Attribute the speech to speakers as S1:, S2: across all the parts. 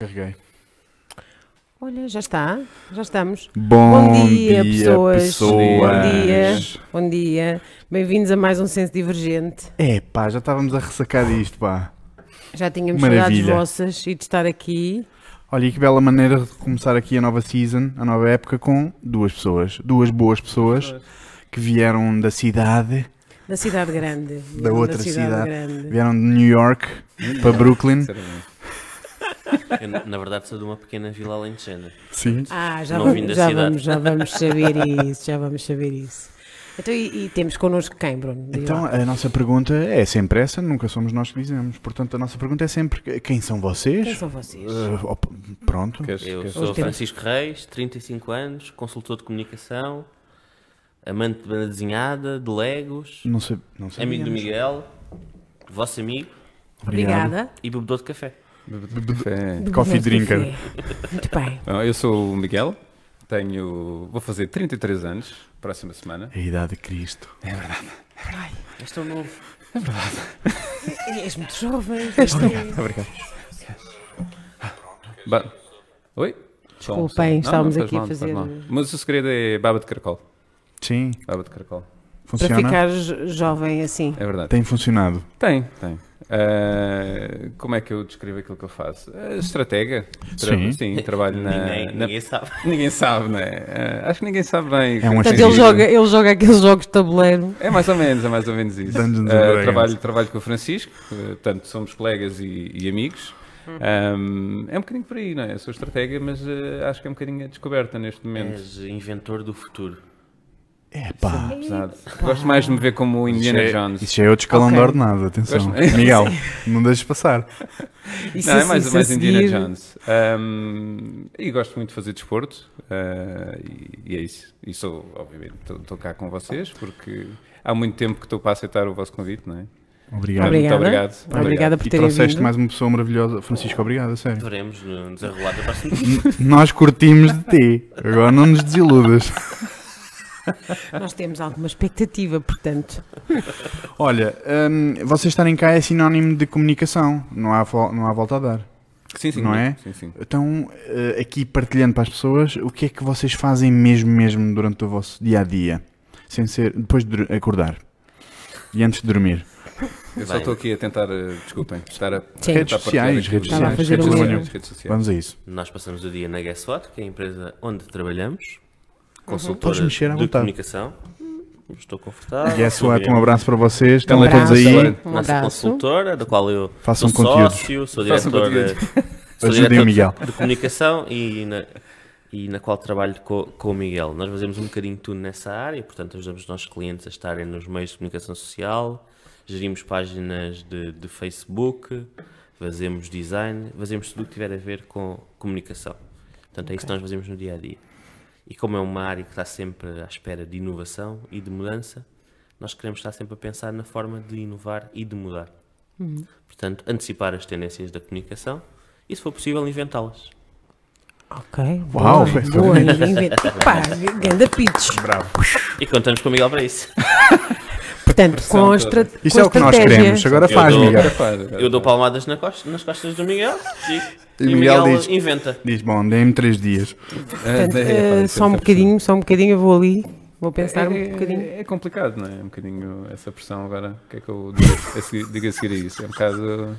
S1: Carreguei.
S2: Olha, já está, já estamos.
S1: Bom,
S2: dia, pessoas.
S1: pessoas.
S2: Bom dia, bom dia. Bem-vindos a mais um Senso Divergente.
S1: É pá, já estávamos a ressacar disto, pá.
S2: Já tínhamos saudades
S1: Maravilha.
S2: vossas e de estar aqui.
S1: Olha, e que bela maneira de começar aqui a nova season, a nova época, com duas pessoas. Duas boas pessoas que vieram da cidade,
S2: Da cidade grande.
S1: Da outra cidade.
S2: grande.
S1: vieram de New York para Brooklyn.
S3: Eu, na na verdade, sou de uma pequena vila alentejana.
S1: Sim.
S2: Ah, já,
S3: Não vim
S2: vamos,
S3: da
S2: já,
S3: cidade.
S2: vamos, já vamos saber isso, já vamos saber isso. Então, e, e temos connosco quem, Bruno? Diga
S1: Então,
S2: lá.
S1: a nossa pergunta é sempre essa, nunca somos nós que dizemos. Portanto, a nossa pergunta é sempre: quem são vocês?
S2: quem são vocês?
S1: Eh, op- pronto.
S3: Eu
S2: Hoje
S3: sou
S2: temos-
S3: Francisco Reis, 35 anos, consultor de comunicação, amante de banda desenhada, de Legos,
S1: Não sei. Não sei
S3: amigo do Miguel, vosso amigo
S2: Obrigada.
S3: e bebedor de café.
S1: De Coffee
S2: Bebemos
S1: drinker.
S2: café. Muito bem.
S4: Bom, É. eu sou o Miguel, tenho. vou fazer 33 anos, próxima semana.
S1: A idade de Cristo.
S3: És tão novo.
S2: És muito jovem.
S4: Obrigado. Ba- Oi? Som, som.
S2: Desculpem,
S4: Não,
S2: estávamos
S4: não, faz
S2: aqui
S4: mal,
S2: a
S4: não faz
S2: fazer- um-
S4: mal. Mas o segredo é baba de caracol.
S1: Sim,
S4: Baba de caracol.
S2: Para
S1: funciona.
S2: ficares jovem assim.
S4: É verdade.
S1: Tem funcionado.
S4: Tem, tem. Ah, como é que eu descrevo aquilo que eu faço? Ah, estratega.
S1: Sim.
S4: trabalho na.
S3: ninguém,
S4: na-
S3: ninguém sabe.
S4: Ninguém sabe, né? Ah, acho que ninguém sabe bem.
S1: É um
S2: Portanto,
S1: Sim.
S2: ele joga, ele joga aqueles jogos de tabuleiro.
S4: É mais ou menos, é mais ou menos isso.
S1: Dungeons and
S4: Ah,
S1: Dragons.
S4: trabalho, trabalho com o Francisco, eh, portanto, somos colegas e, e amigos.
S2: Uhum.
S4: Ahm, é um bocadinho por aí, não é? Eu sou estratega, mas eh, acho que é um bocadinho a descoberta neste momento.
S3: És inventor do futuro.
S1: É pá.
S4: Pesado. Gosto mais de me ver como o Indiana
S1: Isso é-
S4: Jones.
S1: Isso já é outro escalão
S2: Ok.
S1: de ordenado, atenção.
S4: Gosto-
S1: Miguel, não deixes passar.
S2: Isso,
S4: Não, é
S2: assim,
S4: mais,
S2: isso a
S4: mais
S3: um
S4: Indiana
S2: seguir.
S4: Jones. Ahm, e gosto muito de fazer desporto. ah, e, e é isso. E sou, obviamente, estou cá com vocês porque há muito tempo que estou para aceitar o vosso convite, não é?
S1: Obrigado.
S2: Obrigado.
S4: Muito obrigado.
S2: Obrigada por
S1: E
S2: terem
S1: trouxeste
S2: vindo.
S1: mais uma pessoa maravilhosa. Francisco, obrigado, a sério.
S3: Veremos no no desenrolar da próxima.
S1: Nós curtimos de ti. Agora não nos desiludas.
S2: Nós temos alguma expectativa, portanto.
S1: Olha, hum, vocês estarem cá é sinónimo de comunicação. Não há, vo- não há volta a dar.
S4: Sim, sim.
S1: Não é?
S4: Sim, sim.
S1: Então, eh, aqui partilhando para as pessoas, o que é que vocês fazem mesmo, mesmo durante o vosso dia a dia? Sem ser. Depois de dur- acordar. E antes de dormir.
S4: Eu só
S3: Bem.
S4: estou aqui a tentar, eh, desculpem, estar a
S2: Sim.
S4: tentar
S1: Redes
S4: partilhar
S1: sociais, redes
S4: aqui os meus-
S2: sociais, Estava a fazer um
S4: sociais,
S1: erro.
S4: redes sociais.
S1: Vamos a isso.
S3: Nós passamos o dia na Guess What, que é a empresa onde trabalhamos,
S1: Uhum. Podes
S3: consultora
S1: mexer à
S3: de
S1: vontade.
S3: comunicação. Estou
S4: Ah,
S3: confortável.
S1: Guess what? Um
S3: Sobre-
S1: abraço para vocês. Estão
S2: Um
S1: todos
S2: abraço.
S1: aí.
S2: Um
S3: nossa
S2: abraço.
S3: consultora, da qual eu
S1: Façam
S3: sou
S1: conteúdos.
S3: sócio, sou
S4: Façam
S3: diretor, de, sou
S1: Ajudem o
S3: diretor
S1: Miguel.
S3: de comunicação e na, e na qual trabalho co- com o Miguel. Nós fazemos um bocadinho de tudo nessa área, portanto ajudamos os nossos clientes a estarem nos meios de comunicação social, gerimos páginas de, de Facebook, fazemos design, fazemos tudo o que tiver a ver com comunicação. Portanto, é isso que nós fazemos no dia a dia. E como é uma área que está sempre à espera de inovação e de mudança, nós queremos estar sempre a pensar na forma de inovar e de mudar.
S1: Uhum.
S3: Portanto, antecipar as tendências da comunicação e, se for possível, inventá-las.
S2: Ok.
S1: Uau,
S2: boa,
S1: foi- foi-
S2: boa, inventa- Pá, ganda pitch.
S3: E contamos com o Miguel para isso.
S1: É
S2: Portanto, com a, estra
S1: Isso
S2: com
S1: é
S2: a
S1: o que nós
S2: estratégia-
S1: queremos. Agora
S3: Eu
S1: faz,
S3: dou-
S1: Miguel.
S3: Eu dou palmadas na costa- nas costas do Miguel digo,
S1: E
S3: e, o
S1: Miguel
S3: Miguel,
S1: diz-
S3: inventa.
S1: Diz, bom, dê-me três dias.
S4: Ah, é,
S2: Portanto, eh, só um bocadinho, só um bocadinho, eu vou ali, vou pensar um bocadinho.
S4: É complicado, não é? Um bocadinho essa pressão agora. O que é que eu digo a seguir, digo a seguir a isso? É um bocado.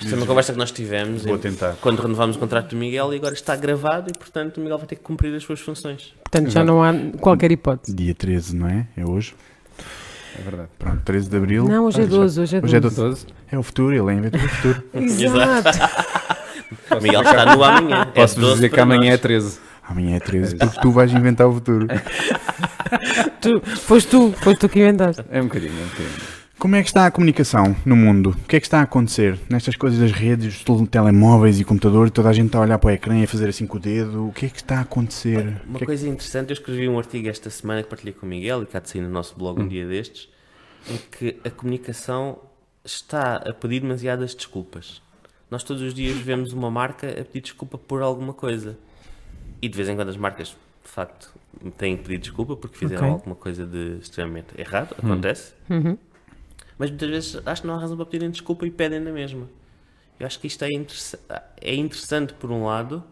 S3: Isto é uma conversa que nós tivemos
S1: Vou
S3: em-
S1: tentar.
S3: quando renovámos o contrato do Miguel e agora está gravado e, portanto, o Miguel vai ter que cumprir as suas funções.
S2: Portanto, já não há qualquer hipótese.
S1: Dia 13, não é? É hoje.
S4: É verdade.
S1: Pronto, 13 de abril.
S2: Não, hoje é 12, hoje é
S1: Hoje é
S2: 12.
S4: 12.
S1: É o futuro, ele é inventor do futuro.
S2: Exato.
S3: O Miguel está no amanhã. é
S4: Posso-vos
S3: 12
S4: dizer que
S3: para
S4: amanhã é
S3: nós.
S4: 13.
S1: Amanhã é 13, porque tu vais inventar o futuro.
S2: Tu- foste tu, foste tu que inventaste.
S4: É um bocadinho, é um bocadinho.
S1: Como é que está a comunicação no mundo? O que é que está a acontecer? Nestas coisas das redes, dos tele- telemóveis e computador, toda a gente está a olhar para o ecrã e a fazer assim com o dedo. O que é que está a acontecer? O
S3: Uma
S1: que é que-
S3: coisa interessante, eu escrevi um artigo esta semana que partilhei com o Miguel e cá de sair no nosso
S1: Hum.
S3: blog um dia destes, em que a comunicação está a pedir demasiadas desculpas. Nós todos os dias vemos uma marca a pedir desculpa por alguma coisa. E de vez em quando as marcas, de facto, têm que pedir desculpa porque fizeram
S2: Ok.
S3: alguma coisa de extremamente errado,
S1: Hum. Uhum.
S3: acontece. Mas muitas vezes acho que não há razão para pedirem desculpa e pedem na mesma. Eu acho que isto é, interessa- é interessante por um lado,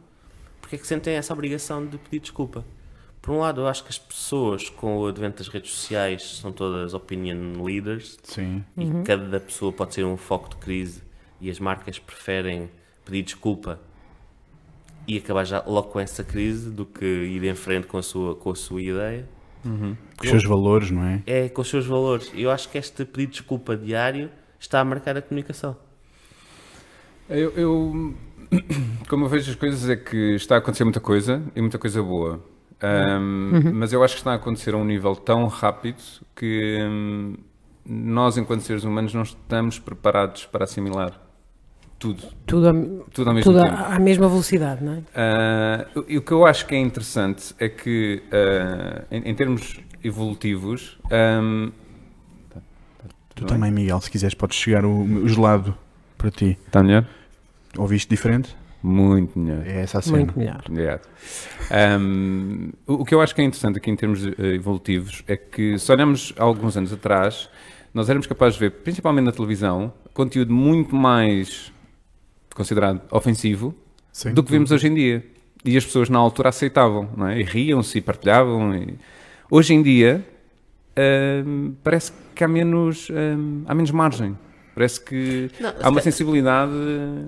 S3: porque é que sentem essa obrigação de pedir desculpa. Por um lado, eu acho que as pessoas com o advento das redes sociais são todas opinion leaders
S1: Sim.
S3: e cada pessoa pode ser um foco de crise e as marcas preferem pedir desculpa e acabar já logo com essa crise do que ir em frente com a sua, com a sua ideia.
S1: Com os seus valores, não é?
S3: É com os seus valores. Eu acho que este pedido de desculpa diário está a marcar a comunicação.
S4: Eu, eu- como eu vejo as coisas, é que está a acontecer muita coisa e muita coisa boa. Ahm, Mas eu acho que está a acontecer a um nível tão rápido que hum, nós, enquanto seres humanos, não estamos preparados para assimilar tudo,
S2: Tudo, ao-
S4: tudo ao mesmo
S2: tudo
S4: tempo.
S2: à, à mesma velocidade, não é?
S4: Ah, e o que eu acho que é interessante é que, ah, em, em termos evolutivos, ahm,
S1: Tu
S4: Tudo bem?
S1: também, Miguel, se quiseres, podes chegar o, o gelado para ti.
S4: está melhor?
S1: Ouviste diferente?
S4: Muito melhor.
S1: É essa a cena.
S2: Muito melhor.
S4: Obrigado. Ahm, o o que eu acho que é interessante aqui em termos eh, evolutivos é que, se olharmos há alguns anos atrás, nós éramos capazes de ver, principalmente na televisão, conteúdo muito mais considerado ofensivo
S1: Sim.
S4: do que vimos hoje em dia. E as pessoas na altura aceitavam, não é? E riam-se e partilhavam. e- Hoje em dia, ahm, parece que há menos, ahm, há menos margem. Parece que
S3: Não,
S4: há uma
S3: se-
S4: sensibilidade.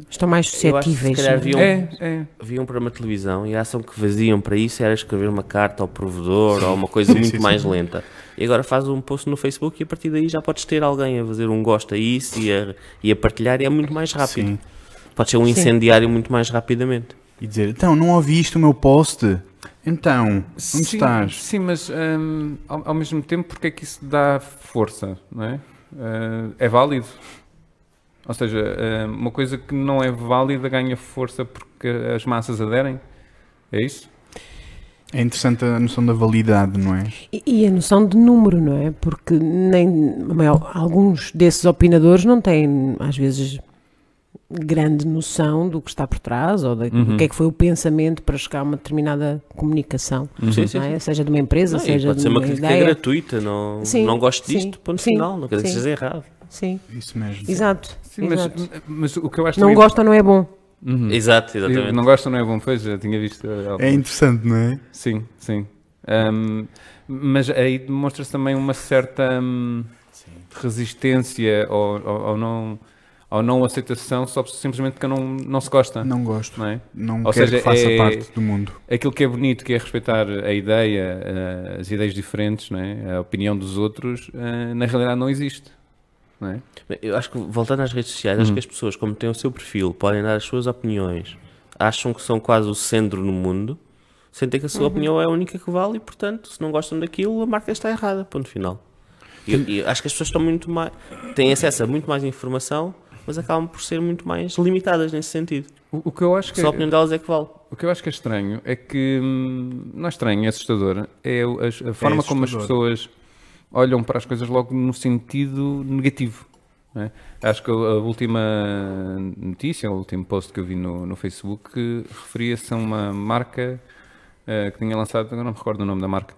S2: Estão mais
S3: Eu acho que se
S2: suscetíveis.
S3: calhar
S2: não é?
S3: havia um-
S4: É, é.
S3: Havia um programa de televisão e a ação que faziam para isso era escrever uma carta ao provedor ou uma coisa muito mais lenta. E agora faz um post no Facebook e a partir daí já podes ter alguém a fazer um gosto a isso e a, e a partilhar e é muito mais rápido.
S1: Sim.
S3: Pode ser um incendiário muito mais rapidamente.
S1: E dizer, então, não ouviste o meu post? Então, onde
S4: sim,
S1: estás?
S4: Sim, mas hum, ao, ao mesmo tempo, porque é que isso dá força, não é? Eh, é válido. Ou seja, eh, uma coisa que não é válida ganha força porque as massas aderem. É isso?
S1: É interessante a noção da validade, não é?
S2: E, e a noção de número, não é? Porque nem a maior- alguns desses opinadores não têm, às vezes, grande noção do que está por trás ou da- do que é que foi o pensamento para chegar a uma determinada comunicação,
S3: Sim, sim,
S2: não é?
S3: sim.
S2: Seja de uma empresa,
S3: Não, e
S2: seja
S3: pode
S2: de
S3: ser
S2: uma,
S3: uma é crítica
S2: ideia.
S3: gratuita, não,
S2: Sim,
S3: não gosto
S2: sim,
S3: disto, ponto
S2: sim,
S3: final, não quer dizer que
S2: sim.
S3: seja errado.
S2: Sim,
S1: Isso mesmo.
S2: exato.
S4: Sim, mas,
S2: exato.
S4: mas o que eu acho
S2: Não
S4: também-
S2: gosta, não é bom.
S4: Uhum.
S3: Exato,
S4: Eu-
S3: exatamente.
S4: Não gosta, não é bom? Pois, já tinha visto. eh, algo.
S1: É interessante, não é?
S4: Sim, sim. Hum, mas aí demonstra-se também uma certa hum, resistência ao, ao- ao não, ao não aceitação só simplesmente porque não, não se gosta.
S1: Não gosto.
S4: não é?
S1: Não
S4: Ou
S1: quero
S4: seja,
S1: que faça
S4: é-
S1: parte do mundo.
S4: Aquilo que é bonito, que é respeitar a ideia, eh, as ideias diferentes, não é? a opinião dos outros, eh, na realidade não existe. Não é?
S3: Eu acho que, voltando às redes sociais, acho que as pessoas, como têm o seu perfil, podem dar as suas opiniões, acham que são quase o centro no mundo, sentem que a sua opinião é a única que vale e, portanto, se não gostam daquilo, a marca está errada. Ponto final. E, e acho que as pessoas estão muito mais, têm acesso a muito mais informação, mas acabam por ser muito mais limitadas nesse sentido.
S4: O, o que eu acho que
S3: Só a opinião delas é que vale.
S4: O que eu acho que é estranho é que. hum, Não é estranho, é assustador. É o- as- a, forma como as
S1: assustador.
S4: pessoas olham para as coisas logo no sentido negativo. não é? Acho que a última notícia, o último post que eu vi no, no Facebook eh, referia-se a uma marca eh, que tinha lançado, agora não me recordo o nome da marca,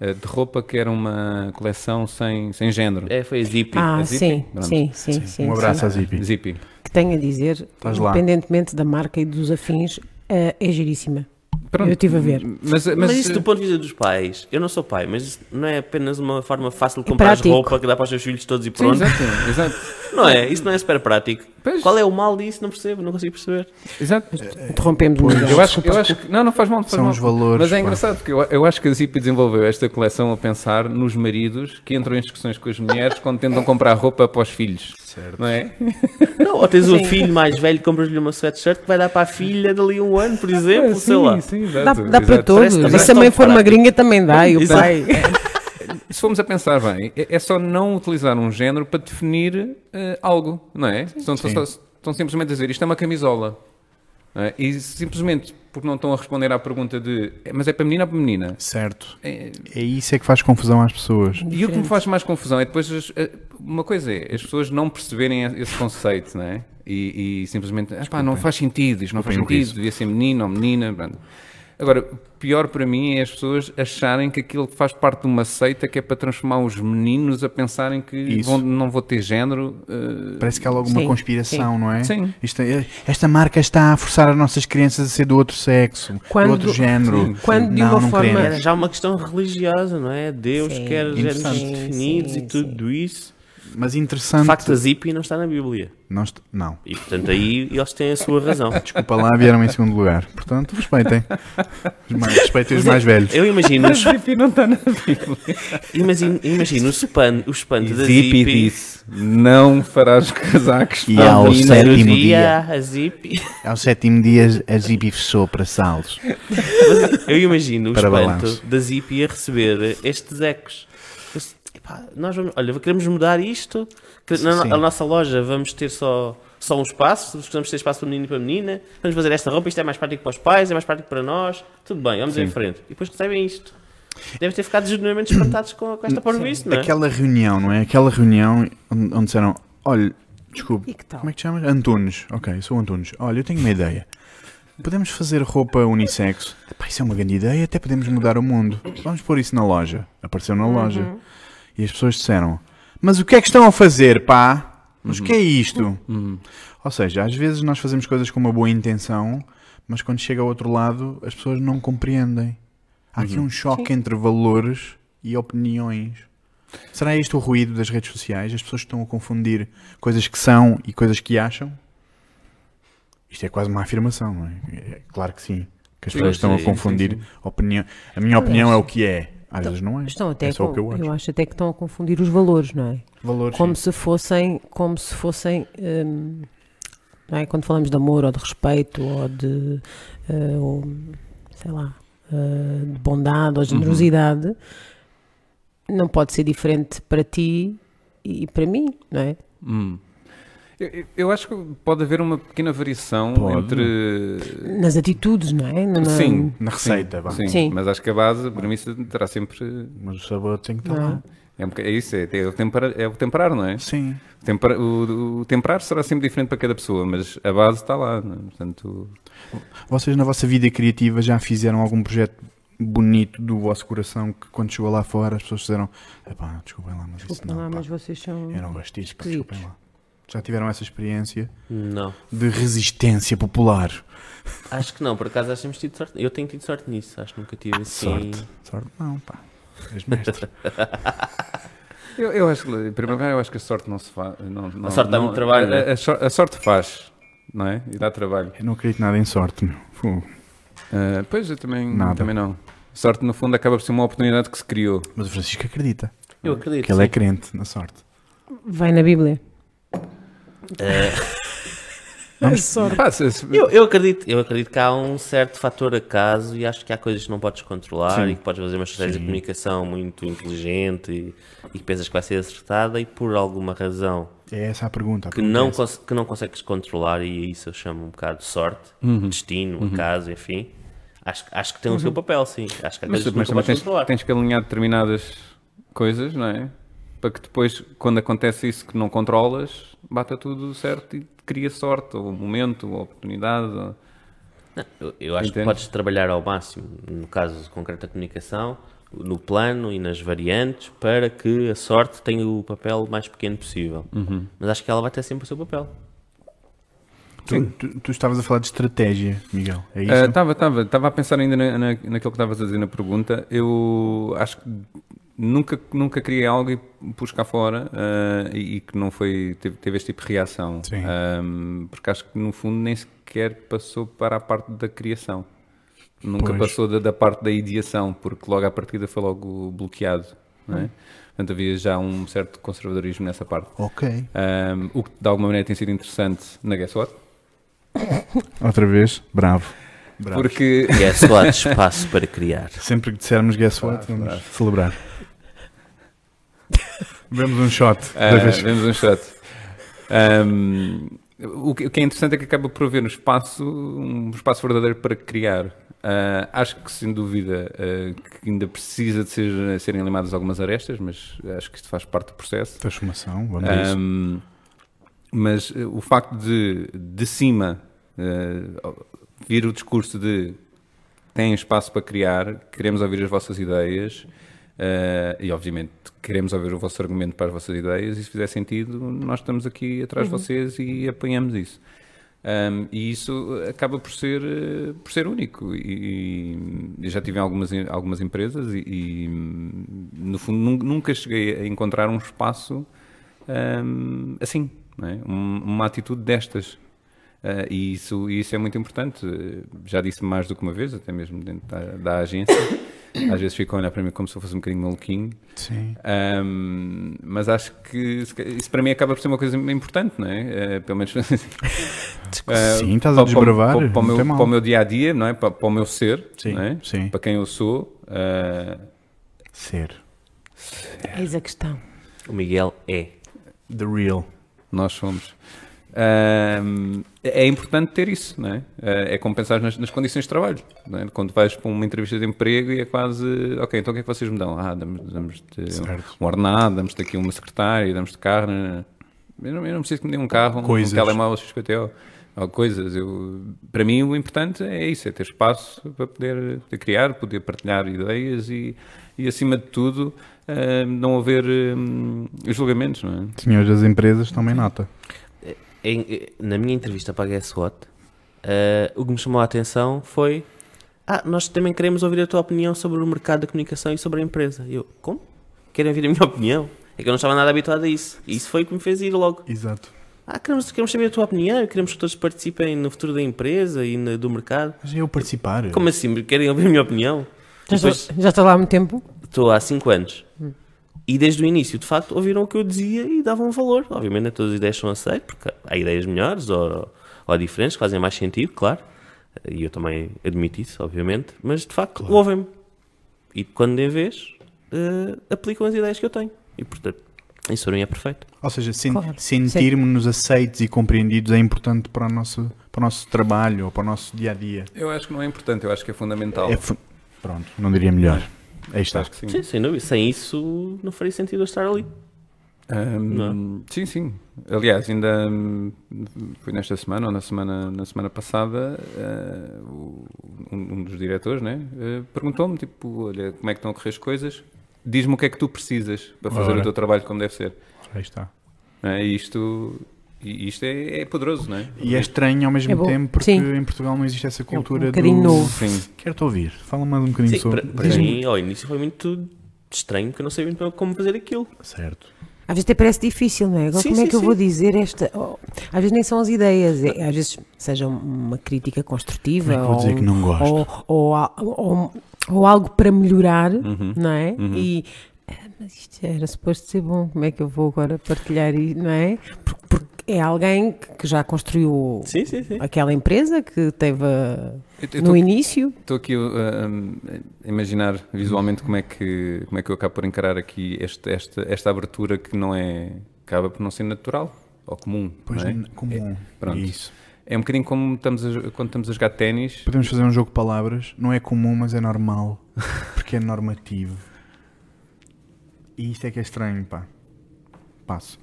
S4: eh, de roupa que era uma coleção sem, sem género.
S3: É, foi a Zip.
S2: Ah,
S4: Zippy?
S2: sim,
S4: Pronto.
S2: sim, sim, sim,
S1: um abraço
S2: sim.
S1: à Zippy.
S4: Zippy.
S2: Que tenho a dizer,
S1: Estás lá.
S2: independentemente da marca e dos afins, eh, é giríssima.
S4: Pronto.
S2: Eu estive a ver.
S4: Mas, eh, mas,
S3: Mas, isso do ponto de vista dos pais, eu não sou pai, mas isso não é apenas uma forma fácil de
S2: E
S3: comprar
S2: prático.
S3: roupa que dá para os seus filhos todos e
S4: Sim,
S3: pronto.
S4: exato, exato,
S3: Não é? Isso não é super prático.
S4: Pois.
S3: Qual é o mal disso? Não percebo, não consigo perceber.
S4: exato.
S2: Interrompemos o Miguel.
S4: Eu acho, eu acho que. Não, não faz mal. não Faz
S1: São
S4: mal.
S1: os valores,
S4: Mas
S1: pá.
S4: é engraçado, porque eu, eu acho que a Zippy desenvolveu esta coleção a pensar nos maridos que entram em discussões com as mulheres quando tentam comprar roupa para os filhos. Certo. Não é?
S3: Não, ou tens um
S2: Sim.
S3: filho mais velho, compras-lhe uma sweatshirt que vai dar para a filha dali um ano, por exemplo,
S4: É, sim,
S3: sei lá.
S4: sim,
S2: Dá,
S4: exato,
S2: dá para
S4: exato.
S2: todos.
S3: Parece-
S2: E
S3: parece
S2: se a mãe
S1: um
S3: tão
S2: for uma
S3: barato.
S2: gringa, também dá. E o
S4: Exato.
S2: pai.
S4: Se formos a pensar bem, é, é só não utilizar um género para definir eh, algo, não é? Estão, estão- estão simplesmente a dizer isto é uma camisola. não é? E simplesmente porque não estão a responder à pergunta de "É, mas é para menina ou para menina?
S1: Certo.
S4: É-
S1: É isso é que faz confusão às pessoas.
S4: E o que me faz mais confusão é depois as- eh, uma coisa é as pessoas não perceberem esse conceito, não é? E, e simplesmente, ah, pá, não faz sentido, isto não faz
S1: Desculpem o
S4: sentido,
S1: riso.
S4: devia ser menino ou menina. pronto. Agora, pior para mim é as pessoas acharem que aquilo faz parte de uma seita que é para transformar os meninos a pensarem que
S1: Isso.
S4: vão- não vou ter género. eh,
S1: Parece que há logo uma
S2: Sim,
S1: conspiração, não é?
S4: Sim.
S1: Isto é- esta marca está a forçar as nossas crianças a ser do outro sexo,
S2: Quando-
S1: do outro género.
S4: Sim.
S2: Quando de
S1: não,
S2: uma
S1: não
S2: forma-
S1: queremos.
S3: Era já uma questão religiosa, não é? Deus
S2: Sim.
S3: quer géneros
S1: Interessante.
S3: definidos
S2: Sim,
S3: e tudo isso.
S1: Mas
S3: De
S1: interessante.
S3: facto, a Zippy não está na Bíblia.
S1: Não, est- não.
S3: E portanto aí eles têm a sua razão.
S1: Desculpa lá, vieram em segundo lugar. Portanto, respeitem. Os mais- Respeitem os mais velhos.
S3: é- Eu imagino, os-
S4: Zippy não está na Bíblia.
S3: imagino, imagino o, span, o espanto da
S4: Zippy
S3: Zippy.
S4: disse: não farás casacos
S1: E
S4: para
S1: ao
S4: meninas."
S1: sétimo
S3: Primeiro
S1: dia.
S3: dia, a Zippy.
S1: Ao É sétimo dia, a Zibi fechou para salos.
S3: Mas eu imagino o
S1: Para
S3: espanto
S1: balanço.
S3: da Zippy a receber estes ecos. Eu disse, "Epá, nós vamos, olha, queremos mudar isto. Que na,
S1: Sim.
S3: na nossa loja vamos ter só, só um espaço. Vamos ter espaço para menino e para menina. Vamos fazer esta roupa. Isto é mais prático para os pais, é mais prático para nós. Tudo bem, vamos em frente. E depois recebem isto. Devem ter ficado genuinamente espantados com, com esta porvice, não é?
S1: Aquela reunião, não é? Aquela reunião onde, onde disseram: olha, desculpe,
S2: E que tal?
S1: como é que te chamas? Antunes. Ok, sou o Antunes. Olha, eu tenho uma ideia. Podemos fazer roupa unissexo. Epá, isso é uma grande ideia, até podemos mudar o mundo. Vamos pôr isso na loja. Apareceu na loja. E as pessoas disseram: Mas o que é que estão a fazer, pá? Mas o que é isto? Ou seja, às vezes nós fazemos coisas com uma boa intenção, mas quando chega ao outro lado as pessoas não compreendem. Há aqui
S3: Uhum.
S1: um choque entre valores e opiniões. Será este o ruído das redes sociais? As pessoas estão a confundir coisas que são e coisas que acham? Isto é quase uma afirmação, não é? É Claro que sim. Que as
S3: Sim,
S1: pessoas estão a
S3: sim,
S1: confundir opinião. A minha opinião é o que é. Às vezes não é.
S2: Então, Estão até
S1: é só o que eu
S2: com-
S1: acho.
S2: eu acho até que estão a confundir os valores, não é?
S1: Valores.
S2: como
S1: sim.
S2: se fossem como se fossem hum, não é? quando falamos de amor ou de respeito ou de eh, ou, sei lá eh, de
S1: Uhum.
S2: bondade ou generosidade não pode ser diferente para ti e para mim não é
S4: Hum. Eu- Eu, eu acho que pode haver uma pequena variação
S1: Pode.
S4: entre.
S2: nas atitudes não é Não- não-
S4: Sim,
S1: Na receita, vá.
S4: sim,
S2: Sim.
S4: Mas acho que a base, a premissa, terá sempre.
S1: Mas o sabor tem que estar
S2: Não.
S1: lá.
S4: É, um boca- é isso, é, é o tempera- é o temperar, não é?
S1: Sim.
S4: Tempera- o, o temperar será sempre diferente para cada pessoa, mas a base está lá. não é? Portanto,
S1: Vocês na vossa vida criativa já fizeram algum projeto bonito do vosso coração que quando chegou lá fora as pessoas fizeram Epá, desculpem lá, mas isso
S2: desculpem
S1: não,
S2: lá,
S1: pá, É.
S2: mas vocês são
S1: eu não gosto disso, pá,
S2: esquisitos.
S1: desculpem lá. Já tiveram essa experiência
S3: Não.
S1: de resistência popular?
S3: Acho que não, por acaso acho que temos tido sorte. Eu tenho tido sorte nisso, acho que nunca tive assim.
S1: Ah, Sorte. Sorte não, pá. És mestre.
S4: eu, eu acho que, em primeiro lugar, eu acho que a sorte não se faz. Não, não-
S3: sorte dá
S4: não-
S3: muito trabalho,
S4: A,
S3: não é?
S4: a sor- a sorte faz, não é? E dá trabalho.
S1: Eu não acredito nada em sorte, meu. Fu.
S4: Ah, pois eu também,
S1: Nada.
S4: também não. Sorte, no fundo, acaba por ser uma oportunidade que se criou.
S1: Mas o Francisco acredita.
S3: Eu acredito.
S1: Que ele é
S3: sim.
S1: crente na sorte.
S2: vai na Bíblia
S3: Eh,
S4: Pá, Ah, se- se-
S3: Eu, eu acredito, eu acredito que há um certo fator acaso e acho que há coisas que não podes controlar
S4: Sim.
S3: e que podes fazer uma estratégia de
S1: Sim.
S3: comunicação muito inteligente e, e que pensas que vai ser acertada e por alguma razão
S1: É essa a pergunta. a
S3: que
S1: pergunta é
S3: não,
S1: essa.
S3: cons- que não consegues controlar e isso eu chamo um bocado de sorte,
S4: Uhum.
S3: destino, acaso, enfim. Acho, que- acho que tem o seu papel, sim. Acho que há
S4: Mas,
S3: coisas que
S4: mas
S3: nunca
S4: também
S3: podes
S4: tens,
S3: controlar.
S4: tens que alinhar determinadas coisas, não é? Para que depois, quando acontece isso que não controlas, bata tudo certo e cria sorte, ou momento, ou oportunidade. ou-
S3: Eu, eu acho
S4: Entende?
S3: que podes trabalhar ao máximo, no caso concreto da comunicação, no plano e nas variantes, para que a sorte tenha o papel mais pequeno possível. Mas acho que ela vai ter sempre o seu papel.
S1: Tu, tu- tu estavas a falar de estratégia, Miguel. É isso?
S4: Estava Ah, tava, tava a pensar ainda na, na, naquilo que estavas a dizer na pergunta. Eu acho que nunca, nunca criei algo e pus cá fora ah, e, e que não foi, teve, teve este tipo de reação.
S1: Sim.
S4: Ahm, porque acho que no fundo nem sequer passou para a parte da criação. Nunca
S1: Pois.
S4: passou da, da parte da ideação, porque logo à partida foi logo bloqueado. Não é? Portanto, havia já um certo conservadorismo nessa parte.
S1: Ok.
S4: Ahm, o que de alguma maneira tem sido interessante na Guess What?
S1: Outra vez, bravo. Bravo.
S4: Porque
S3: Que é só há espaço para criar.
S1: Sempre que dissermos guess what, vamos celebrar. Vemos um shot da
S4: Ah,
S1: vez.
S4: vemos um shot. Ahm, o, que, o que é interessante é que acaba por haver um espaço, um espaço verdadeiro para criar. Ah, acho que sem dúvida ah, que ainda precisa de ser, serem limadas algumas arestas, mas acho que isto faz parte do processo.
S1: Transformação, vamos a isso.
S4: Ahm, mas eh, o facto de de cima eh, vir o discurso de têm espaço para criar, queremos ouvir as vossas ideias eh, e, obviamente, queremos ouvir o vosso argumento para as vossas ideias e, se fizer sentido, nós estamos aqui atrás de vocês e apoiamos isso. Um, e isso acaba por ser, eh, por ser único. E, e eu já tive em algumas, em algumas empresas e, e, no fundo, nun- nunca cheguei a encontrar um espaço um, assim, não é? Um- uma atitude destas. Ah, e isso, e isso é muito importante. Eh, Já disse mais do que uma vez, até mesmo dentro da, da agência. Às vezes ficam a olhar para mim como se eu fosse um bocadinho maluquinho.
S1: Sim.
S4: Ahm, mas acho que se ca- isso para mim acaba por ser uma coisa importante, não é? Eh, pelo menos. Ah,
S1: Sim, estás a
S4: para- para-
S1: desbravar,
S4: Para, para,
S1: não
S4: o meu-
S1: tem mal.
S4: para o meu dia a dia, não é? Para, para o meu ser,
S1: Sim,
S4: não é?
S1: sim.
S4: Para quem eu sou. ah,
S1: Ser.
S2: Eis a questão.
S3: O Miguel é.
S1: The real.
S4: Nós somos. Ahm, é é importante ter isso, não é? Ah, É compensar nas, nas condições de trabalho. não é? Quando vais para uma entrevista de emprego e é quase, ok, então o que é que vocês me dão? Ah, damos- damos-te
S1: Certo.
S4: um ordenado, damos-te aqui uma secretária, damos-te carro. né? Eu não, eu não preciso que me dê um carro, um-
S1: Coisas.
S4: um telemóvel XPTO, ou coisas. Eu, para mim o importante é isso, é ter espaço para poder, poder criar, poder partilhar ideias e, e acima de tudo, ahm, não haver ahm, julgamentos, não é?
S1: Senhores das empresas também nota.
S3: Em- eh, na minha entrevista para a Guess What, eh, o que me chamou a atenção foi: Ah, nós também queremos ouvir a tua opinião sobre o mercado da comunicação e sobre a empresa. E eu, como? Querem ouvir a minha opinião? É que eu não estava nada habituado a isso. E isso foi o que me fez ir logo.
S1: Exato.
S3: Ah, queremos, queremos saber a tua opinião, queremos que todos participem no futuro da empresa e na- do mercado.
S1: Mas é eu participar.
S2: é-
S3: Como assim? Querem ouvir a minha opinião?
S2: Já,
S3: Depois-
S2: estás- já estás lá há muito tempo?
S3: Estou há 5 anos. E desde o início, de facto, ouviram o que eu dizia e davam valor. Obviamente, nem todas as ideias são aceitas, porque há ideias melhores ou, ou diferentes que fazem mais sentido, claro. E eu também admito isso, obviamente. Mas, de facto, ouvem-me. E quando em vez, eh, aplicam as ideias que eu tenho. E, portanto, isso para mim é perfeito.
S1: Ou seja, sen
S2: Claro.
S1: sentirmos-nos aceitos e compreendidos é importante para o, nosso, para o nosso trabalho ou para o nosso dia a dia.
S4: Eu acho que não é importante, eu acho que é fundamental.
S1: É fu- Pronto, não diria melhor. Aí está.
S4: Acho que sim.
S3: Sim, sem dúvida. Sem isso, não faria sentido eu estar ali.
S4: Ahm, sim, sim. Aliás, ainda hum, foi nesta semana ou na semana, na semana passada, ah, o- um, um dos diretores né, ah, perguntou-me, tipo, olha, como é que estão a correr as coisas? Diz-me o que é que tu precisas para fazer
S1: Ora.
S4: o teu trabalho como deve ser.
S1: Aí está.
S4: Não é? E isto, e isto é, é poderoso, não é?
S1: E é estranho ao mesmo
S2: É bom.
S1: tempo porque
S2: Sim. É um
S1: em Portugal não existe essa cultura
S2: bocadinho
S1: do...
S2: novo.
S4: Sim.
S1: Quero-te ouvir. Fala mais um bocadinho
S3: Sim,
S1: sobre...
S3: para, para
S1: Diz-me-
S3: mim, ao início foi muito estranho, porque eu não sabia muito bem como fazer aquilo.
S1: Certo.
S2: Às vezes até parece difícil, não é? Agora,
S3: Sim,
S2: como é
S3: sim,
S2: que eu
S3: sim.
S2: vou dizer esta. oh, às vezes nem são as ideias, é- às vezes seja uma crítica construtiva.
S1: Como é que vou
S2: ou
S1: dizer que não gosto?
S2: Ou, ou a- ou- ou algo para melhorar,
S1: Uhum.
S2: não é? E. ah, Mas isto era suposto ser bom, como é que eu vou agora partilhar isto, não é? Porque, porque é alguém que já construiu
S3: Sim, sim, sim.
S2: aquela empresa que teve a-
S4: Eu- eu
S2: no
S4: tô-
S2: início.
S4: Estou aqui ah, hum, a imaginar visualmente como é que, como é que eu acabo por encarar aqui este, esta, esta abertura que não é. acaba por não ser natural ou comum.
S1: Pois,
S4: não é?
S1: n- comum.
S4: pronto.
S1: Isso.
S4: É um bocadinho como estamos a jo- quando estamos a jogar ténis.
S1: Podemos fazer um jogo de palavras. Não é comum, mas é normal. Porque é normativo. E isto é que é estranho, pá. Passo.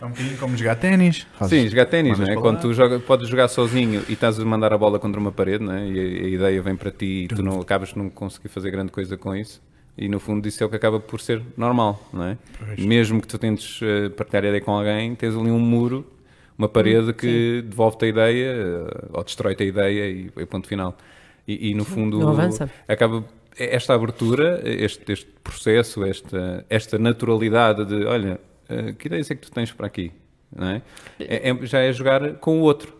S1: é um bocadinho como jogar ténis. Fazes-
S4: Sim, jogar ténis, não
S1: mandas
S4: é?
S1: para
S4: Quando
S1: lá.
S4: tu joga, podes jogar sozinho e estás a mandar a bola contra uma parede, não é? E a, a ideia vem para ti e tu não acabas de não conseguir fazer grande coisa com isso. E no fundo isso é o que acaba por ser normal, não é? Mesmo que tu tentes eh, partilhar a ideia com alguém, tens ali um muro, uma parede que devolve-te a ideia eh, ou destrói-te a ideia e, e ponto final. E, e no fundo
S2: Não avança.
S4: acaba esta abertura, este, este processo, esta, esta naturalidade de olha, eh, que ideias é que tu tens para aqui? Não é? É- é- já é jogar com o outro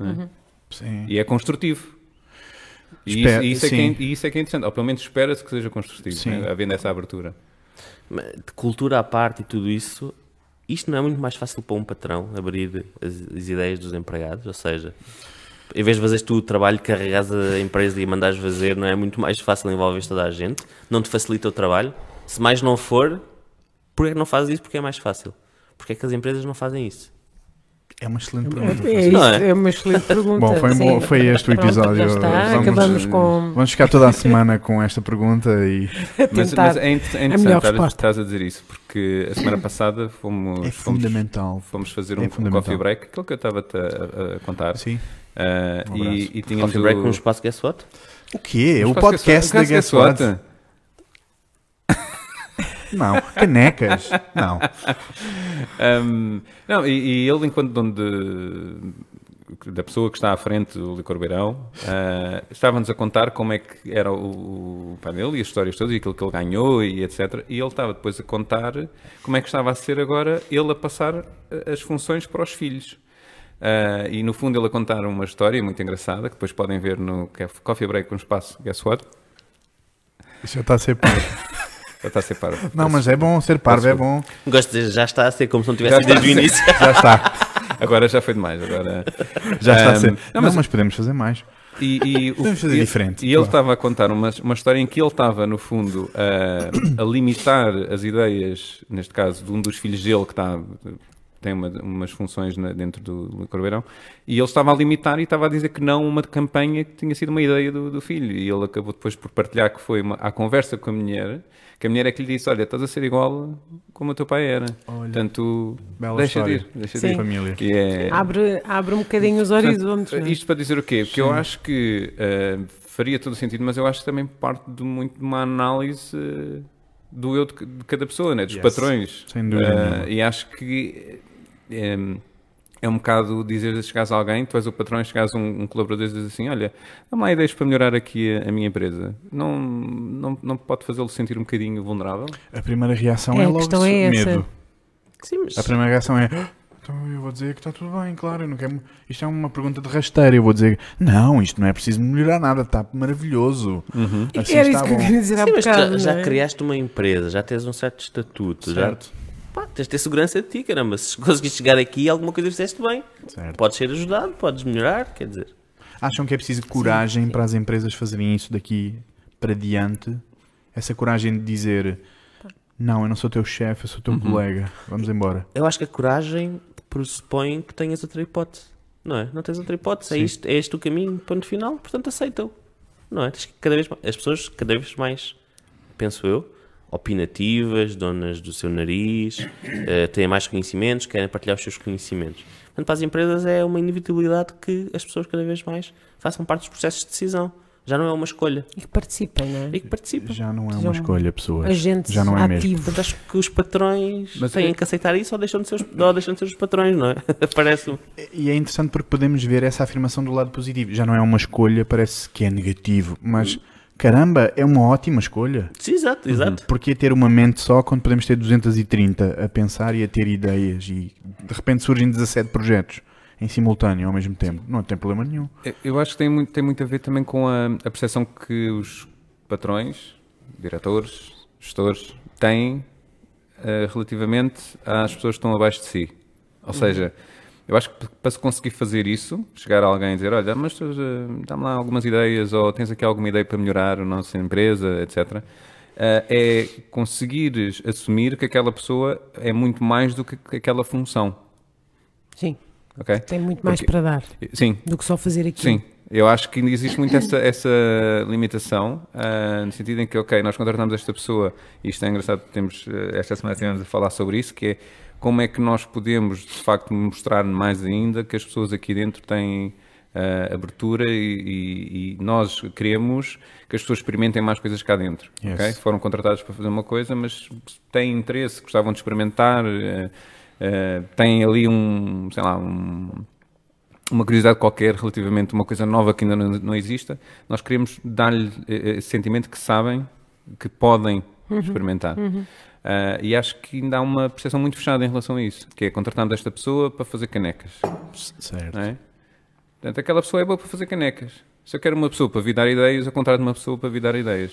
S2: Uhum.
S1: Sim.
S4: e é construtivo. E isso,
S1: Espera-
S4: e isso é que é,
S1: sim.
S4: e isso é que é interessante, ou pelo menos espera-se que seja construtivo,
S1: Sim.
S4: né? havendo essa abertura.
S3: Mas, de cultura à parte e tudo isso, isto não é muito mais fácil para um patrão abrir as, as ideias dos empregados? Ou seja, em vez de fazeres tu o trabalho, carregares a empresa e mandares fazer, não é muito mais fácil envolver toda a gente? Não te facilita o trabalho? Se mais não for, porquê que não fazes isso? Porque é mais fácil. Porquê que as empresas não fazem isso?
S1: É uma excelente pergunta.
S2: É,
S3: Não
S2: isso,
S3: é?
S2: é uma excelente pergunta.
S1: Bom, foi,
S2: sim.
S1: bom, foi este o
S2: Pronto,
S1: episódio.
S2: já está,
S1: Vamos-
S2: acabamos com.
S1: Vamos ficar toda a semana com esta pergunta e
S4: Mas,
S2: tentar
S4: mas é inter- é interessante
S2: melhor
S4: estar-
S2: resposta.
S4: estás a dizer isso, porque a semana passada fomos,
S1: é
S4: fomos,
S1: fundamental.
S4: fomos fazer
S1: É
S4: um,
S1: fundamental.
S4: coffee break, aquilo que eu estava a, a contar.
S1: Sim,
S4: Ah, Ah,
S1: Um abraço.
S4: e, e tínhamos
S3: Coffee break
S4: o-
S3: com o espaço é Guess What?
S1: O quê? É O
S4: Espaço
S1: podcast da
S4: Guess
S1: Guess
S4: What?
S1: What? Não, canecas. Não.
S4: Um, não, e, e ele, enquanto dono de- da pessoa que está à frente do Licor Beirão, ah, estava-nos a contar como é que era o, o pai dele e as histórias todas e aquilo que ele ganhou e etc. E ele estava depois a contar como é que estava a ser agora ele a passar as funções para os filhos. Ah, e no fundo ele a contar uma história muito engraçada que depois podem ver no Caf- Coffee Break com espaço Guess What?
S1: Isso já está a ser parvo.
S4: Já está a ser parvo.
S1: Não, mas é bom ser parvo, é bom.
S3: Gosto de dizer, já está a ser como se não tivesse
S4: Já
S3: sido
S4: está a
S3: desde o início.
S1: Já está.
S4: Agora já foi demais. Agora...
S1: Já está a
S4: Um,
S1: ser.
S4: não,
S1: Não,
S4: mas-
S1: mas podemos fazer mais.
S4: E, e o-
S1: Podemos fazer
S4: e-
S1: diferente,
S4: E ele
S1: claro.
S4: estava a contar uma, uma história em que ele estava, no fundo, a, a limitar as ideias, neste caso, de um dos filhos dele, que está, tem uma- umas funções na- dentro do Corbeirão, e ele estava a limitar e estava a dizer que não uma campanha que tinha sido uma ideia do, do filho. E ele acabou depois por partilhar que foi uma, à conversa com a mulher, que a mulher é que lhe disse: Olha, estás a ser igual como o teu pai era. Portanto,
S1: bela
S4: deixa de ir,
S1: história.
S4: deixa de
S1: Sim.
S4: ir.
S1: Família.
S4: Que é-
S2: Abre, abre um bocadinho os horizontes. não é?
S4: isto para dizer o quê? Porque eu acho que eh, faria todo o sentido, mas eu acho que também parte de muito de uma análise eh, do eu de, ca- de cada pessoa, né? dos
S1: Yes.
S4: patrões.
S1: Sem dúvida
S4: Eh,
S1: nenhuma.
S4: e acho que eh, em, é um bocado dizer, chegares a alguém, tu és o patrão, chegares a um, um colaborador e dizes assim, olha, dá-me lá ideias para melhorar aqui a, a minha empresa. Não, não, não pode fazê-lo sentir um bocadinho vulnerável?
S1: A primeira reação
S2: É,
S1: é,
S2: a
S1: logo
S2: questão
S1: isso,
S2: é essa.
S1: medo.
S3: Sim, mas
S1: A primeira reação é. "Ah, Então eu vou dizer que está tudo bem, claro. Eu não quero... Isto é uma pergunta de rasteira. Eu vou dizer, não, isto não é preciso melhorar nada, está maravilhoso.
S4: Uhum.
S1: Assim
S2: Era isso
S1: está
S2: que eu
S1: bom.
S2: queria dizer há
S3: Sim, mas tu
S2: bocado.
S3: já
S2: não é?
S3: criaste uma empresa, já tens um certo estatuto,
S1: Certo,
S3: já pá, tens de ter segurança de ti, caramba. Se conseguiste chegar aqui, alguma coisa fizeste bem.
S1: certo.
S3: Podes ser ajudado, podes melhorar, quer dizer.
S1: Acham que é preciso coragem para as empresas fazerem isso daqui para diante? Essa coragem de dizer,
S2: Tá.
S1: não, eu não sou teu chefe, eu sou
S4: Uhum.
S1: teu colega, vamos embora.
S3: Eu acho que a coragem pressupõe que tenhas outra hipótese, não é? Não tens outra hipótese, é, isto, é este o caminho, ponto final, portanto aceita-o, não é? Tens que cada vez mais, as pessoas cada vez mais, penso eu, opinativas, donas do seu nariz, eh, têm mais conhecimentos, querem partilhar os seus conhecimentos. Portanto, para as empresas é uma inevitabilidade que as pessoas cada vez mais façam parte dos processos de decisão. Já não é uma escolha.
S2: E que participem, não é?
S3: E que participem.
S1: Já não é
S2: Já
S1: uma
S2: um-
S1: escolha, pessoas.
S2: Agentes
S1: Já não é mesmo.
S2: ativos.
S3: Portanto, acho que os patrões
S4: Mas
S3: têm
S4: eu-
S3: que aceitar isso ou deixam de ser os, ou deixam de ser os patrões, não é? Parece-me.
S1: E é interessante porque podemos ver essa afirmação do lado positivo. Já não é uma escolha, parece que é negativo, mas caramba, é uma ótima escolha.
S3: Sim, exato,
S4: Uhum.
S3: exato.
S1: Porque é ter uma mente só quando podemos ter 230 a pensar e a ter ideias e de repente surgem 17 projetos em simultâneo ao mesmo tempo. Não tem problema nenhum.
S4: Eu- É, Eu acho que tem muito, tem muito a ver também com a, a percepção que os patrões, diretores, gestores têm eh, relativamente às pessoas que estão abaixo de si. Ou seja, eu acho que p- para se conseguir fazer isso, chegar a alguém e dizer, olha, mas tu, eh, dá-me lá algumas ideias, ou tens aqui alguma ideia para melhorar a nossa empresa, etc. eh, é conseguires assumir que aquela pessoa é muito mais do que que aquela função,
S2: Sim,
S4: ok?
S2: tem muito mais
S4: Porque-
S2: para dar
S4: Sim,
S2: do que só fazer aqui.
S4: Sim, eu acho que ainda existe muito essa, essa limitação, ah, no sentido em que, ok, nós contratamos esta pessoa, e isto é engraçado, temos, eh, esta semana tivemos a falar sobre isso, que é como é que nós podemos, de facto, mostrar mais ainda que as pessoas aqui dentro têm ah, abertura e, e- e nós queremos que as pessoas experimentem mais coisas cá dentro,
S1: Yes.
S4: ok? Foram contratados para fazer uma coisa, mas têm interesse, gostavam de experimentar, eh, eh, têm ali um, sei lá, um uma curiosidade qualquer relativamente a uma coisa nova que ainda não, não exista, nós queremos dar-lhe eh, esse sentimento que sabem que podem experimentar. Ah, e acho que ainda há uma percepção muito fechada em relação a isso, que é contratamos esta pessoa para fazer canecas.
S1: Certo.
S4: Não é? Portanto, aquela pessoa é boa para fazer canecas. Se eu quero uma pessoa para vir dar ideias, eu contrato uma pessoa para vir dar ideias.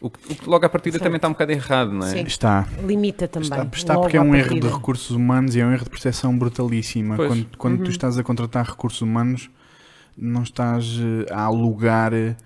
S4: O que, o que logo à partida também está um bocado errado, não é?
S2: Sim.
S1: Está.
S2: Limita também.
S1: Está, está
S2: logo
S1: porque é
S2: à
S1: um erro de
S2: partida.
S1: recursos humanos e é um erro de percepção brutalíssima.
S4: Pois.
S1: Quando, quando
S2: Uhum.
S1: tu estás a contratar recursos humanos, não estás eh, a alugar eh,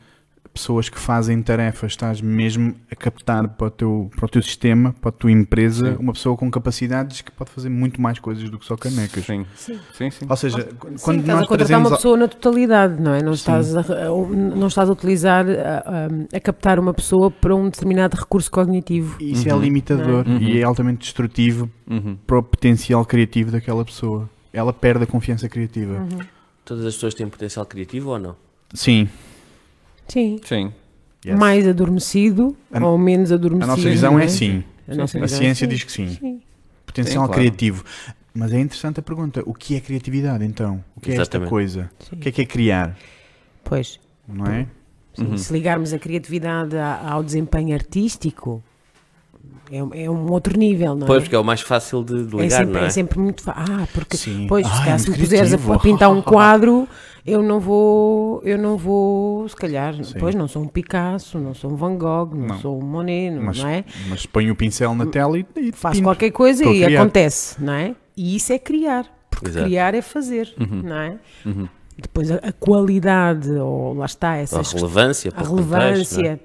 S1: pessoas que fazem tarefas, estás mesmo a captar para o teu, para o teu sistema, para a tua empresa, uma pessoa com capacidades que pode fazer muito mais coisas do que só canecas. Ah.
S4: Sim,
S2: Sim.
S4: sim. sim.
S1: Ou seja, quando
S2: Sim, estás a
S1: nós
S2: contratar
S1: trazemos.
S2: uma
S1: al-
S2: pessoa na totalidade, não é? Não estás, a, a- não estás a utilizar, a, a- a captar uma pessoa para um determinado recurso cognitivo.
S1: Isso é limitador e é altamente destrutivo
S4: Uhum.
S2: Uhum.
S1: para o potencial criativo daquela pessoa. Ela perde a confiança criativa.
S3: Todas as pessoas têm potencial criativo ou não?
S1: Sim.
S2: Sim.
S4: Sim.
S1: Yes.
S2: Mais né? adormecido
S1: A-
S2: ou menos
S1: A
S2: adormecido.
S1: nossa visão
S2: não
S1: é sim.
S2: A, nossa
S1: A
S2: visão é
S1: ciência
S2: sim.
S1: diz que sim.
S2: Sim.
S1: Potencial
S4: Sim, claro.
S1: criativo. Mas é interessante a pergunta. O que é criatividade, então? O que é esta
S3: Exatamente.
S1: coisa?
S2: Sim.
S1: O que é que é criar?
S2: Pois.
S1: Não é?
S2: Sim, Se ligarmos a criatividade a- ao desempenho artístico, é, um- é um outro nível, não é?
S3: Pois, porque é o mais fácil de, de
S2: é,
S3: ligar,
S2: sempre,
S3: não é?
S2: é sempre muito fa- Ah, porque
S1: Sim.
S2: pois, se
S1: Ai,
S2: calhar, se me
S1: muito
S2: puseres a,
S1: criativo.
S2: a pintar um quadro, eu não vou, eu não vou, se calhar, pois não sou um Picasso, não sou um Van Gogh, não,
S1: Não.
S2: sou um Monet, não,
S1: Mas,
S2: não é?
S1: mas ponho o pincel na tela e, e
S2: Faço
S1: pinto.
S2: qualquer coisa
S1: Estou a
S2: e
S1: criar.
S2: acontece, não é? E isso é criar, porque
S3: Exato.
S2: criar é fazer,
S4: Uhum.
S2: não é? Depois a, a qualidade, ou lá está,
S3: A
S2: essas
S3: relevância,
S2: a
S3: para o contexto, não é?
S2: relevância.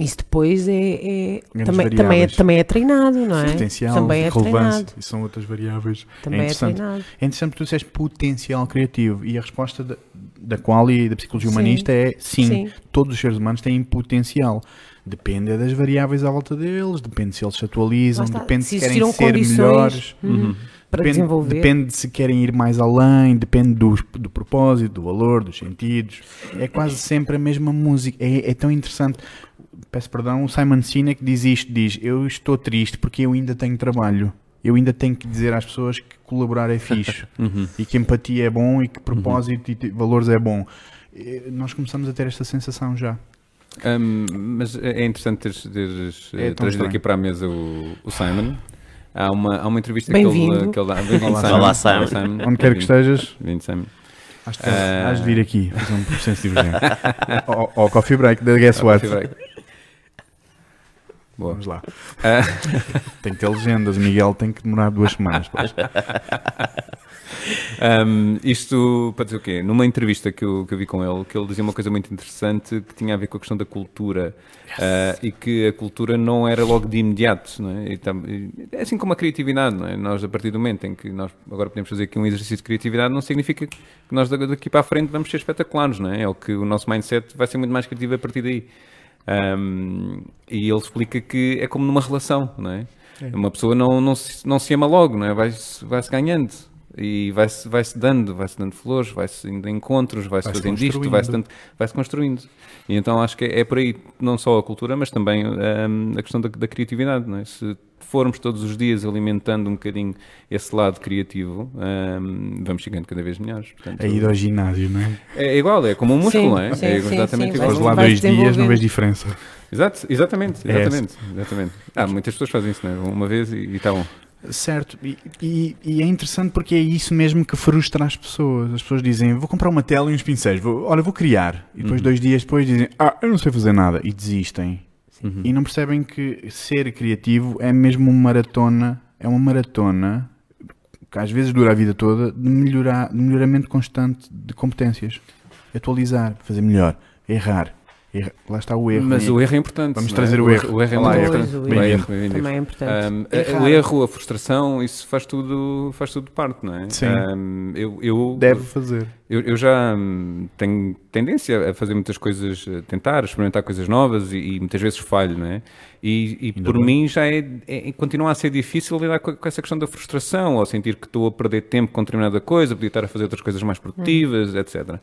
S2: Isso depois é, é-
S1: Grandes
S2: também, também, é,
S1: variáveis.
S2: também é treinado, não é?
S1: Potencial,
S2: também é
S1: relevância.
S2: treinado.
S1: E são outras variáveis.
S2: Também
S1: é
S2: é,
S1: interessante.
S2: treinado.
S1: É interessante que tu disseste potencial criativo e a resposta da, da qual e da psicologia
S2: Sim.
S1: humanista é sim,
S2: Sim.
S1: todos os seres humanos têm potencial. Depende é das variáveis à volta deles, depende se eles se atualizam,
S2: Lá está,
S1: depende se,
S2: se
S1: querem
S2: existiram
S1: ser
S2: condições,
S1: melhores,
S2: Uhum. Para
S1: depende,
S2: desenvolver.
S1: depende se querem ir mais além, depende do, do propósito, do valor, dos sentidos. É quase sempre a mesma música. É, é tão interessante. Peço perdão, o Simon Sinek diz isto: diz, eu estou triste porque eu ainda tenho trabalho. Eu ainda tenho que dizer às pessoas que colaborar é fixe
S4: Uhum.
S1: e que empatia é bom e que propósito e te- valores é bom. Eh, Nós começamos a ter esta sensação já.
S4: Hum, mas é interessante teres, teres,
S1: É
S4: eh,
S1: tão
S4: trazido
S1: estranho.
S4: aqui para a mesa o, o Simon. Há uma, há uma entrevista que
S2: Bem-vindo.
S4: ele, que ele dá. Bem-vindo,
S1: Olá,
S3: Olá,
S4: Simon.
S3: Simon.
S1: Onde quer que
S4: Bem-vindo.
S1: estejas,
S4: Bem-vindo, Simon.
S1: acho que has de vir aqui fazer um processo divergente. Ao ao coffee break da Guess What.
S4: Coffee break. Boa.
S1: Vamos lá.
S4: Ah.
S1: Tem que ter legendas, o Miguel tem que demorar duas semanas. pá.
S4: Ahm, isto para dizer o quê? Numa entrevista que eu, que eu vi com ele, que ele dizia uma coisa muito interessante que tinha a ver com a questão da cultura ah, e que a cultura não era logo de imediato, não é? E tam- e é assim como a criatividade, não é? Nós, a partir do momento em que nós agora podemos fazer aqui um exercício de criatividade, não significa que nós da- daqui para a frente vamos ser espetaculares, não é? É o que o nosso mindset vai ser muito mais criativo a partir daí. Ahm, e ele explica que é como numa relação, não é? Uma pessoa não, não, se, não se ama logo, não é? Vai-se vai ganhando e vai-se vai -se dando, vai-se dando flores, vai-se indo a encontros, vai-se
S1: Vai-se
S4: fazendo isto,
S1: construindo.
S4: vai-se dando- vai-se construindo. E então acho que é, é por aí, não só a cultura, mas também ahm, a questão da, da criatividade, não é? Se formos todos os dias alimentando um bocadinho esse lado criativo, ahm, vamos chegando cada vez melhores. Portanto,
S1: É ir ao ginásio, não é?
S4: é igual, é como um músculo,
S2: Sim,
S4: não é?
S2: sim,
S4: é
S2: sim,
S4: exatamente
S2: sim,
S4: igual.
S1: Depois
S2: Vai-
S1: lá
S2: vai
S1: dois dias, não
S2: desenvolvendo.
S1: vês diferença.
S4: Exatamente, exatamente,
S1: É essa.
S4: exatamente, exatamente. Há muitas pessoas fazem isso, não é? Uma vez e está bom.
S1: Certo, e, e- e é interessante porque é isso mesmo que frustra as pessoas. As pessoas dizem: Vou comprar uma tela e uns pincéis, vou, olha, vou criar. E depois, dois dias depois, dizem: Ah, eu não sei fazer nada. E desistem. Uhum. E não percebem que ser criativo é mesmo uma maratona, é uma maratona que às vezes dura a vida toda, de, melhorar, de melhoramento constante de competências. Atualizar, fazer melhor, errar. Erra- Lá está o erro.
S4: Mas
S1: E-
S4: o erro é importante.
S1: Vamos
S4: não é?
S1: trazer o erro.
S4: O erro é
S1: Olá,
S4: muito
S1: erro.
S4: importante.
S2: Pois, o
S4: Bem-vindo.
S1: erro.
S4: Bem-vindo.
S2: Também é importante.
S4: Um, a- o
S1: Errar.
S4: erro, a frustração, isso faz tudo, faz tudo parte, não é?
S1: Sim.
S4: Um, eu, eu,
S1: deve fazer.
S4: eu, eu já hum, tenho tendência a fazer muitas coisas, a tentar experimentar coisas novas e, e muitas vezes falho, não é? E, e por
S1: bem.
S4: mim já é, é- continua a ser difícil lidar com, com essa questão da frustração ou sentir que estou a perder tempo com determinada coisa, podia estar a fazer outras coisas mais produtivas, etc.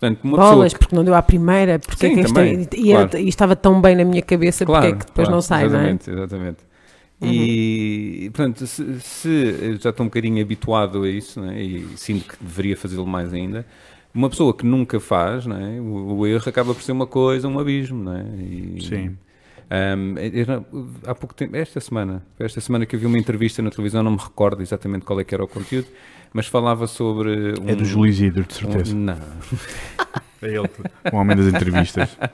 S4: Portanto, uma
S2: Bolas,
S4: pessoa.
S2: porque não deu à primeira, porque é
S4: Sim,
S2: que esta-
S4: também,
S2: e, era-
S4: claro.
S2: e estava tão bem na minha cabeça, porque é que depois
S4: claro,
S2: não sai, não é? Uhum.
S4: exatamente, Exatamente. E, portanto, se, se eu já estou um bocadinho habituado a isso, não é? e sinto que deveria fazê-lo mais ainda, uma pessoa que nunca faz, não é? o, o erro acaba por ser uma coisa, um abismo. Não é? E-
S1: Sim.
S4: Ahm, era- há pouco tempo, é esta semana, esta semana que eu vi uma entrevista na televisão, não me recordo exatamente qual é que era o conteúdo, mas falava sobre. Um,
S1: É do Júlio Isidro, de
S4: um-
S1: certeza.
S4: não.
S1: É ele que... O homem das entrevistas.
S4: Ah,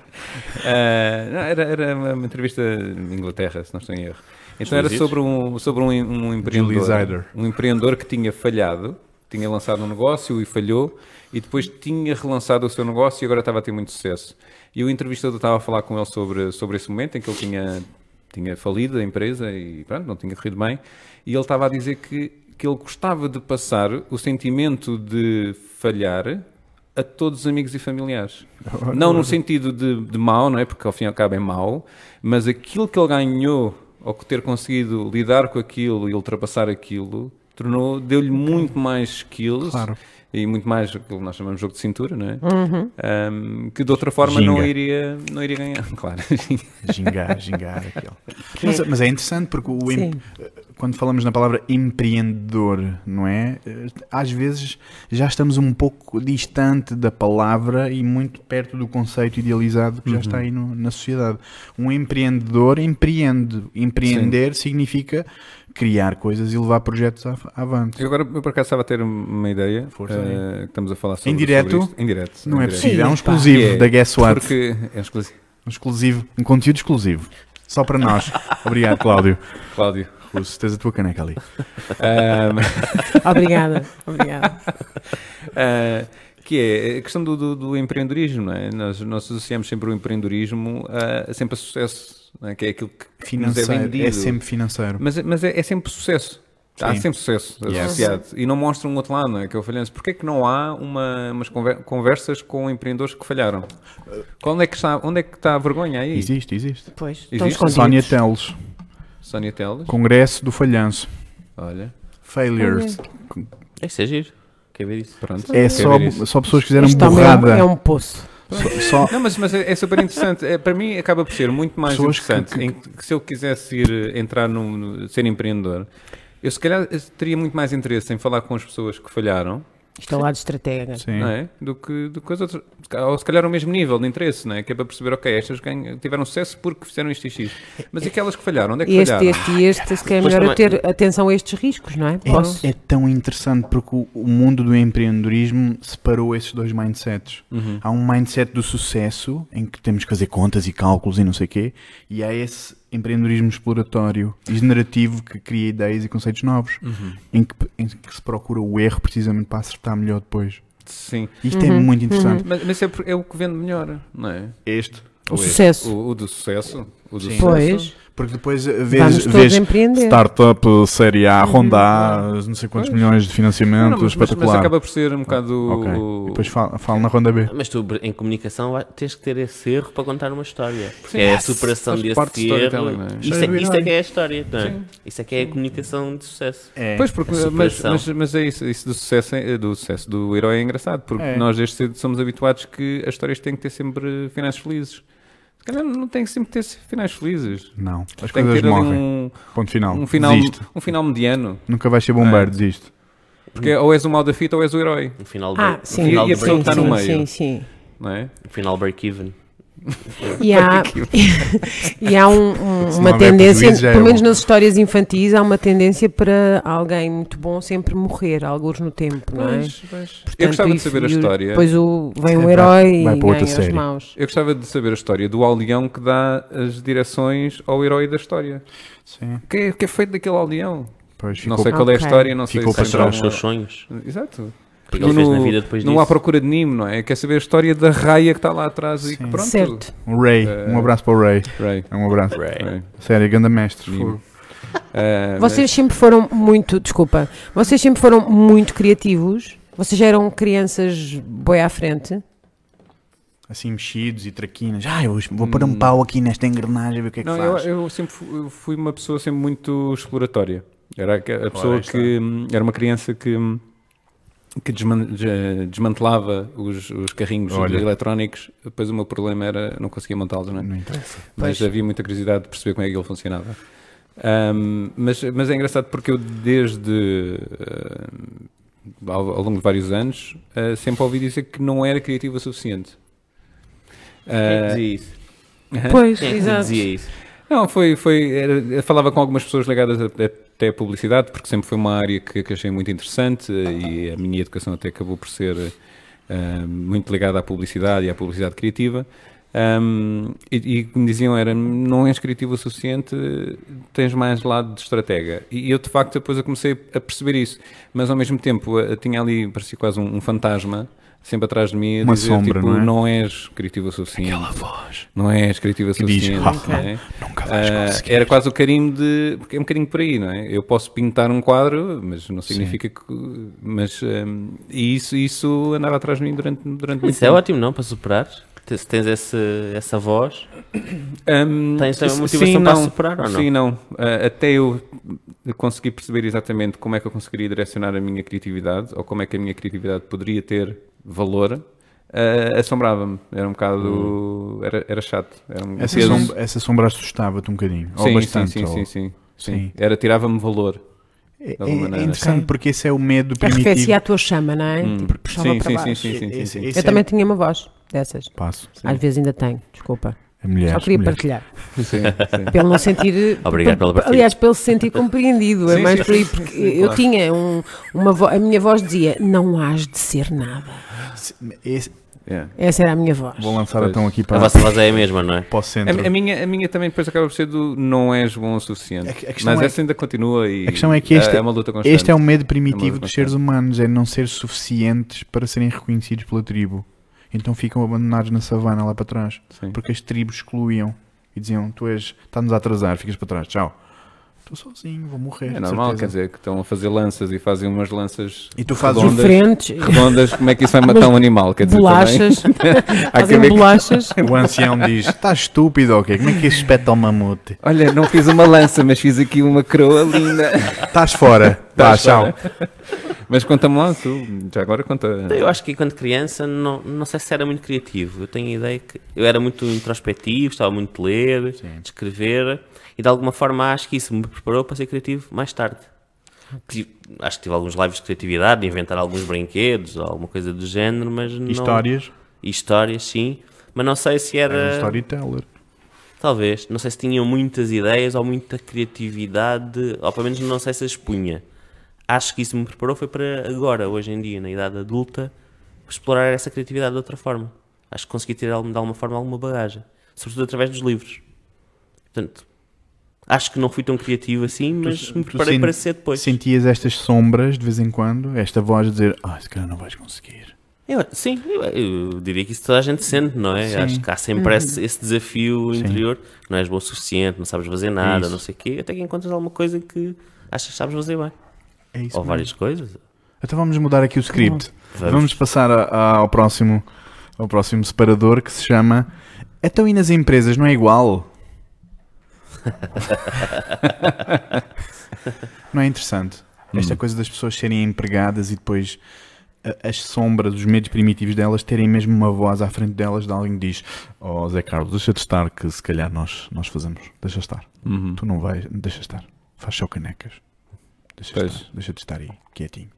S4: não, era, era uma uma entrevista em Inglaterra, se não estou em erro. Então era
S3: Juiz?
S4: sobre um, sobre um, um
S1: Julie
S4: empreendedor.
S1: Zeider.
S4: Um empreendedor que tinha falhado, tinha lançado um negócio e falhou, e depois tinha relançado o seu negócio e agora estava a ter muito sucesso. E o entrevistador estava a falar com ele sobre, sobre esse momento em que ele tinha, tinha falido a empresa e pronto, não tinha corrido bem, e ele estava a dizer que, que ele gostava de passar o sentimento de falhar a todos os amigos e familiares. Não no sentido de, de mau, não é? Porque ao fim e ao cabo é mau, mas aquilo que ele ganhou ao ter conseguido lidar com aquilo e ultrapassar aquilo, tornou, deu-lhe muito mais skills
S1: Claro.
S4: e muito mais aquilo que nós chamamos de jogo de cintura, não é? Um, que de outra forma não
S1: Ginga.
S4: iria, não iria ganhar, claro.
S1: Gingar, gingar aquilo. Mas, mas é interessante porque o em- quando falamos na palavra empreendedor, não é? Eh, Às vezes já estamos um pouco distante da palavra e muito perto do conceito idealizado que já está aí no- na sociedade. Um empreendedor empreende. Empreender significa criar coisas e levar projetos av- avante.
S4: Eu agora, eu por acaso estava a ter uma ideia,
S1: Força
S4: eh,
S1: aí.
S4: que estamos a falar sobre,
S1: Em direto?
S4: sobre isto. Em direto.
S1: Não
S4: em
S1: é
S4: direto.
S1: possível, é um
S2: Sim, pá.
S1: exclusivo
S4: Que é-
S1: da Guess What.
S4: Porque é exclusivo.
S1: Um exclusivo, um conteúdo exclusivo. Só para nós. Obrigado, Cláudio.
S4: Cláudio.
S1: Russo, tens a tua caneca ali.
S4: Ahm,
S2: Obrigada, obrigada.
S4: Ah, que é a questão do, do- do empreendedorismo, não é? Nós, nós associamos sempre o empreendedorismo a, a sempre a sucesso, não é? que é aquilo que nos é
S1: Financeiro.
S4: vendido.
S1: é sempre financeiro.
S4: Mas, é- mas é, é sempre sucesso. Há
S1: Sim.
S4: sempre sucesso
S1: Yes.
S4: associado. E não mostram o outro lado, não é? Que eu falei antes, porquê que não há uma, umas conver- conversas com empreendedores que falharam? Onde é que está, onde é que está a vergonha aí?
S1: Existe, existe.
S2: Pois,
S4: Existe?
S2: estão escondidos.
S1: Sónia Teles,
S4: Sónia Teles,
S1: Congresso do Falhanço.
S4: olha,
S1: Failures.
S3: É que é giro. Quer ver isso?
S4: pronto.
S1: É
S4: quer
S1: só,
S4: ver isso.
S1: só pessoas que fizeram
S2: Isto também é um-
S1: borrada.
S2: é um poço.
S1: Só,
S4: Não, mas, mas é é super interessante. É, para mim acaba por ser muito mais
S1: Pessoas que-
S4: interessante. em Que, se eu quisesse ir eh, entrar num, no- ser empreendedor, eu se calhar eh, teria muito mais interesse em falar com as pessoas que falharam,
S2: Isto é o lado estratega.
S1: sim.
S4: não é? Do que, do que as outras. Ou se calhar o mesmo nível de interesse, não é? Que é para perceber, ok, estas ganham- tiveram sucesso porque fizeram isto e isto. Mas aquelas que falharam, onde é que
S2: Este,
S4: falharam?
S2: este e este, se calhar é
S3: Pois
S2: melhor eu
S3: também-
S2: ter atenção a estes riscos, não é? Posso?
S1: É, é tão interessante porque o, o mundo do empreendedorismo separou esses dois mindsets.
S4: Uhum.
S1: Há um mindset do sucesso, em que temos que fazer contas e cálculos e não sei o quê, e há esse empreendedorismo exploratório e generativo que cria ideias e conceitos novos,
S4: Uhum.
S1: em, que, em que se procura o erro precisamente para acertar melhor depois.
S4: Sim.
S1: Isto
S2: Uhum.
S1: é muito interessante.
S4: Mas, mas é, por- é o que vende melhor, não é?
S1: Este.
S2: O
S4: Ou este,
S2: sucesso.
S4: O, o do sucesso. O do
S1: Sim.
S4: sucesso.
S2: Pois,
S1: Porque depois eh,
S2: vamos
S1: vês,
S2: todos
S1: vês
S2: empreender. Uhum.
S1: startup, série A, Ronda A, não sei quantos
S4: Pois.
S1: milhões de financiamento,
S4: Não, não, mas, mas- mas
S1: É um espetacular.
S4: acaba por ser um bocado.
S1: Ok.
S4: o-
S1: E Depois falo, falo na Ronda B.
S3: Ah, Mas tu, em comunicação, vai- tens que ter esse erro para contar uma história.
S4: Sim.
S3: é a
S4: Yes.
S3: superação
S4: Faz parte
S3: desse
S4: do storytelling,
S3: erro.
S4: não é?
S3: Isso
S1: Cheio
S3: é,
S1: de
S3: isso é que
S1: herói.
S3: é a história, não é? Isso é que é a comunicação de sucesso.
S1: É.
S4: Pois, porque,
S3: A
S4: mas,
S3: superação.
S4: mas, mas é isso, isso do sucesso, é- do sucesso do herói é engraçado, porque
S1: É.
S4: nós desde cedo somos habituados que as histórias têm que ter sempre finais felizes. Se calhar não tem que sempre ter finais felizes.
S1: Não, as
S4: Tem que
S1: coisas
S4: ter ali
S1: morrem.
S4: um,
S1: Ponto final.
S4: um, final, É.
S1: Desiste.
S4: um final mediano.
S1: Nunca vais ser bombeiro, desisto.
S4: Porque
S1: Hum.
S4: ou és o mal da fita ou és o herói,
S3: Um final,
S2: Ah,
S3: break,
S2: sim.
S3: um final
S4: E
S3: de
S4: a pessoa
S3: break,
S4: está
S2: sim,
S4: no
S2: sim,
S4: meio.
S2: Sim, sim.
S4: não é?
S3: um final break-even.
S2: E há, e há um- um-
S1: Se não
S2: uma
S1: houver
S2: tendência,
S1: prejuízo, já é
S2: pelo menos
S1: bom.
S2: nas histórias infantis, há uma tendência para alguém muito bom sempre morrer, alguns no tempo, não é?
S4: Pois, pois. Eu gostava de
S2: isso-
S4: saber a
S2: e o-
S4: história.
S2: Depois o, vem um
S1: Vai-
S2: herói
S1: vai
S2: e
S1: para outra
S2: ganha os
S1: série.
S2: maus.
S4: Eu gostava de saber a história do aldeão que dá as direções ao herói da história.
S1: Sim.
S4: O que é, o que é feito daquele aldeão?
S1: Pois ficou,
S4: Não sei qual é a
S2: Ok.
S4: história, não
S1: Ficou
S4: sei
S1: para
S4: se
S3: Será
S1: trás.
S4: será
S3: os seus
S4: uma-
S3: sonhos.
S4: Exato.
S3: Porque
S4: Tu
S3: ele fez na
S4: não-
S3: vida depois
S4: não
S3: disso.
S4: há procura de Nimo, não é? Quer saber a história da raia que está lá atrás e que
S1: Sim.
S4: pronto.
S2: Certo.
S1: um Ray.
S4: Eh,
S1: Um abraço para o Ray.
S4: Ray.
S1: É um abraço.
S3: Right.
S4: Ray.
S1: Sério, ganda mestre.
S4: Sim.
S1: Fogo.
S4: Ah,
S2: Vocês sempre foram muito, desculpa, vocês sempre foram muito criativos. Vocês já eram crianças boi à frente.
S1: Assim, mexidos e traquinas. Ah, eu vou pôr um pau aqui nesta engrenagem, ver o que é
S4: Ah,
S1: que
S4: mas- Hum. Não, eu,
S1: faz.
S4: eu sempre fu- eu fui uma pessoa sempre muito exploratória. Era a, a pessoa
S1: aí está.
S4: que hum, era uma criança que hum, que desman- de- desmantelava os, os carrinhos
S1: Olha.
S4: eletrónicos, depois o meu problema era não conseguia montá-los, não é?
S1: Não interessa.
S4: mas havia muita curiosidade de perceber como é que ele funcionava. Ahm, mas, mas é engraçado porque eu, desde ahm, ao, ao longo de vários anos, ah, sempre ouvi dizer que não era criativo o suficiente.
S3: Quem é que
S4: Ah,
S3: dizia isso?
S4: hã?
S2: Pois,
S3: Quem é que dizia isso?
S4: Não, foi. foi era- eu falava com algumas pessoas ligadas a- até à publicidade, porque sempre foi uma área que, que achei muito interessante eh, e a minha educação até acabou por ser eh, muito ligada à publicidade e à publicidade criativa. Ahm, e, e o que me diziam era: não és criativo o suficiente, tens mais lado de estratega. E eu, de facto, depois eu comecei a perceber isso, mas ao mesmo tempo eh, tinha ali, parecia quase um, um fantasma. Sempre atrás de mim, a
S1: Uma
S4: dizer,
S1: sombra,
S4: tipo,
S1: não é?
S4: és criativo o suficiente. Aquela voz. Não és criativo o
S1: Que diz,
S4: suficiente.
S1: "Ah,
S4: não é?"
S1: Nunca vais
S4: Ah,
S1: conseguir.
S4: era quase o carimbo de. Porque é um bocadinho por aí, não é? Eu posso pintar um quadro, mas não significa que. Mas. ah, e isso, isso andava atrás de mim durante, durante muito
S3: Isso é
S4: tempo.
S3: ótimo, não? Para superar. Te- Se tens esse- essa voz,
S4: Hum,
S3: Tens também
S4: s-
S3: motivação
S4: sim,
S3: para
S4: não.
S3: superar, ou não?
S4: Sim, não. Ah, até eu conseguir perceber exatamente como é que eu conseguiria direcionar a minha criatividade ou como é que a minha criatividade poderia ter valor, ah, assombrava-me. Era um bocado. Era, era chato. Era um
S1: Essa,
S4: peso.
S1: sombra, essa sombra assustava-te um bocadinho. ou
S4: Sim,
S1: bastante.
S4: sim, sim,
S1: ou-
S4: sim, sim, sim.
S1: Sim.
S4: Era tirava-me valor.
S1: É, é-
S4: alguma
S1: é
S4: maneira.
S1: interessante
S2: Ok.
S1: porque esse é o medo primitivo.
S2: Arrefecia a tua chama, não é?
S4: Hum.
S2: Tipo, puxava
S4: Sim,
S2: para
S4: sim,
S2: baixo.
S4: sim, sim, sim, sim,
S1: Esse-
S4: sim.
S1: esse
S2: Eu
S1: é-
S2: também tinha uma voz dessas.
S1: Passo.
S2: Às vezes ainda tenho, desculpa.
S1: A mulher.
S2: Só queria
S1: mulher.
S2: partilhar.
S4: Sim, sim.
S2: Para ele não sentir.
S3: Obrigado pela partilha.
S2: Aliás, para ele se sentir compreendido. É
S4: Sim,
S2: mais
S4: sim,
S2: por aí,
S4: sim,
S2: porque
S4: sim, sim,
S2: eu
S4: claro.
S2: tinha um, uma vo- A minha voz dizia: Não has de ser nada.
S1: Esse-
S4: Yeah.
S2: Essa era a minha voz.
S1: Vou lançar
S4: Pois.
S1: então aqui
S3: a
S1: para,
S3: vossa voz é a mesma, não é?
S1: para o centro.
S4: A, a minha, a minha também depois acaba por ser do não és bom o suficiente.
S1: A que- a questão
S4: Mas
S1: é-
S4: essa ainda continua e
S1: a questão é que este-
S4: é uma luta constante.
S1: Este é o medo primitivo
S4: Vamos
S1: dos seres humanos, é não ser suficientes para serem reconhecidos pela tribo. Então ficam abandonados na savana lá para trás,
S4: Sim.
S1: porque as tribos excluíam e diziam: Tu és, está-nos a atrasar, ficas para trás, tchau. Estou sozinho, vou morrer.
S4: É
S1: de
S4: normal,
S1: certeza."
S4: quer dizer, que estão a fazer lanças e fazem umas lanças
S1: E tu fazes Ah,
S4: redondas,
S2: Diferentes.
S4: redondas, como é que isso vai matar um animal? Quer dizer,
S2: Bolachas.
S4: também, há que
S2: Fazem
S4: ver que-
S2: bolachas.
S1: O ancião diz: Estás estúpido ou quê? Como é que isso espeta ao mamute?
S4: Olha, não fiz uma lança, mas fiz aqui uma croa linda.
S1: Estás fora, tá,
S4: Estás
S1: tchau.
S4: Mas conta-me lá, tu, já agora conta.
S3: Eu acho que quando criança, não, não sei se era muito criativo. Eu tenho a ideia que eu era muito introspectivo, estava muito de ler, de escrever, e de alguma forma acho que isso me preparou para ser criativo mais tarde. Tive- acho que tive alguns lives de criatividade, de inventar alguns brinquedos ou alguma coisa do género, mas não.
S1: Histórias,
S3: E Histórias, sim. Mas não sei se
S1: é um
S3: era.
S1: storyteller.
S3: Talvez. Não sei se tinham muitas ideias ou muita criatividade, ou pelo menos não sei se as punha. Acho que isso me preparou foi para agora, hoje em dia, na idade adulta, explorar essa criatividade de outra forma. Acho que consegui tirar de alguma forma alguma bagagem. Sobretudo através dos livros. Portanto, acho que não fui tão criativo assim, mas me
S1: tu
S3: preparei
S1: sen-
S3: para ser depois.
S1: Sentias estas sombras de vez em quando, esta voz a dizer: Ah, se calhar não vais conseguir.
S3: Eu- sim, eu, eu diria que isso toda a gente sente, não é?
S1: Sim. Uhum.
S3: Acho que há sempre esse, esse desafio
S1: Sim.
S3: interior. Não és bom o suficiente, não sabes fazer nada,
S1: Isso.
S3: não sei o quê. Até que encontras alguma coisa que achas que sabes fazer bem.
S1: É isso.
S3: Ou
S1: mesmo.
S3: várias coisas.
S1: Então vamos mudar aqui o script.
S3: Vamos.
S1: Vamos, passar a- a- ao, próximo, ao próximo separador que se chama Então e nas empresas não é igual? não é interessante? Esta coisa das pessoas serem empregadas e depois a- as sombras, os medos primitivos delas terem mesmo uma voz à frente delas de alguém que diz Oh Zé Carlos, deixa-te estar que se calhar nós, nós fazemos. Deixa estar.
S4: Uhum.
S1: Tu não vais, deixa estar. Faz só canecas. Deixa
S4: Pois.
S1: estar, deixa-te estar aí, quietinho.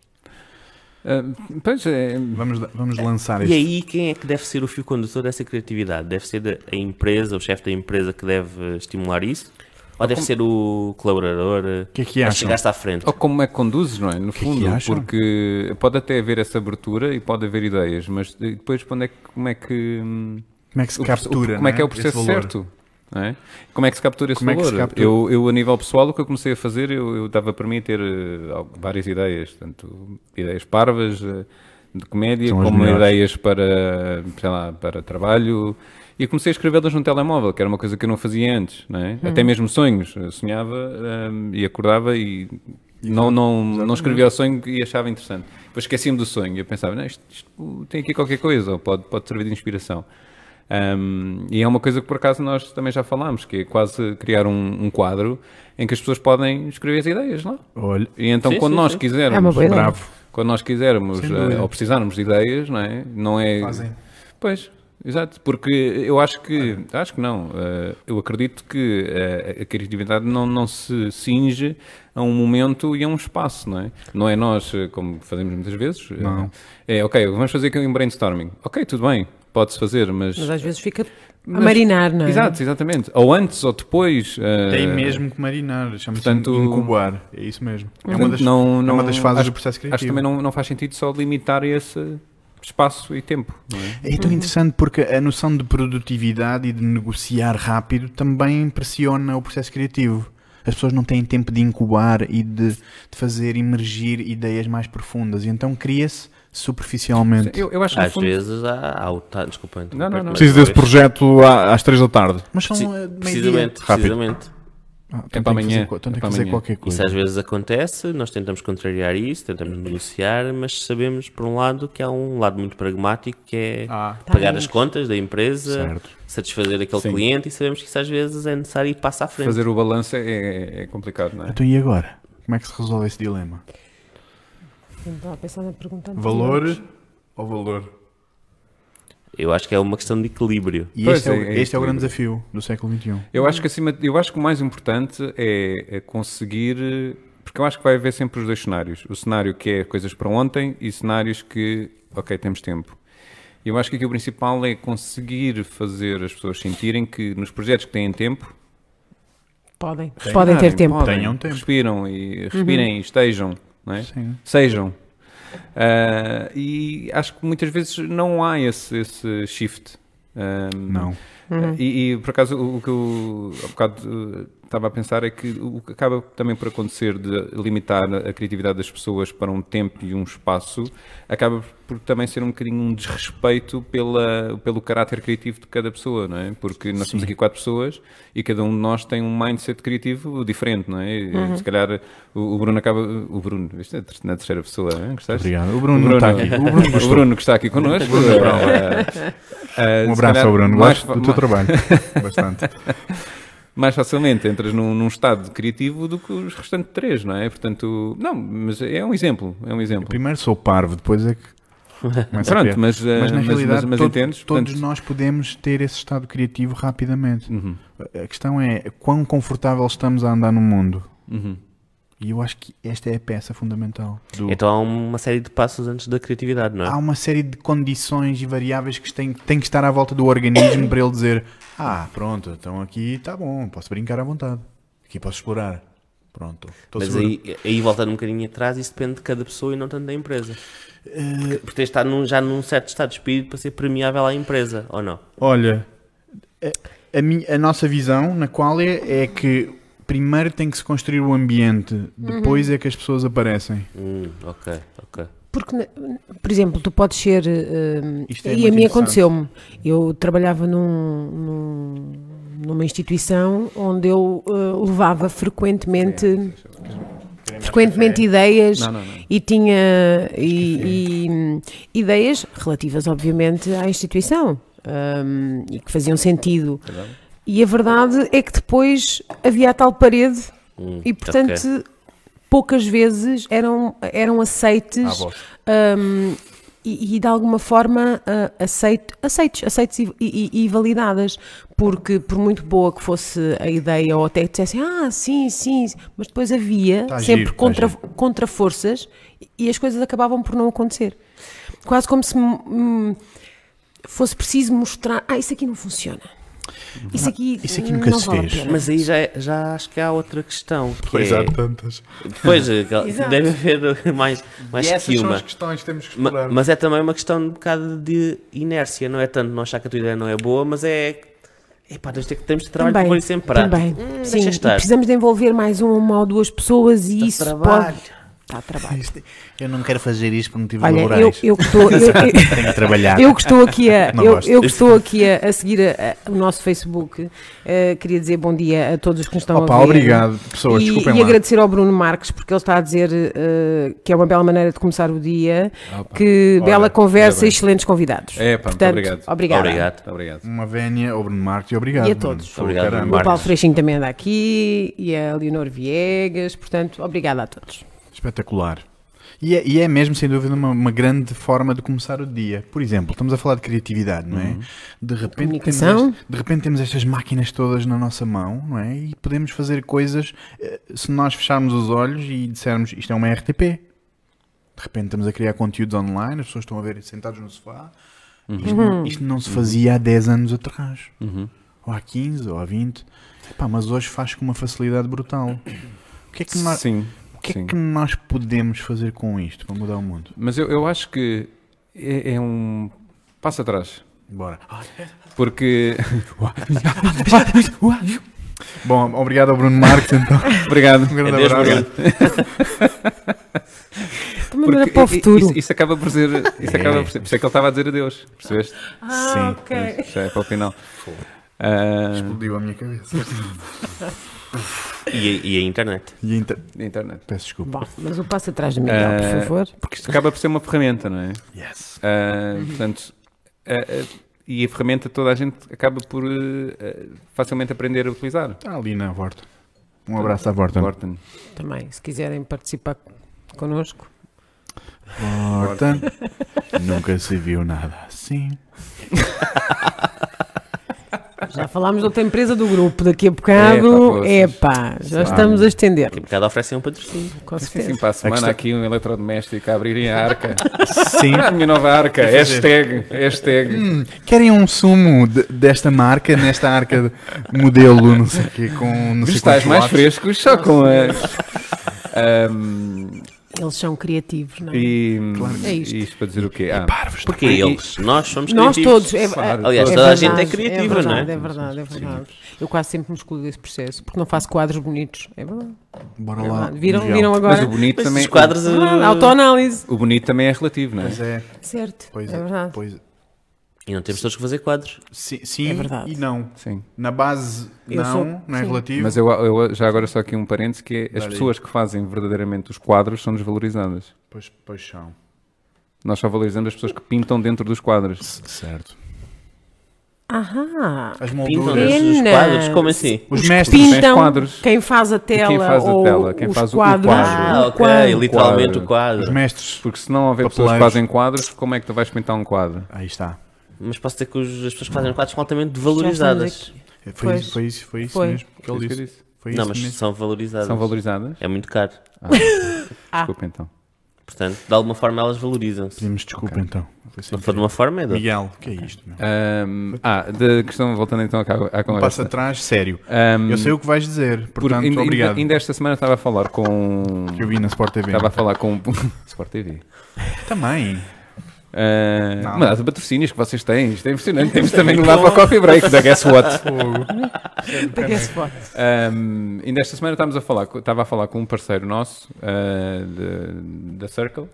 S4: Ah, pois é.
S1: Vamos, da- vamos lançar
S3: E
S1: este.
S3: aí, quem é que deve ser o fio condutor dessa criatividade? Deve ser a- a empresa, o chefe da empresa que deve eh, estimular isso? Ou deve ser o colaborador eh,
S1: O que é que
S3: a
S1: acham?
S3: chegar-se à frente?
S4: Ou como é que conduzes, não é? No
S1: que
S4: fundo,
S1: acham?
S4: porque pode até haver essa abertura e pode haver ideias, mas depois quando é que, como é que. hum,
S1: Como é que se
S4: o proce-
S1: captura?
S4: como é que é o
S1: né,
S4: processo
S1: esse valor?
S4: certo? não é? Como é que se captura esse
S1: Como é que se
S4: valor?
S1: captura?
S4: eu, eu, a nível pessoal, o que eu comecei a fazer, eu, eu dava para mim ter eh, al- várias ideias, tanto ideias parvas, eh, de comédia,
S1: São as
S4: como
S1: melhores.
S4: ideias para, sei lá, para trabalho, e comecei a escrevê-las no telemóvel, que era uma coisa que eu não fazia antes, não é? até mesmo sonhos, eu sonhava hum, e acordava e não, não, não escrevia o sonho e achava interessante. Depois esquecia-me do sonho e eu pensava, não, isto, isto tem aqui qualquer coisa, ou pode, pode servir de inspiração. Um, e é uma coisa que por acaso nós também já falámos, que é quase criar um, um quadro em que as pessoas podem escrever as ideias lá.
S1: Olha,
S4: E então
S3: Sim,
S4: quando
S3: sim,
S4: nós
S3: sim.
S4: quisermos,
S2: É uma boa ideia.
S1: Bravo.
S4: quando nós quisermos
S1: Sem
S4: eh,
S1: dúvida.
S4: ou precisarmos de ideias, não é? Não é
S1: Fazem.
S4: Pois, exato, porque eu acho que, acho que não, eh, eu acredito que eh, a criatividade não, não se cinge a um momento e a um espaço, não é? Não é nós, eh, como fazemos muitas vezes, eh,
S1: Não.
S4: é ok, vamos fazer aqui um brainstorming. Ok, tudo bem, pode-se fazer, mas...
S2: Mas às vezes fica a
S4: Mas-
S2: marinar, não é?
S4: Exato, exatamente. Ou antes ou depois. eh,
S1: tem mesmo que marinar. Chama-se
S4: portanto-
S1: incubar. É isso mesmo. É uma
S4: Portanto,
S1: das,
S4: não-
S1: é uma
S4: não-
S1: das fases
S4: acho-
S1: do processo criativo.
S4: Acho que também não, não faz sentido só limitar esse espaço e tempo. Não é?
S1: É tão interessante porque a noção de produtividade e de negociar rápido também pressiona o processo criativo. As pessoas não têm tempo de incubar e de, de fazer emergir ideias mais profundas. E então cria-se superficialmente.
S4: Eu, eu acho que no
S3: Às
S4: fundo,
S3: vezes há, há o ta- Desculpa,
S1: é
S4: Não, não, não.
S3: interromper-te, mas
S4: Preciso
S3: talvez-
S1: projeto às três da tarde. Mas são
S3: Sim,
S1: eh, meio-dia.
S3: precisamente,
S1: Rápido.
S3: precisamente.
S1: Ah, então
S4: para
S1: tem que
S4: amanhã,
S1: fazer co- Então
S4: é
S1: tem que
S4: para
S1: fazer
S4: amanhã.
S1: qualquer coisa.
S3: Isso às vezes acontece, nós tentamos contrariar isso, tentamos negociar, mas sabemos, por um lado, que há um lado muito pragmático que é
S1: Ah.
S3: pagar
S2: Tá.
S3: as contas da empresa,
S1: Certo.
S3: satisfazer aquele
S1: Sim.
S3: cliente e sabemos que isso às vezes é necessário ir passa à frente.
S4: Fazer o balanço é, é complicado, não é?
S1: Então e agora? Como é que se resolve esse dilema?
S2: Não estava a pensar Então, na pergunta anterior.
S1: Valor ou valor?
S3: Eu acho que é uma questão de equilíbrio.
S1: E
S4: Pois
S1: este é, o-
S4: é, é
S1: este é o grande
S4: equilíbrio.
S1: desafio do século um. XXI.
S4: Eu acho que acima, de- eu acho que o mais importante é, é conseguir, eh, porque eu acho que vai haver sempre os dois cenários, o cenário que é coisas para ontem e cenários que, ok, temos tempo. Eu acho que aqui o principal é conseguir fazer as pessoas sentirem que nos projetos que têm tempo
S2: Podem. Podem ter tempo. Uhum.
S4: podem,
S1: Tenham tempo.
S4: Respiram e respirem e estejam, não é?
S1: Sim.
S4: Sejam. Ah, e acho que muitas vezes não há esse, esse shift. Ah,
S1: Não.
S4: E, e, por acaso o o que eu há bocado eh, estava a pensar é que o que acaba também por acontecer de limitar a criatividade das pessoas para um tempo e um espaço acaba por também ser um bocadinho um desrespeito pela, pelo caráter criativo de cada pessoa, não é? Porque nós temos aqui quatro pessoas e cada um de nós tem um mindset criativo diferente, não é? E, Se calhar o, o Bruno acaba. O Bruno, viste? Na terceira pessoa, não é? gostaste?
S1: Obrigado. O Bruno, não está aqui. O Bruno
S4: O Bruno que está aqui connosco. Ah,
S1: Um abraço ao Bruno.
S4: Mais,
S1: Gosto do teu trabalho. Bastante.
S4: mais facilmente entras num, num estado criativo do que os restantes três, não é? Portanto, não, mas é um exemplo, é um exemplo.
S1: Primeiro sou parvo, depois é que. começo a
S4: Pronto,
S1: criar.
S4: mas, eh,
S1: É mas na
S4: mas-
S1: realidade
S4: mas- mas
S1: todo-
S4: entendes?
S1: todos
S4: Portanto- uhum,
S1: nós podemos ter esse estado criativo rapidamente. A- A questão é quão confortável estamos a andar no mundo.
S4: uhum.
S1: E eu acho que esta é a peça fundamental. do-
S3: Então há uma série de passos antes da criatividade, não é?
S1: Há um uma série de condições e variáveis que têm, têm que estar à volta do organismo para ele dizer: Ah, pronto, então aqui está bom, posso brincar à vontade. Aqui posso explorar. Pronto. estou
S3: Mas
S1: seguro."
S3: aí, aí voltando um bocadinho atrás, isso depende de cada pessoa e não tanto da empresa.
S1: Eh,
S3: Porque, porque está num, já num certo estado de espírito para ser premiável à empresa, ou não?
S1: Olha, a, a mi- a nossa visão na qual é, é que primeiro tem que se construir o ambiente, depois é que as pessoas aparecem.
S3: Hum, ok, ok.
S2: Porque, na- por exemplo, tu podes ser. eh,
S1: Isto é muito
S2: e a mim
S1: interessante.
S2: aconteceu-me. Eu trabalhava num- num- numa instituição onde eu eh, levava frequentemente. frequentemente ideias
S4: Não, não, não.
S2: e tinha e- e, hum, ideias relativas, obviamente, à instituição hum, e que faziam sentido. E a verdade é que depois havia a tal parede
S3: Hum,
S2: e, portanto,
S3: ok.
S2: poucas vezes eram, eram aceites hum, e, e, de alguma forma ah, aceito, aceitos, aceitos e, e- e validadas, porque por muito boa que fosse a ideia ou até que dissessem ah sim, sim, mas depois havia
S1: Tá
S2: sempre
S1: giro, tá
S2: contra,
S1: giro.
S2: contra forças e as coisas acabavam por não acontecer. Quase como se hum, fosse preciso mostrar, ah isso aqui não funciona. Isso aqui,
S1: Ah, isso aqui nunca
S2: não
S1: se
S2: vale a
S1: fez."
S2: pena."
S3: Mas aí já, é- já acho que há outra questão. Que
S1: Pois
S3: é,
S1: há tantas.
S3: Depois eh, cal-
S2: Exato.
S3: deve haver mais, mais
S1: e essas
S3: que
S1: são
S3: uma.
S1: as questões que temos que
S3: Ma-
S1: explorar.
S3: mas é também uma questão de um bocado de inércia, não é tanto não achar que a tua ideia não é boa, mas é. Epá, temos de ter- temos de trabalhar para pôr isso em prática.
S2: Também.
S3: Hum,
S2: Sim,
S3: deixa
S2: e
S3: estar.
S2: precisamos de envolver mais uma, uma ou duas pessoas e isso
S3: trabalho.
S2: pode... Está a trabalho.
S1: Isto- é- Eu não quero fazer isto por motivos
S2: Olha, eu,
S1: laborais.
S2: eu, que estou, eu, eu-
S1: Tenho que trabalhar.
S2: eu que estou aqui a,
S1: Não
S2: eu,
S1: gosto.
S2: eu que estou aqui a, a seguir a- a- o nosso Facebook, eh, queria dizer bom dia a todos os que nos estão
S1: Opa,
S2: a ver.
S1: obrigado, pessoas,
S2: e,
S1: desculpem
S2: e
S1: lá.
S2: agradecer ao Bruno Marques, porque ele está a dizer eh, que é uma bela maneira de começar o dia,
S1: Ah,
S2: que
S4: Olha,
S2: bela conversa
S4: ainda
S2: e
S4: bem.
S2: excelentes convidados.
S4: É, pá, muito
S2: Portanto,
S4: obrigado.
S2: Obrigada.
S3: Obrigado.
S4: Muito obrigado.
S1: Uma vénia ao Bruno Marques e obrigado.
S2: E a
S1: Bruno.
S2: todos.
S1: Pô,
S3: Obrigado,
S1: caramba.
S3: Bruno
S2: O
S3: Marques.
S2: Paulo Freixinho também anda aqui e a Leonor Viegas, portanto, obrigada a todos.
S1: Espetacular. E é, e é mesmo, sem dúvida, uma, uma grande forma de começar o dia. Por exemplo, estamos a falar de criatividade, não é? De, repente temos
S2: Comunicação.
S1: este- de repente temos estas máquinas todas na nossa mão, não é? E podemos fazer coisas eh, se nós fecharmos os olhos e dissermos isto é uma RTP. De repente estamos a criar conteúdos online, as pessoas estão a ver sentados no sofá. Isto, não- isto não se fazia há 10 anos atrás.
S4: Uhum.
S1: Ou há 15, ou há 20. Epá, mas hoje faz com uma facilidade brutal. O que é que nós,
S4: Sim.
S1: o que
S4: sim.
S1: é que nós podemos fazer com isto para mudar o mundo?
S4: Mas eu, eu acho que é, é um passo atrás.
S1: Bora. Ah,
S4: Porque.
S1: Bom, obrigado ao Bruno Marques, então.
S4: obrigado.
S1: Um grande
S4: Adeus,
S1: abraço.
S4: Bruno.
S2: Também
S4: Porque
S2: era para o
S4: i- i-
S2: futuro.
S4: Isso, isso acaba por ser. Isso
S1: É.
S4: acaba por ser. Por isso é que ele estava a dizer adeus. Percebeste?
S1: Ah, Sim.
S2: ok.
S4: Já é para o final. Ah,
S1: Explodiu a minha cabeça.
S3: E, e a internet.
S1: E a inter-
S4: da internet.
S1: Peço desculpa.
S2: Bom, mas o passo atrás de Miguel, por
S4: Eh,
S2: favor.
S4: Porque isto acaba por ser uma ferramenta, não é?
S1: Yes.
S4: Ah, portanto, ah, ah, e a ferramenta toda a gente acaba por ah, ah, facilmente aprender a utilizar.
S1: Está Tá ali na Vorta. Um abraço à Vorta.
S4: Wharton.
S2: Também, se quiserem participar connosco.
S1: Vorta. Nunca se viu nada assim.
S2: Já falámos de outra empresa do grupo daqui a
S4: Epá,
S2: bocado.
S4: poças.
S2: Epá, já
S1: Vamos.
S2: estamos a estender.
S3: Daqui a bocado oferecem um patrocínio.
S2: Com
S4: Sim,
S2: certeza.
S4: sim, para a semana
S1: questão-
S4: aqui um eletrodoméstico a abrirem a arca.
S1: Sim.
S4: a minha nova arca,
S1: fazer?
S4: hashtag, hashtag.
S1: Hum, querem um sumo de- desta marca, nesta arca de- modelo, não sei o quê, com não sei
S4: Cristais
S1: quantos
S4: mais
S1: watts?
S4: frescos, só com a... Ahm,
S2: Eles são criativos, não é?
S4: e,
S2: É
S4: e
S2: isto.
S4: isto para dizer o quê? Ah,
S1: Parvos.
S3: Porque
S1: também.
S3: eles, nós somos
S2: Nós
S3: criativos.
S2: todos. É,
S4: Claro,
S3: Aliás,
S2: é
S3: toda a
S2: verdade,
S3: gente é
S2: é
S3: criativa,
S2: verdade,
S3: não
S2: É
S3: é?
S2: verdade, é verdade. Eu quase sempre me excluo desse processo, porque não faço quadros bonitos. É verdade.
S1: Bora
S2: é
S1: lá.
S2: verdade. Viram,
S1: Miguel.
S2: viram agora?
S4: mas o bonito
S3: Mas
S4: também... um
S3: os quadros.
S2: É verdade,
S3: eh,
S2: autoanálise.
S4: O bonito também é relativo, não é?
S1: Pois é,
S2: Certo,
S1: pois
S2: é
S1: é.
S2: verdade.
S1: Pois é.
S3: E não temos todos que fazer quadros.
S1: Sim, sim
S2: É verdade.
S1: e não.
S4: Sim.
S1: Na base,
S2: Eu
S1: não,
S2: sou-
S1: não é
S2: sim.
S1: relativo.
S4: Mas eu, eu- já agora só aqui um parênteses que é as
S1: Dá-lhe
S4: pessoas que fazem verdadeiramente os quadros são desvalorizadas.
S1: Pois, pois são.
S4: Nós só valorizamos as pessoas que pintam dentro dos quadros.
S1: Certo.
S2: Aham.
S1: As
S3: Pintam
S1: molduras.
S2: Pena.
S3: os quadros. Como assim?
S1: Os
S2: que
S1: mestres.
S4: Sim.
S2: pintam,
S4: quadros.
S2: quem faz a tela,
S4: faz a
S2: ou
S4: tela, quem
S2: os
S4: faz o
S2: quadros.
S4: quadro.
S3: Ah,
S2: o
S3: ok.
S2: quadro.
S3: Literalmente o
S1: Os
S3: quadro.
S1: mestres.
S4: Porque se não houver pessoas que
S1: Papeleiros.
S4: fazem quadros, como é que tu vais pintar um quadro?
S1: Aí está.
S3: Mas posso dizer que os- as pessoas que fazem quadros são altamente
S2: Já
S3: valorizadas.
S2: estamos
S1: Foi,
S2: aqui. Pois.
S1: isso, foi isso, foi isso
S2: Foi.
S1: mesmo que ele
S4: Foi É isso que eu
S1: disse.
S4: disse.
S1: Foi
S3: Não,
S1: isso
S3: mas
S1: mesmo.
S3: são valorizadas.
S4: São valorizadas?
S3: É muito caro.
S1: Ah.
S4: Desculpa então.
S3: Portanto, de alguma forma elas valorizam-se.
S1: Pedimos desculpa então. Foi sem
S3: Não foi de
S1: querer.
S3: uma forma, é de outra.
S1: Miguel, o que é isto? Meu?
S4: Ahm, ah, da questão, voltando então à, à
S1: Um passo
S4: conversa.
S1: atrás, sério.
S4: Ahm,
S1: Eu sei o que vais dizer,
S4: Hum. porque
S1: portanto,
S4: ainda,
S1: obrigado.
S4: ainda esta semana estava a falar com.
S1: Que eu vi na Sport TV.
S4: Estava a falar com. Sport TV.
S1: Também.
S4: Ah,
S1: Não.
S4: mas há patrocínios que vocês têm, isto é impressionante. Temos também lá para o Coffee Break, da Guess What.
S2: Pega esse foto.
S4: Um, ainda esta semana estávamos a falar, co- estava a falar com um parceiro nosso uh, de- da Circle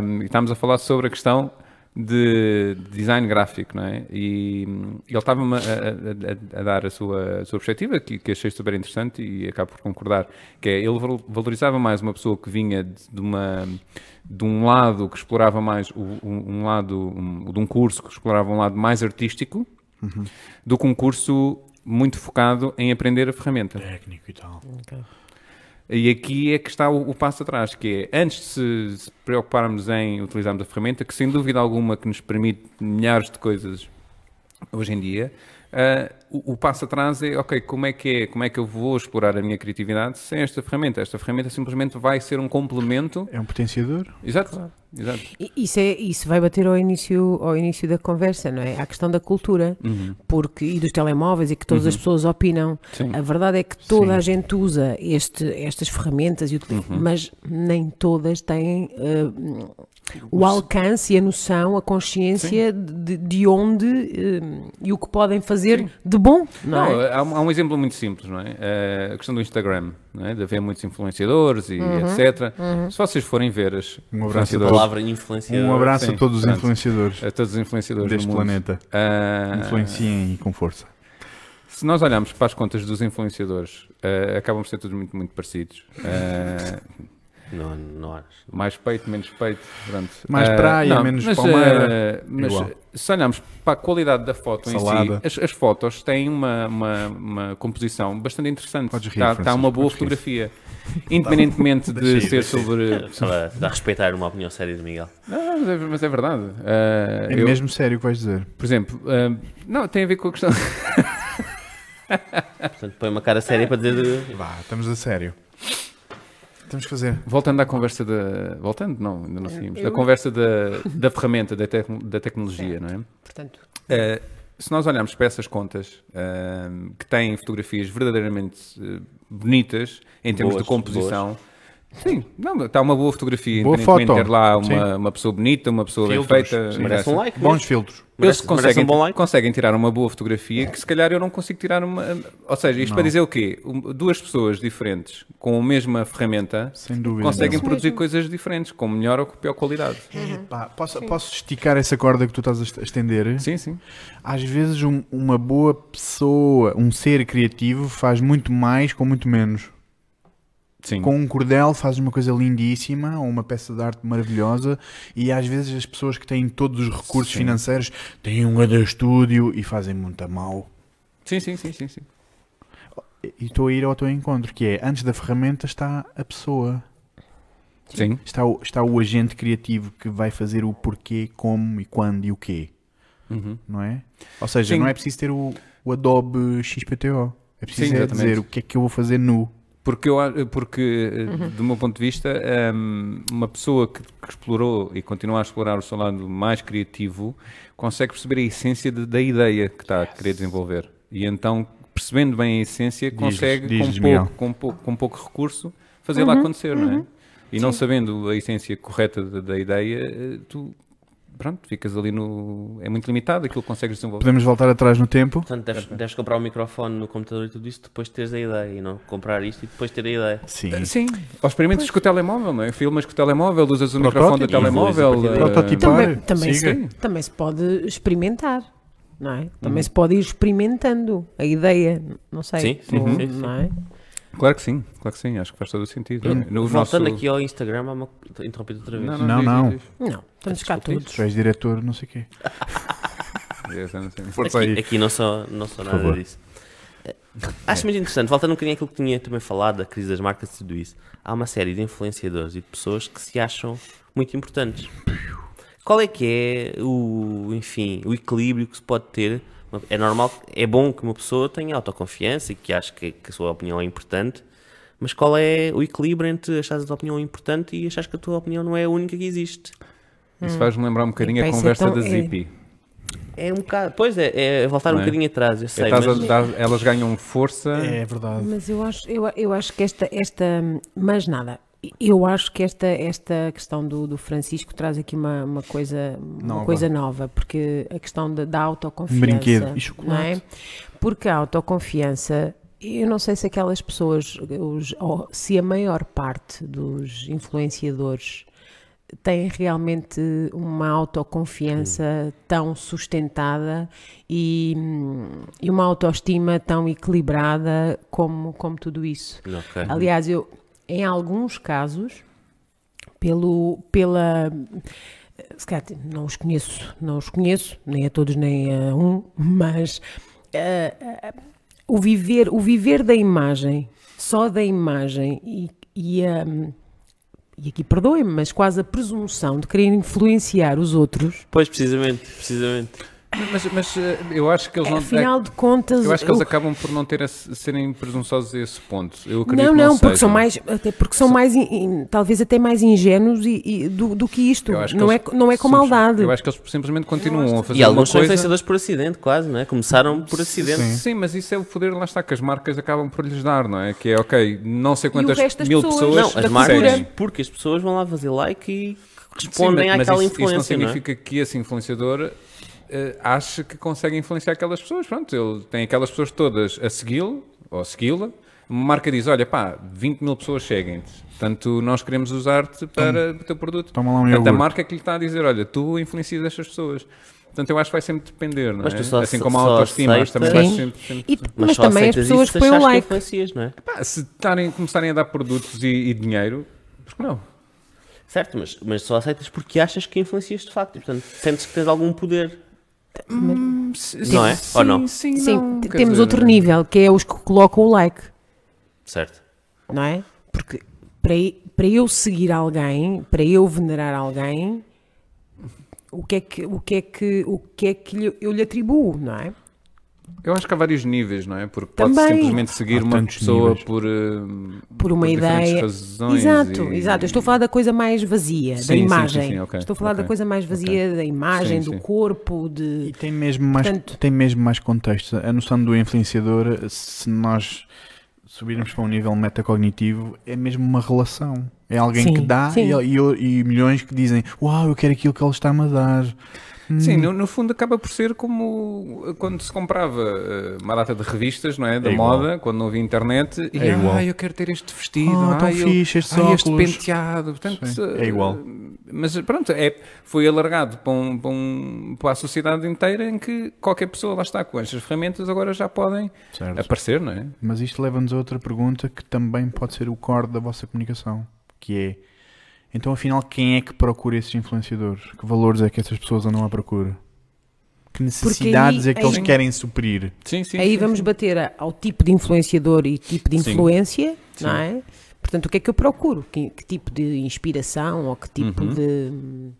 S4: um, e estávamos a falar sobre a questão de design gráfico, não é? E hum, ele estava-me a, a- a- a dar a sua, a sua perspectiva, que, que achei super interessante e acabo por concordar, que é, ele val- valorizava mais uma pessoa que vinha de, de uma de um lado que explorava mais o- um, um lado um- de um curso que explorava um lado mais artístico do que um curso muito focado em aprender
S1: É.
S4: a ferramenta.
S1: Técnico e tal.
S4: E aqui é que está o, o passo atrás, que é antes de se, se preocuparmos em utilizarmos a ferramenta, que sem dúvida alguma que nos permite milhares de coisas hoje em dia, ah, o, o passo atrás é, ok, como é que é, como é que eu vou explorar a minha criatividade sem esta ferramenta? Esta ferramenta simplesmente vai ser um complemento.
S1: É um potenciador?
S4: Exato, exato.
S2: I- Isso, é, isso vai bater ao início, ao início da conversa, não é? À questão da cultura porque, e dos telemóveis e que todas as pessoas opinam.
S4: Sim.
S2: A verdade é que toda a gente usa este, estas ferramentas, e utiliza, mas nem todas têm eh, o alcance e a noção, a consciência de, de onde eh, e o que podem fazer de bom, não,
S4: Não,
S2: é?
S4: há, um- há um exemplo muito simples, não é? Eh, a questão do Instagram, não é? De haver muitos influenciadores e
S2: Uhum.
S4: etc. Se vocês forem ver as
S1: Um abraço a
S4: influenciadoras-
S1: todos.
S3: palavra influenciadora.
S1: Um abraço
S4: sim, é,
S1: a todos os
S4: pronto.
S1: influenciadores
S4: a todos os influenciadores
S1: deste
S4: do mundo.
S1: planeta.
S4: Ah,
S1: Influenciem e com força.
S4: se nós olharmos para as contas dos influenciadores, ah, acabam por ser todos muito, muito parecidos. Ah,
S3: Não, não acho.
S4: mais peito, menos peito. pronto.
S1: Mais
S4: Ah,
S1: praia, menos
S4: mas,
S1: palmeira,
S4: ah, mas
S1: igual.
S4: se olharmos para a qualidade da foto
S1: Salada.
S4: em si, as, as fotos têm uma, uma, uma composição bastante interessante.
S1: Podes rir,
S4: Está
S1: Francisco,
S4: uma boa
S1: podes rir.
S4: fotografia. Independentemente de
S1: Deixa ir, deixa
S4: ser
S1: ir.
S4: sobre.
S3: Só a, a respeitar uma opinião séria de Miguel.
S4: Não, mas é, mas é verdade. Ah,
S1: É
S4: eu-
S1: mesmo sério o que vais dizer.
S4: Por exemplo, ah, não, tem a ver com a questão.
S3: Portanto, põe uma cara séria para dizer.
S1: Vá, estamos a sério. Temos que fazer.
S4: Voltando à conversa da. Voltando, não, ainda não
S1: É,
S4: saímos. Da
S2: eu-
S4: conversa da, da ferramenta, da, tec- da tecnologia, não é?
S2: Portanto,
S3: É,
S4: Eh, se nós olharmos para essas contas ehm, ahm, que têm fotografias verdadeiramente eh, bonitas em termos
S3: Boas,
S4: de composição, Sim, não, está uma boa fotografia.
S1: Boa
S4: independentemente
S1: foto.
S4: de ter lá uma,
S1: Sim.
S4: uma pessoa bonita, uma pessoa bem
S3: Filtros.
S4: feita.
S3: Sim,
S4: não
S3: merece um
S4: interessa.
S3: like.
S1: Bons filtros.
S4: Eles
S3: Merece- merece
S4: conseguem,
S3: um bom like.
S4: conseguem tirar uma boa fotografia que se calhar eu não consigo tirar uma. Ou seja, isto para dizer o quê? Um- Duas pessoas diferentes com a mesma ferramenta
S1: Sem dúvida.
S4: conseguem
S1: nenhuma.
S4: produzir coisas diferentes, com melhor ou com pior qualidade.
S1: Epá, Uhum. posso, posso esticar essa corda que tu estás a est- a estender?
S4: Sim, sim.
S1: Às vezes um- uma boa pessoa, um ser criativo, faz muito mais com muito menos.
S4: Sim.
S1: Com um cordel faz uma coisa lindíssima ou uma peça de arte maravilhosa e às vezes as pessoas que têm todos os recursos
S4: Sim.
S1: financeiros têm um grande estúdio e fazem muito a mal.
S4: Sim, sim, sim, sim, sim.
S1: E e estou a ir ao teu encontro, que é, antes da ferramenta está a pessoa.
S4: Sim.
S1: Está o, está o agente criativo que vai fazer o porquê, como e quando e o quê,
S4: Uhum.
S1: não é? Ou seja,
S4: Sim.
S1: não é preciso ter o, o Adobe XPTO. É preciso
S4: Sim,
S1: é
S4: exatamente.
S1: dizer o que é que eu vou fazer nu.
S4: Porque, eu, a- porque eh, do meu ponto de vista, ehm, uma pessoa que, que explorou e continua a explorar o seu lado mais criativo consegue perceber a essência de- da ideia que está a querer desenvolver. E então, percebendo bem a essência, consegue,
S1: diz-lhes,
S4: com,
S1: Miguel.
S4: pouco, com, pouco, com pouco recurso, fazê-la acontecer, não é? E não sabendo a essência correta da, da ideia, eh, tu, pronto, ficas ali no... É muito limitado aquilo que consegues desenvolver.
S1: Podemos voltar atrás no tempo?
S3: Portanto, deves, deves comprar um microfone no computador e tudo isso depois de teres a ideia e não comprar isto e depois ter a ideia.
S1: Sim.
S4: É, Eh, Sim, ou experimentas com o telemóvel, não é? Filmas com o telemóvel, usas o microfone do
S1: Protótipo.
S4: telemóvel.
S3: Evoluís a partir daí.
S4: eh,
S1: Prototipo.
S2: Também,
S1: Claro,
S2: também, se,
S1: siga.
S2: também se pode experimentar, não é? Também
S3: Uhum.
S2: se pode ir experimentando a ideia, não sei.
S3: Sim, sim,
S2: ou-
S3: sim, sim.
S2: não é?
S4: Claro que sim, claro que sim, acho que faz todo o sentido. não é? No
S3: Voltando
S4: nosso-
S3: aqui ao Instagram, há uma... interrompido outra
S1: Não,
S3: vez.
S4: diz,
S1: não.
S4: diz,
S2: Não, estamos cá
S4: Desculpe
S2: todos.
S1: Tu és diretor, não sei o quê.
S4: diz. É, já não sei.
S1: Força aí.
S3: Aqui não sou, não sou nada
S1: favor.
S3: disso. Eh, Acho muito interessante, voltando um bocadinho àquilo que tinha também falado, da crise das marcas e tudo isso. Há uma série de influenciadores e de pessoas que se acham muito importantes. Qual é que é o, enfim, o equilíbrio que se pode ter? É normal, é bom que uma pessoa tenha autoconfiança e que ache que, que a sua opinião é importante, mas qual é o equilíbrio entre achares a tua opinião importante e achares que a tua opinião não é a única que existe?
S4: Isso faz-me lembrar um bocadinho a
S2: Epá, isso é
S4: conversa
S2: Hum. tão-
S4: da
S2: é-
S4: Zippy.
S3: É um bocado, pois é, é voltar
S4: Não
S3: um
S4: é?
S3: bocadinho atrás, eu sei,
S4: É, estás a
S3: mas-
S4: dar- elas ganham força.
S1: É verdade.
S2: Mas eu acho, eu, eu acho que esta, esta. Mas nada, eu acho que esta, esta questão do, do Francisco traz aqui uma, uma, coisa, uma
S1: Nova.
S2: coisa nova, porque a questão da, da autoconfiança.
S1: Brinquedo e
S2: Não
S1: chocolate.
S2: é? Porque a autoconfiança. Eu não sei se aquelas pessoas, os- ou se a maior parte dos influenciadores têm realmente uma autoconfiança tão sustentada e, hum, e uma autoestima tão equilibrada como, como tudo isso.
S3: Ok.
S4: Uhum.
S2: Aliás, eu, em alguns casos, pelo, pela. Se calhar, não os conheço, não os conheço, nem a todos, nem a um, mas eh, eh, o, viver, o viver da imagem, só da imagem e, e a e aqui perdoem-me, mas quase a presunção de querer influenciar os outros,
S3: Pois, precisamente, precisamente.
S4: Mas, mas, eh, eu acho que eles não.
S2: É,
S4: é,
S2: afinal de contas.
S4: eu acho que eles
S2: eu-
S4: acabam por não ter a se- serem presunçosos a esse ponto. Eu acredito
S2: não,
S4: que
S2: não, porque são
S4: sejam.
S2: mais, até porque são mais, in- in- talvez até mais ingênuos e, e do, do que isto.
S4: Eu acho que
S2: Não,
S4: eles
S2: é, não é com
S4: simples-
S2: maldade.
S4: Eu acho que eles simplesmente continuam a fazer
S3: E alguns
S4: uma
S3: são
S4: coisa.
S3: influenciadores por acidente, quase, não é? Começaram por acidente.
S4: Sim. mas isso é o poder, lá está, que as marcas acabam por lhes dar, não é? Que é, ok, não sei quantas
S2: resto das
S4: mil
S2: pessoas,
S4: pessoas,
S3: Não,
S2: da
S3: as marcas,
S4: seguem.
S3: porque as pessoas vão lá fazer like e
S4: Sim,
S3: respondem
S4: mas- mas
S3: àquela
S4: isso,
S3: influência,
S4: Isso não
S3: não é?
S4: significa que esse influenciador eh, ache que consegue influenciar aquelas pessoas. Pronto, ele tem aquelas pessoas todas a segui-lo ou a segui-la. Uma marca diz: olha, pá, 20 mil pessoas seguem-te. Portanto, nós queremos usar-te para o teu produto.
S1: toma lá um
S4: Portanto, a
S1: iogurte.
S4: marca é que lhe está a dizer: olha, tu influencias estas pessoas. Portanto, eu acho que vai sempre depender, não
S3: Mas
S4: é?
S3: tu só-
S4: assim como a
S3: só
S4: autoestima, acho que também vai
S2: aceitas-
S4: sempre, sempre
S2: E- mas
S3: só
S2: também as
S3: aceitas isso
S2: pessoas
S3: se
S2: põem o
S3: achares que
S2: like.
S3: influencias, não é?
S4: Pá, Ah, se tarem, começarem a dar produtos e, e dinheiro, porque não?
S3: Certo, mas, mas só aceitas porque achas que influencias de facto. E, portanto, sentes que tens algum poder.
S1: Hum,
S3: Não é? Ou não?
S4: Sim,
S2: Sim,
S4: não,
S2: t-
S4: quer
S2: temos
S4: dizer,
S2: outro nível, que é os que colocam o like,
S3: Certo.
S2: não é? Porque para, e- para eu seguir alguém, para eu venerar alguém, o que é que, o que, é que, o que, é que lhe- eu lhe atribuo, não é?
S4: Eu acho que há vários níveis, não é? Porque pode
S2: Também.
S4: simplesmente seguir
S1: Há
S4: uma
S1: tantos
S4: pessoa
S1: níveis.
S4: por, eh,
S2: por uma
S4: por diferentes
S2: ideia.
S4: razões
S2: exato,
S4: e-
S2: exato. Eu estou a falar da coisa mais vazia,
S4: Sim,
S2: da
S4: sim,
S2: imagem.
S4: sim, sim, ok,
S2: Estou a falar
S4: ok,
S2: da coisa mais vazia da imagem,
S4: Sim,
S2: do
S4: sim.
S2: corpo, de.
S1: E tem mesmo mais,
S2: Portanto-
S1: tem mesmo mais contexto. A noção do influenciador, se nós subirmos para um nível metacognitivo, é mesmo uma relação. É alguém
S2: Sim,
S1: que dá
S2: sim.
S1: e, e- e milhões que dizem uau, eu quero aquilo que ele está-me a dar.
S4: Sim,
S1: Hum.
S4: no, no fundo acaba por ser como uh, quando se comprava uh, uma data de revistas, não é? Da
S1: É igual.
S4: moda, quando não havia internet, e
S1: É igual.
S4: ah, eu quero ter este vestido,
S1: Ah, tão
S4: ah, eu,
S1: fixe, estes
S4: ah, este
S1: óculos."
S4: penteado. Portanto,
S1: Sim,
S4: uh,
S1: é igual.
S2: eh,
S4: Mas pronto, é, foi alargado para, um- para um- para a sociedade inteira em que qualquer pessoa lá está com estas ferramentas agora já podem
S1: Certo.
S4: aparecer, não é?
S1: Mas isto leva-nos a outra pergunta que também pode ser o core da vossa comunicação, que é então afinal quem é que procura esses influenciadores? Que valores é que essas pessoas andam à procura? Que necessidades é que
S2: aí-
S1: eles
S2: aí-
S1: querem suprir?
S4: Sim, sim.
S2: Aí vamos bater a- ao tipo de influenciador e tipo de
S4: Sim.
S2: influência,
S4: Sim.
S2: não é? Portanto, o que é que eu procuro? Que, que tipo de inspiração ou que tipo
S4: Uhum.
S2: de.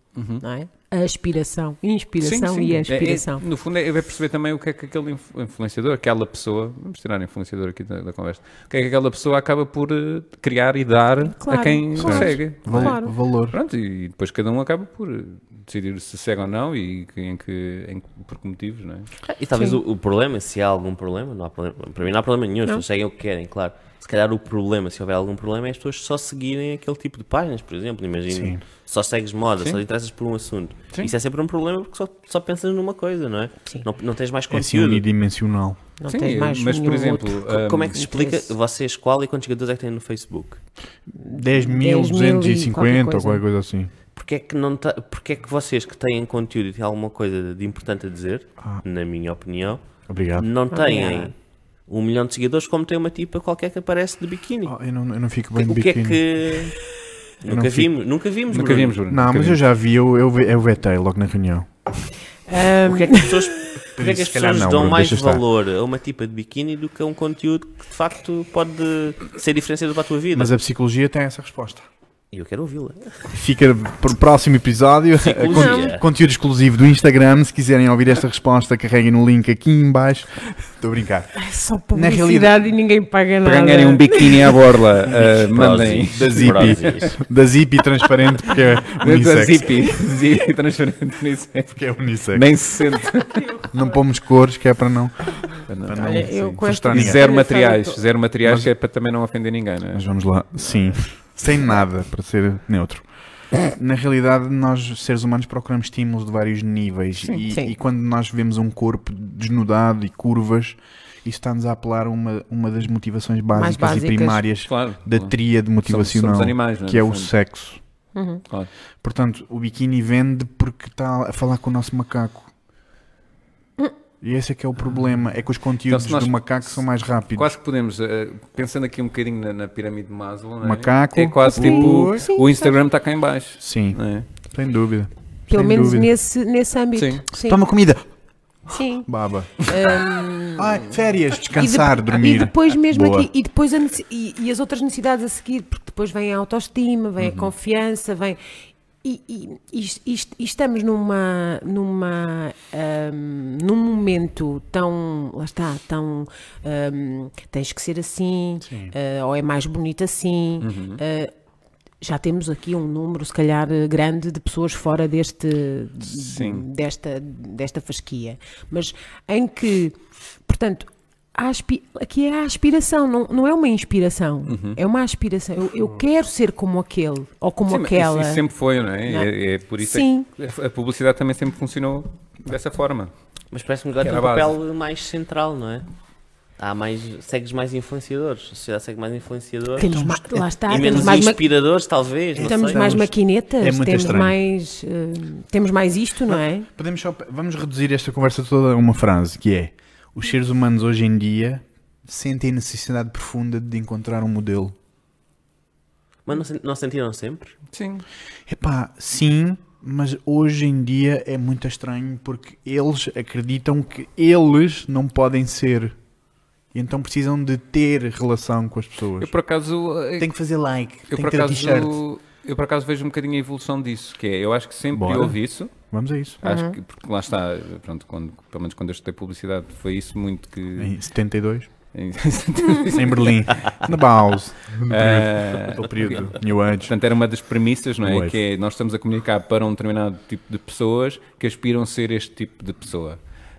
S2: Não é? Aspiração. Inspiração e aspiração.
S4: É, no fundo, é, é perceber também o que é que aquele inf- influenciador, aquela pessoa, vamos tirar influenciador aqui da, da conversa, o que é que aquela pessoa acaba por eh, criar e dar
S2: Claro,
S4: a quem
S2: claro.
S4: segue.
S1: Val-
S2: Claro.
S1: Valor.
S4: Pronto, e depois cada um acaba por eh, decidir se segue ou não e que- em que, em que- por que motivos, não é?
S3: Ah, E talvez
S2: Sim.
S3: o, o problema, se há algum problema, não há problema. Para mim não há problema nenhum, as
S2: Não.
S3: pessoas seguem o que querem, claro. Se calhar o problema, se houver algum problema, é as pessoas só seguirem aquele tipo de páginas, por exemplo. Imagina,
S1: Sim.
S3: só segues moda,
S4: Sim.
S3: só te interessas por um assunto.
S4: Sim.
S3: Isso é sempre um problema porque só, só pensas numa coisa, não é?
S2: Sim.
S3: Não, não tens mais
S1: É assim
S3: conteúdo.
S1: unidimensional.
S2: Não
S4: Sim,
S2: tens mais
S4: mas por
S2: nenhum
S4: exemplo, eh,
S2: outro.
S3: Co- Como é que
S2: hum,
S3: se explica
S2: interesse.
S3: vocês qual e quantos seguidores é que têm no Facebook?
S1: 10.250 ou
S2: qualquer
S1: qualquer
S2: coisa.
S1: coisa assim.
S3: Porquê é que, não tá, porque é que vocês que têm conteúdo e têm alguma coisa de importante a dizer,
S1: Ah.
S3: na minha opinião,
S1: Obrigado.
S3: não
S2: Obrigada.
S3: têm um milhão de seguidores como tem uma tipa qualquer que aparece de biquíni?
S1: Ah, eu, não, eu não fico bem de
S3: o que é
S1: biquíni.
S3: que.
S1: Eu
S3: Nunca
S1: não fico-
S3: vimos, nunca vimos,
S4: Nunca
S3: Bruno.
S4: vimos, Bruno.
S1: Não,
S4: nunca
S1: mas eu
S4: vimos.
S1: já vi, eu, eu, ve- eu vetei logo na reunião.
S2: Hum,
S3: Porquê é que as pessoas, porquê é que
S1: isso,
S3: as
S1: se calhar
S3: pessoas
S1: não,
S3: dão
S1: Bruno,
S3: mais
S1: deixa estar.
S3: valor a uma tipa de biquíni do que a um conteúdo que de facto pode ser diferenciado para a tua vida?
S1: Mas a psicologia tem essa resposta.
S3: E eu quero ouvi-la.
S1: Fica para o próximo episódio.
S3: Psicologia.
S1: Con- Conteúdo exclusivo do Instagram. Se quiserem ouvir esta resposta, carreguem no link aqui em baixo. Estou a brincar.
S2: é só
S1: realidade-
S2: publicidade e ninguém paga nada.
S4: Para ganharem um biquíni à borla, eh, mandem
S3: Prozis,
S1: Da Zipi.
S3: prozis.
S1: Da zip e transparente, porque é
S4: da
S1: unissex.
S4: Zipi, Zipi transparente unissex.
S1: Porque é unissex.
S4: Nem se sente.
S1: Não pomos cores, que é para não.
S4: Não.
S2: Olha,
S1: Não,
S2: eu
S1: sim.
S2: com esta
S1: Frustrar
S4: E
S1: ninguém.
S2: brincadeira
S4: zero materiais,
S2: falo-
S4: zero materiais
S1: Mas-
S4: que é para também não ofender ninguém, não é?
S1: Mas vamos lá. Sim. Sem nada, para ser neutro. Na realidade, nós, seres humanos, procuramos estímulos de vários níveis. e,
S2: Sim.
S1: e quando nós vemos um corpo desnudado e curvas, isso está-nos a apelar a uma, uma das motivações básicas,
S2: básicas.
S1: e primárias
S4: Claro.
S1: da tríade motivacional,
S4: Somos- somos animais, não é?
S1: que é
S4: No
S1: o
S4: fundo.
S1: sexo.
S2: Uhum.
S4: Claro.
S1: Portanto, o biquíni vende porque está a falar com o nosso macaco. E esse é que é o problema, é que os conteúdos
S4: Então, se nós-
S1: do macaco são mais rápidos.
S4: Quase que podemos, eh, pensando aqui um bocadinho na, na pirâmide de Maslow, não é?
S1: Macaco,
S4: é quase tipo
S1: ui.
S2: Sim,
S4: o Instagram está cá em baixo.
S1: Sim,
S4: não é?
S1: sem dúvida.
S2: Pelo
S1: sem
S2: menos assim.
S1: dúvida.
S2: nesse, nesse âmbito.
S4: Sim.
S2: Sim.
S1: Toma comida!
S2: Sim.
S1: Baba.
S2: Hum,
S1: Ai, férias,
S2: e de-
S1: descansar,
S2: E
S1: dormir.
S2: depois mesmo
S1: Boa.
S2: aqui, e depois a nece- e, e as outras necessidades a seguir, porque depois vem a autoestima,
S1: Uhum.
S2: vem a confiança, vem. E, e- e est- e est- e estamos numa, numa, hum, num momento tão, lá está, tão, hum, tens que ser assim, eh, ou é mais bonito assim,
S1: Uhum.
S2: eh, já temos aqui um número, se calhar, eh, grande de pessoas fora deste,
S4: Sim.
S2: desta, desta fasquia. Mas em que, portanto, há aspi- aqui é a aspiração, não, não é uma inspiração,
S4: Uhum.
S2: é uma aspiração. Eu, eu quero ser como aquele ou como
S4: Sim, mas
S2: aquela.
S4: Isso, isso sempre foi, não é?
S2: Não.
S4: É, é por isso
S2: Sim.
S4: é que a publicidade também sempre funcionou dessa forma.
S3: Mas parece-me que agora
S4: Que
S3: tem um
S4: era a base.
S3: papel mais central, não é? Há mais, segues mais influenciadores, a sociedade segue mais influenciadores
S1: Então,
S2: Temos ma-
S1: é
S2: lá está,
S3: e
S2: temos
S3: menos
S2: mais, ma-
S3: inspiradores, talvez. não
S2: temos
S3: sei.
S2: mais maquinetas,
S1: É muito
S2: temos
S1: estranho.
S2: mais eh, temos mais isto, não é?
S1: Podemos só, vamos reduzir esta conversa toda a uma frase, que é os seres humanos hoje em dia sentem a necessidade profunda de encontrar um modelo.
S3: Mas não, sen- não sentiram sempre?
S4: Sim.
S1: Epá, sim, mas hoje em dia é muito estranho porque eles acreditam que eles não podem ser. E então precisam de ter relação com as pessoas.
S4: Eu por acaso. eh,
S1: Tem que fazer like,
S4: eu,
S1: tem
S4: por
S1: que ter t-shirt.
S4: acaso eu por acaso vejo um bocadinho a evolução disso, que é, eu acho que sempre
S1: Bora.
S4: houve isso.
S1: Vamos a isso.
S4: Acho que, porque lá está, pronto, quando, pelo menos quando eu estudei publicidade, foi isso muito que. É
S1: Em 72,
S4: em-
S1: em Berlim, na Bauhaus, no período-
S4: Ah,
S1: no período New Age.
S4: Portanto, era uma das premissas, não é?
S1: Wave.
S4: Que é nós estamos a comunicar para um determinado tipo de pessoas que aspiram a ser este tipo de pessoa.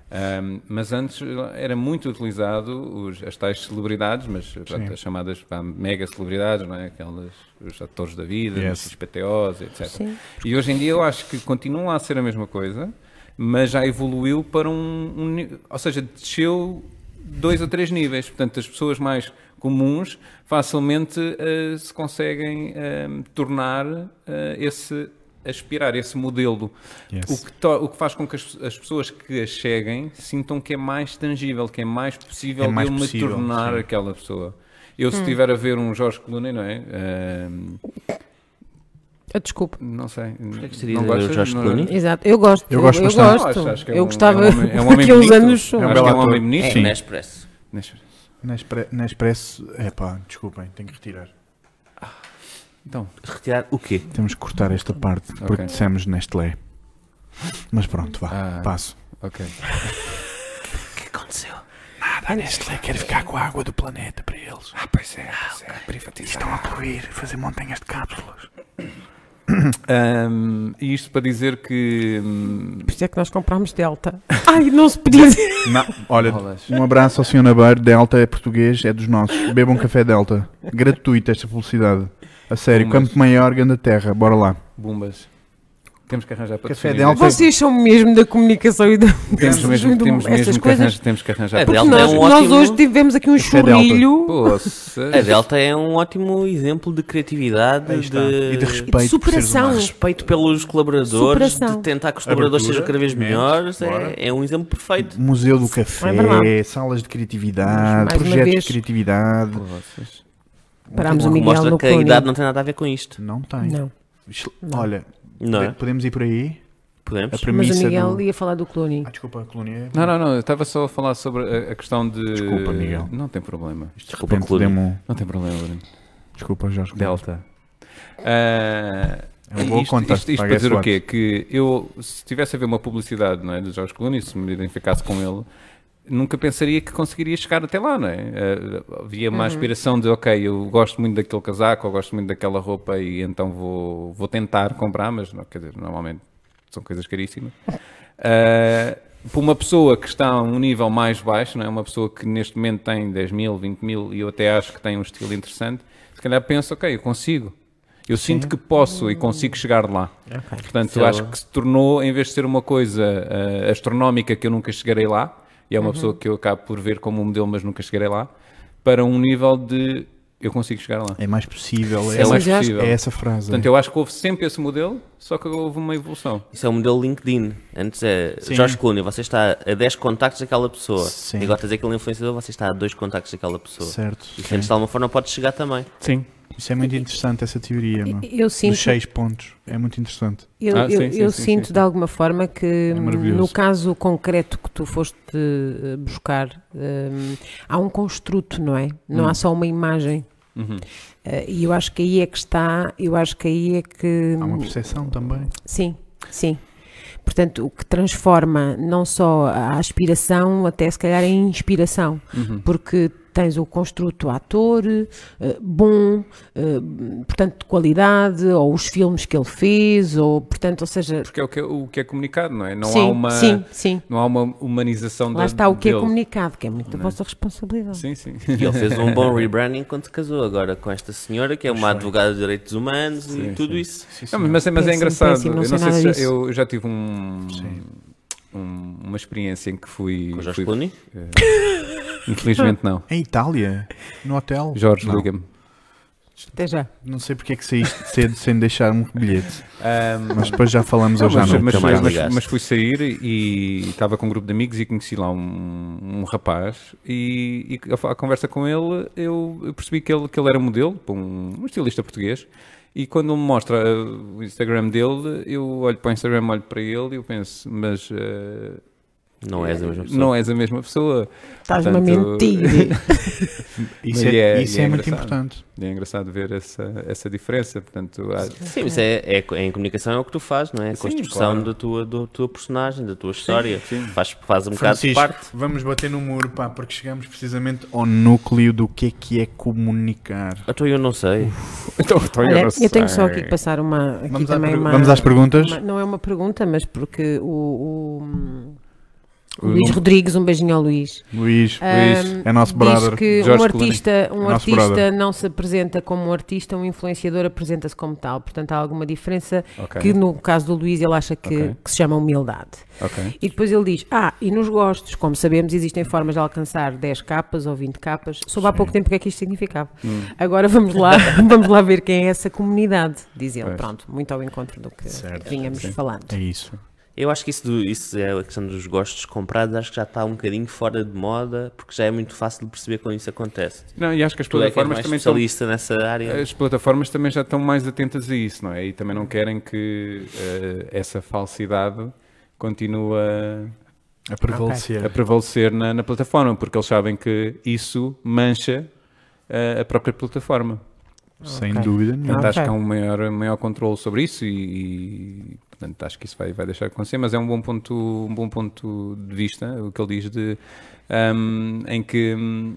S4: Ahm, mas antes era muito utilizado os, as tais celebridades, mas pronto,
S1: Sim.
S4: as chamadas pá, mega celebridades, não é? Aquelas, os atores da vida,
S1: Yes.
S4: os PTOs, etc.
S2: Sim.
S4: E hoje em dia eu acho que continuam a ser a mesma coisa, mas já evoluiu para um, um ni- ou seja, desceu dois ou três níveis. Portanto, as pessoas mais comuns facilmente eh, se conseguem eh, tornar eh, esse aspirar esse modelo,
S1: Yes.
S4: o, que to- o que faz com que as, as pessoas que as cheguem sintam que é mais tangível, que é mais possível
S1: É mais
S4: de eu
S1: possível,
S4: me tornar
S1: sim.
S4: aquela pessoa. Eu se estiver a ver um Jorge Clooney, não é? Eh,
S2: Ah, desculpa.
S4: não sei.
S3: é que seria
S4: não
S3: de ver o
S4: gosto,
S3: Jorge
S4: não-
S3: Clooney?
S2: Exato, eu gosto.
S1: Eu gosto bastante.
S2: gosto.
S4: Não, acho- acho que é
S2: eu
S4: um-
S2: gostava
S4: é um homem- é um homem
S2: que uns
S4: bonito.
S2: anos.
S4: É um
S1: Acho
S4: belo
S1: que é um
S4: ator.
S1: homem bonito.
S3: É,
S1: Sim.
S3: na Expresso.
S4: Deixa-
S1: Na, expre na Expresso. Epá, desculpem, tenho que retirar.
S4: Então,
S3: Retirar o quê?
S1: Temos que cortar esta parte porque
S4: Ok.
S1: dissemos Nestlé. Mas pronto, vá,
S4: Ah.
S1: passo.
S4: ok.
S3: O que aconteceu?
S1: Nada, a Nestlé quer ficar com a água do planeta para eles.
S4: Ah, pois é, pois é,
S1: Estão a poluir, fazer montanhas de cápsulas.
S4: e isto para dizer que. hum,
S2: Por isso é que nós comprámos Delta. Ai, não se podia dizer.
S1: olha,
S4: rolas.
S1: um abraço ao Sr. Nabar, Delta é português, é dos nossos. Bebam café Delta. Gratuito esta publicidade. A sério,
S4: Mas-
S1: Campo Maior, Ganda Terra, bora lá.
S4: Bombas. Temos que arranjar para
S1: Café Delta.
S2: Vocês são mesmo da comunicação e da.
S4: Temos mesmo,
S2: do-
S4: temos
S2: essas
S4: mesmo que
S2: coisas.
S4: arranjar. Temos que arranjar
S3: É
S4: para-
S2: Porque
S3: Delta
S2: nós,
S3: é um
S2: nós
S3: ótimo-
S2: hoje tivemos aqui um
S1: Isso é Delta.
S2: churrilho
S4: Poças.
S3: A Delta é um ótimo exemplo de criatividade
S1: Aí
S3: de...
S1: está. E de
S2: e de
S1: respeito. por seres
S2: superação.
S1: humanos.
S3: respeito pelos colaboradores,
S2: Superação.
S3: de tentar que os colaboradores
S1: Abertura,
S3: sejam cada vez
S1: mente,
S3: melhores.
S1: bora.
S3: É, é um exemplo perfeito.
S1: Museu do Café,
S2: É verdade.
S1: salas de
S2: Mais
S1: criatividade,
S2: uma
S1: projetos
S2: vez.
S1: de criatividade.
S4: Poças.
S2: Parámos o
S3: O que
S2: Miguel
S3: mostra
S2: no
S3: que a idade
S2: Clooney.
S3: não tem nada a ver com isto.
S1: Não tem.
S2: Não,
S1: Excel-
S2: Não.
S1: Olha,
S3: Não é?
S1: pode- podemos ir por aí? A
S3: Podemos?
S1: premissa
S2: mas o Miguel
S1: do...
S2: ia falar do Clooney.
S1: é Ah, desculpa, Clooney.
S4: Não, não, não. Eu estava só a falar sobre a, a questão de.
S1: Desculpa, Miguel.
S4: Não tem problema.
S3: Desculpa, Clooney.
S1: demo...
S4: Não tem problema, Bruno.
S1: Desculpa, Jorge.
S4: Delta. Ah,
S1: É uma boa
S4: isto,
S1: conta,
S4: Isto, isto
S1: paga
S4: para dizer
S1: esse
S4: o quê? Que eu, se tivesse a ver uma publicidade não é, do Jorge Clooney, se me identificasse com ele, nunca pensaria que conseguiria chegar até lá, não é? Ah, havia uma aspiração de, ok, eu gosto muito daquele casaco, eu gosto muito daquela roupa e então vou, vou tentar comprar, mas não, quer dizer, normalmente são coisas caríssimas. Ah, para uma pessoa que está a um nível mais baixo, não é? uma pessoa que neste momento tem 10 mil, 20 mil e eu até acho que tem um estilo interessante, se calhar pensa, ok, eu consigo. Eu sinto que posso e consigo chegar lá. Portanto, eu acho que se tornou, em vez de ser uma coisa ah, astronómica que eu nunca chegarei lá, e é
S2: Uhum.
S4: uma pessoa que eu acabo por ver como um modelo, mas nunca chegarei lá, para um nível de eu consigo chegar lá.
S1: É mais possível.
S4: É
S1: ela-
S4: mais
S2: mas eu acho-
S4: possível.
S1: é essa frase.
S4: Portanto, eu acho que houve sempre esse modelo, só que houve uma evolução.
S3: Isso é o modelo LinkedIn. Antes é
S1: Sim.
S3: Jorge Clooney, você está a 10 contactos daquela pessoa.
S1: Sim.
S3: E agora tens aquele influenciador, você está a 2 contactos daquela pessoa.
S1: Certo.
S3: E sentes de alguma forma pode chegar também.
S1: Sim. Isso é muito interessante, essa teoria, meu.
S2: Eu sinto,
S1: Dos seis pontos. É muito interessante.
S2: eu,
S4: Ah,
S2: eu-
S4: sim, sim,
S2: eu
S4: sim,
S2: sinto
S4: sim,
S2: de alguma forma que hum,
S1: É maravilhoso.
S2: no caso concreto que tu foste eh, buscar eh, há um construto, não é? Não
S1: Hum.
S2: há só uma imagem.
S4: Uhum.
S2: Eh, E eu acho que aí é que está, eu acho que aí é que
S1: Há uma percepção também.
S2: Sim, sim. Portanto, o que transforma não só a aspiração, até se calhar em inspiração,
S4: Uhum.
S2: porque tens o construto ator, eh, bom, eh, portanto, de qualidade, ou os filmes que ele fez, ou, portanto, ou seja,
S4: Porque é o que é, o que é comunicado, não é? Não
S2: sim,
S4: há uma,
S2: sim, sim.
S4: Não há uma humanização
S2: Lá
S4: da-
S2: está o que é
S4: dele.
S2: comunicado, que é muito da
S4: Não é?
S2: vossa responsabilidade.
S4: Sim, sim.
S3: E ele fez um bom rebranding quando se casou agora com esta senhora, que é uma advogada de direitos humanos
S4: Sim,
S3: e tudo
S4: sim.
S3: isso.
S4: Não, mas, mas
S2: Péssimo,
S4: é engraçado.
S2: péssimo, não
S4: eu,
S2: sei
S4: não sei
S2: nada
S4: se já,
S2: disso.
S4: eu já tive um-
S1: Sim.
S4: um- uma experiência em que fui.
S3: Com o Jorge
S4: fui- eh,
S3: Clooney.
S4: Infelizmente não.
S1: Em Itália? No hotel?
S4: Jorge,
S1: não.
S4: liga-me.
S2: Até já.
S1: Não sei porque é que saíste cedo sem deixar-me um bilhete.
S4: Ahm,
S1: Mas depois já falamos
S4: Não,
S1: hoje à
S4: mas,
S1: noite.
S4: mas,
S3: Jamais
S4: mas-
S3: ligaste.
S4: mas fui sair e estava com um grupo de amigos e conheci lá um, um rapaz e, e a, a conversa com ele eu, eu percebi que ele, que ele era modelo, pá, um, um estilista português e quando ele me mostra uh, o Instagram dele, eu olho para o Instagram, olho para ele e eu penso, mas uh,
S3: Não és a
S1: É,
S3: mesma pessoa.
S4: não és a mesma pessoa.
S2: Estás-me a
S4: Portanto,
S2: mentir.
S1: Isso
S4: Mas
S1: é,
S4: é-
S1: isso
S4: é
S1: é muito
S4: engraçado.
S1: importante.
S4: É engraçado ver essa, essa diferença, portanto, ah, há-
S3: Sim, mas é, é, co- em comunicação é o que tu fazes, não é? A
S4: Sim,
S3: construção
S4: claro.
S3: da, tua, do- tua personagem, da tua história.
S4: sim.
S3: Faz, faz um bocado de
S1: Francisco,
S3: parte.
S1: vamos bater no muro, pá, porque chegamos precisamente ao núcleo do que é que é comunicar.
S3: Então eu não sei.
S4: Então, então
S2: Olha,
S4: não
S2: eu tenho só
S4: sei.
S2: aqui que passar uma. Aqui
S1: Vamos, à
S2: também
S1: pergu-
S2: uma-
S1: vamos às perguntas?
S2: Uma- não é uma pergunta, mas porque o, o- O Luís
S4: nome-
S2: Rodrigues, um beijinho ao Luís.
S1: Luís,
S4: Luís,
S1: é nosso brother.
S2: Diz que
S4: Jorge
S2: um artista, um
S1: Nosso
S2: artista
S1: brother.
S2: não se apresenta como um artista, um influenciador apresenta-se como tal. Portanto, há alguma diferença
S4: Ok.
S2: que no caso do Luís ele acha que,
S4: Ok.
S2: que se chama humildade.
S4: Ok.
S2: E depois ele diz: Ah, e nos gostos, como sabemos, existem formas de alcançar 10 capas ou 20 capas. Soube há pouco tempo o que é que isto significava. Agora vamos lá, vamos lá ver quem é essa comunidade, diz ele.
S4: Pois.
S2: Pronto, muito ao encontro do que
S1: Certo,
S2: vinhamos falando.
S1: É isso.
S3: Eu acho que isso, do, isso é a questão dos gostos comprados, acho que já está um bocadinho fora de moda, porque já é muito fácil de perceber quando isso acontece.
S4: Não, e acho que as
S3: Tu é que és
S4: plataformas
S3: mais
S4: também É, um estão.
S3: especialista nessa área.
S4: As plataformas também já estão mais atentas a isso, não é? E também não querem que eh, essa falsidade continue a-
S1: A prevalecer.
S4: a prevalecer na, na plataforma, porque eles sabem que isso mancha eh, a própria plataforma.
S1: Sem
S2: Ok.
S1: dúvida
S4: Portanto,
S1: nenhuma.
S2: Ah,
S4: acho
S2: ok.
S4: que há um maior, um maior controle sobre isso e, e, portanto, acho que isso vai, vai deixar de acontecer, mas é um bom ponto, um bom ponto de vista, o que ele diz de ahm, em que hum,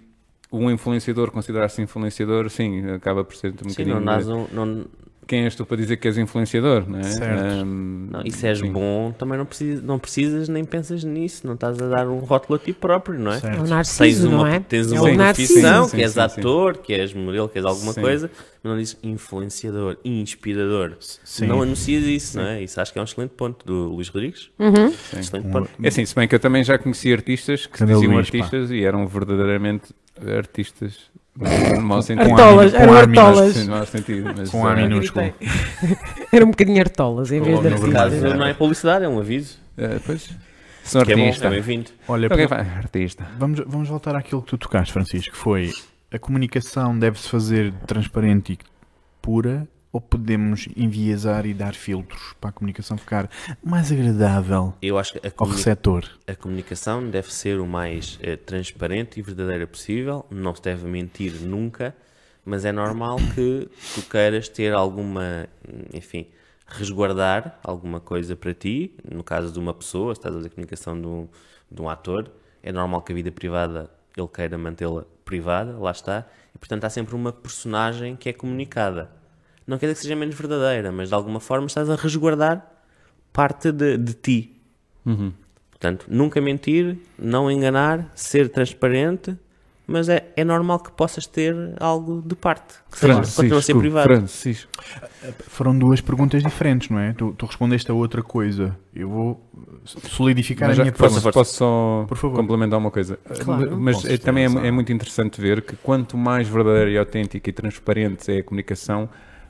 S4: um influenciador considerar-se influenciador, sim, acaba por ser um
S3: Sim,
S4: bocadinho
S3: não,
S4: de-
S3: nós não, não,
S4: quem és tu para dizer que és influenciador, não é?
S1: Certo.
S4: Ahm,
S3: não, e se és
S4: sim.
S3: bom, também não, precisa, não precisas nem pensas nisso, não estás a dar um rótulo a ti próprio, não
S2: É
S3: é?
S2: um
S1: Certo.
S3: Tens
S2: narciso, não
S3: uma,
S2: é?
S3: tens
S2: é
S3: uma
S2: um
S4: Sim,
S2: narciso.
S3: profissão,
S4: sim,
S3: que és
S4: sim, sim.
S3: ator, que és modelo, que és alguma
S4: Sim.
S3: coisa, mas não dizes influenciador, inspirador.
S1: Sim.
S3: Não anuncias isso, não é? Isso acho que é um excelente ponto do Luís Rodrigues.
S2: Uhum.
S1: Um-
S3: Excelente ponto.
S4: É assim, se bem que eu também já conheci artistas que se
S1: Cadê o
S4: diziam
S1: Luís, pá?
S4: artistas e eram verdadeiramente artistas. No mau sentido.
S2: Artolas,
S1: Com
S2: eram
S1: ar minúsculo.
S2: artolas.
S4: Sim, não há sentido, mas,
S1: Com A
S4: eh,
S1: minúsculo.
S2: Era um bocadinho artolas em
S1: Com
S2: vez
S1: o
S2: de
S1: nome
S3: No
S1: Sim.
S3: caso,
S2: artista.
S1: verdadeiro.
S3: não é publicidade, é um aviso.
S4: Eh, pois, sou
S3: Que é bom, é
S4: artista.
S3: bem-vindo.
S1: Olha,
S4: Alguém vai, artista.
S1: Vamos, vamos voltar àquilo que tu tocaste, Francisco, que foi a comunicação deve-se fazer transparente e pura ou podemos enviesar e dar filtros para a comunicação ficar mais agradável
S3: Eu acho que a,
S1: ao
S3: comuni-
S1: receptor?
S3: a comunicação deve ser o mais eh, transparente e verdadeira possível, não se deve mentir nunca, mas é normal que tu queiras ter alguma, enfim, resguardar alguma coisa para ti, no caso de uma pessoa, se estás a fazer comunicação de um, de um ator, é normal que a vida privada ele queira mantê-la privada, lá está, e portanto há sempre uma personagem que é comunicada. Não quer dizer que seja menos verdadeira, mas de alguma forma estás a resguardar parte de, de ti, Portanto, nunca mentir, não enganar, ser transparente, mas é, é normal que possas ter algo de parte, que seja, continua a ser privado.
S4: Francisco.
S1: Foram duas perguntas diferentes, não é? Tu, tu respondeste a outra coisa. Eu vou solidificar
S4: Mas
S1: a
S4: já-
S1: minha
S4: posso,
S1: pergunta.
S4: posso só
S1: Por favor.
S4: complementar uma coisa?
S2: Claro.
S4: Mas
S1: Posso
S4: eh, também
S1: lançar.
S4: é, é muito interessante ver que quanto mais verdadeira e autêntica e transparente é a comunicação,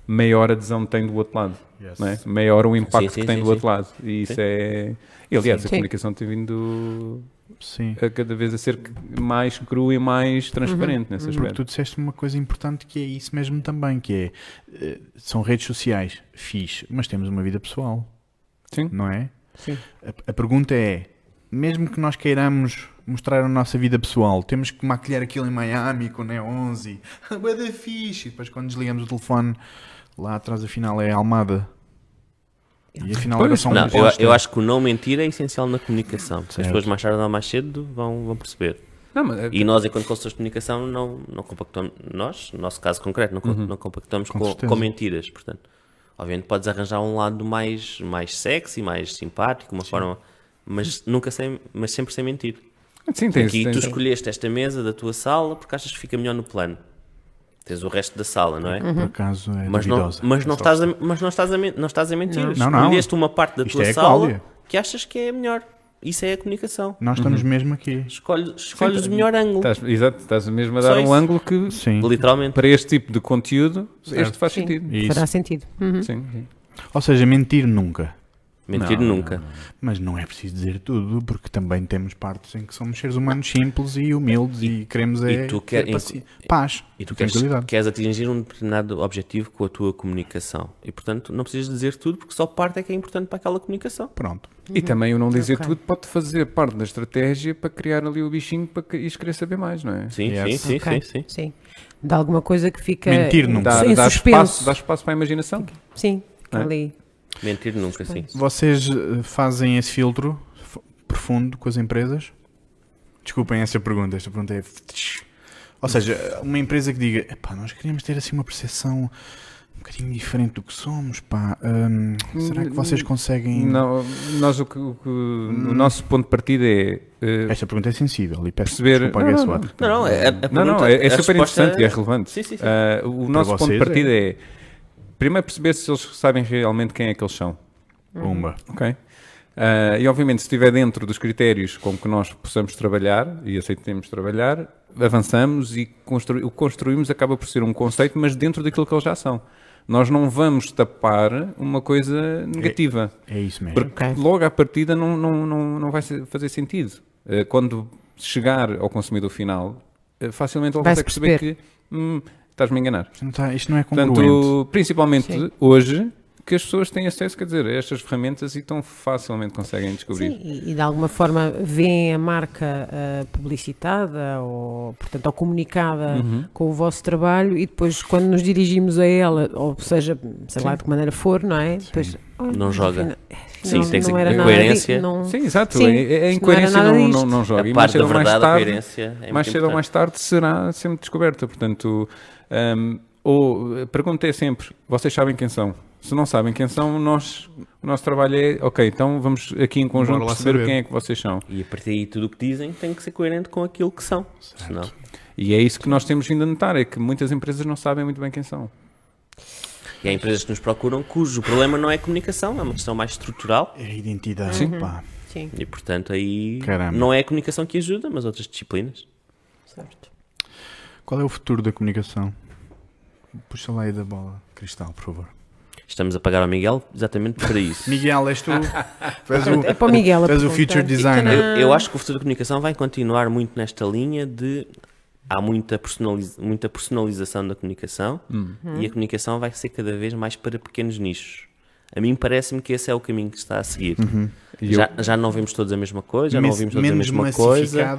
S4: maior adesão tem do outro lado.
S1: Yes.
S4: não é? Maior o impacto
S3: Sim, sim,
S4: que tem
S3: sim,
S4: do
S3: sim.
S4: outro lado. E isso
S3: Sim.
S4: é. E, aliás, a
S2: Sim.
S4: comunicação tem vindo
S1: Sim.
S4: a cada vez a ser mais crua e
S3: Uhum.
S4: mais transparente nesse
S1: Porque tu
S4: aspecto.
S1: disseste uma coisa importante que é isso mesmo também, que é eh, são redes sociais, fixe, mas temos uma vida pessoal.
S4: Sim.
S1: Não é?
S4: Sim.
S1: A, a pergunta é: mesmo que nós queiramos mostrar a nossa vida pessoal, temos que maquilhar aquilo em Miami com Neon 11, bué da fixe, e depois quando desligamos o telefone, lá atrás afinal é Almada. E afinal era
S4: Pois,
S1: só um
S3: Não, eu,
S1: poste.
S3: eu acho que o não mentir é essencial na comunicação. porque As
S1: Certo.
S3: pessoas mais tarde ou mais cedo vão, vão perceber.
S4: Não, mas, é
S3: E nós, enquanto consultores de comunicação, não, não compactamos, nós, no nosso caso concreto, não, co- não compactamos
S1: Uhum. Com
S3: com,
S1: certeza.
S3: com mentiras. Portanto, obviamente podes arranjar um lado mais, mais sexy, mais simpático, uma forma, mas nunca sem, mas sempre sem mentir.
S4: sim, tem
S3: Aqui
S4: tem-
S3: tu escolheste esta mesa da tua sala porque achas que fica melhor no plano. Tens o resto da sala, não é?
S1: Por acaso é
S3: Mas, não,
S1: duvidosa.
S3: mas, não
S1: Essa
S3: estás a, mas não estás a, men- não estás a mentir.
S1: Não, não.
S3: Escolheste uma parte da
S1: Isto
S3: tua
S1: é a
S3: sala
S1: Cláudia.
S3: que achas que é a melhor. Isso é a comunicação.
S1: Nós estamos mesmo aqui.
S3: Escolhes, escolhes o melhor ângulo.
S4: Estás, exato, estás mesmo a
S3: Só
S4: dar
S3: isso.
S4: um ângulo que
S1: tá Sim.
S3: Literalmente.
S4: para este tipo de conteúdo este faz
S2: Sim.
S4: sentido.
S1: Isso.
S2: Fará sentido. Uhum.
S4: Sim, sim.
S1: Ou seja, mentir nunca.
S3: Mentir
S4: Não,
S3: nunca.
S1: Mas não é preciso dizer tudo, porque também temos partes em que somos seres humanos simples e humildes e, queremos é
S3: e tu
S1: ter
S3: quer-
S1: paci- paz
S3: E tu queres,
S1: tranquilidade.
S3: queres atingir um determinado objetivo com a tua comunicação. E portanto não precisas dizer tudo porque só parte é que é importante para aquela comunicação.
S1: Pronto.
S4: E também o não dizer
S2: Ok.
S4: tudo pode fazer parte da estratégia para criar ali o bichinho para que isto querer saber mais, não é?
S3: Sim,
S1: Yes.
S3: sim, sim,
S2: Ok,
S3: sim, sim.
S2: De alguma coisa que fica
S1: Mentir nunca.
S4: Dá,
S2: em
S4: dá
S2: suspenso.
S4: espaço, dá espaço para a imaginação.
S2: Sim,
S4: Não é?
S2: ali.
S3: Mentir nunca, sim.
S1: Vocês eh, fazem esse filtro f- profundo com as empresas? Desculpem essa pergunta, esta pergunta é. Ou seja, uma empresa que diga, "Epá, nós queríamos ter assim uma percepção um bocadinho diferente do que somos, pá. Hum, será que vocês conseguem.
S4: Não, nós o, que, o que- o nosso
S3: Hum.
S4: ponto de partida é eh,
S1: Esta pergunta é sensível e peço
S4: Perceber-
S1: desculpa
S4: Não,
S1: a
S4: não,
S1: Guess
S4: não.
S1: What.
S3: Não, não, é, a- a
S4: Não,
S3: pergunta-
S4: não, é, é super
S3: a resposta-
S4: interessante e é relevante.
S3: Sim, sim, sim.
S4: Ah, o nosso ponto de
S1: vocês,
S4: partida é. primeiro perceber se eles sabem realmente quem é que eles são.
S1: Pumba.
S4: Ok? Ah, e obviamente, se estiver dentro dos critérios com que nós possamos trabalhar e aceitemos trabalhar, avançamos e constru- o que construímos acaba por ser um conceito, mas dentro daquilo que eles já são. Nós não vamos tapar uma coisa negativa.
S1: É isso mesmo.
S4: Porque
S2: Ok.
S4: logo à partida não, não, não, não vai ser- fazer sentido. Eh, Quando chegar ao consumidor final, eh, facilmente ele vai
S2: Vai-se
S4: perceber que "Hum, estás-me a enganar.
S1: Isto não tá- isto não é congruente.
S4: Portanto, principalmente
S2: Sim.
S4: hoje, que as pessoas têm acesso, quer dizer, a estas ferramentas e tão facilmente conseguem descobrir.
S2: Sim, e, e de alguma forma veem a marca ah, publicitada ou, portanto, ou comunicada
S4: Uhum.
S2: com o vosso trabalho e depois quando nos dirigimos a ela, ou seja, sei lá de que maneira for, não é? Depois, olha,
S3: Não joga.
S2: afinal,
S3: Sim,
S2: não-
S3: tem que
S2: não
S3: ser
S2: era
S3: a
S2: nada
S3: coerência.
S2: di- não-
S4: Sim, exato.
S2: Sim,
S4: é- é- a
S2: isto não
S4: incoerência
S2: era
S4: não,
S2: nada
S4: não, não,
S2: disto.
S4: joga. E mais
S3: a parte
S4: cedo
S3: da
S4: ou mais
S3: verdade, a
S4: tarde,
S3: coerência
S4: mais
S3: é muito
S4: cedo ou mais
S3: importante.
S4: tarde será sempre descoberta. Portanto, hum, ou a pergunta é sempre: vocês sabem quem são? Se não sabem quem são, nós, o nosso trabalho é, ok, então vamos aqui em conjunto
S5: Bora lá
S4: perceber
S5: saber.
S4: quem é que vocês são.
S3: E a partir daí tudo o que dizem tem que ser coerente com aquilo que são. Senão,
S4: E é isso que nós temos vindo a notar, é que muitas empresas não sabem muito bem quem são.
S3: e há empresas que nos procuram cujo problema não é a comunicação, é uma questão mais estrutural.
S1: É a identidade, pá.
S2: Sim,
S3: E portanto aí
S1: Caramba.
S3: não é a comunicação que ajuda, mas outras disciplinas.
S2: certo.
S1: Qual é o futuro da comunicação? Puxa lá aí da bola. Cristal, por favor.
S3: Estamos a pagar ao Miguel exatamente para isso.
S1: Miguel, és tu. Faz o,
S2: É para o Miguel a
S1: faz o
S2: pergunta.
S1: feature designer.
S3: Eu, eu acho que o futuro da comunicação vai continuar muito nesta linha de há muita, personaliz- muita personalização da comunicação e a comunicação vai ser cada vez mais para pequenos nichos. A mim parece-me que esse é o caminho que está a seguir.
S1: Uhum.
S3: Já, já não vemos todos a mesma coisa, já não
S1: Men-
S3: ouvimos todos a
S1: menos
S3: mesma
S1: massificado,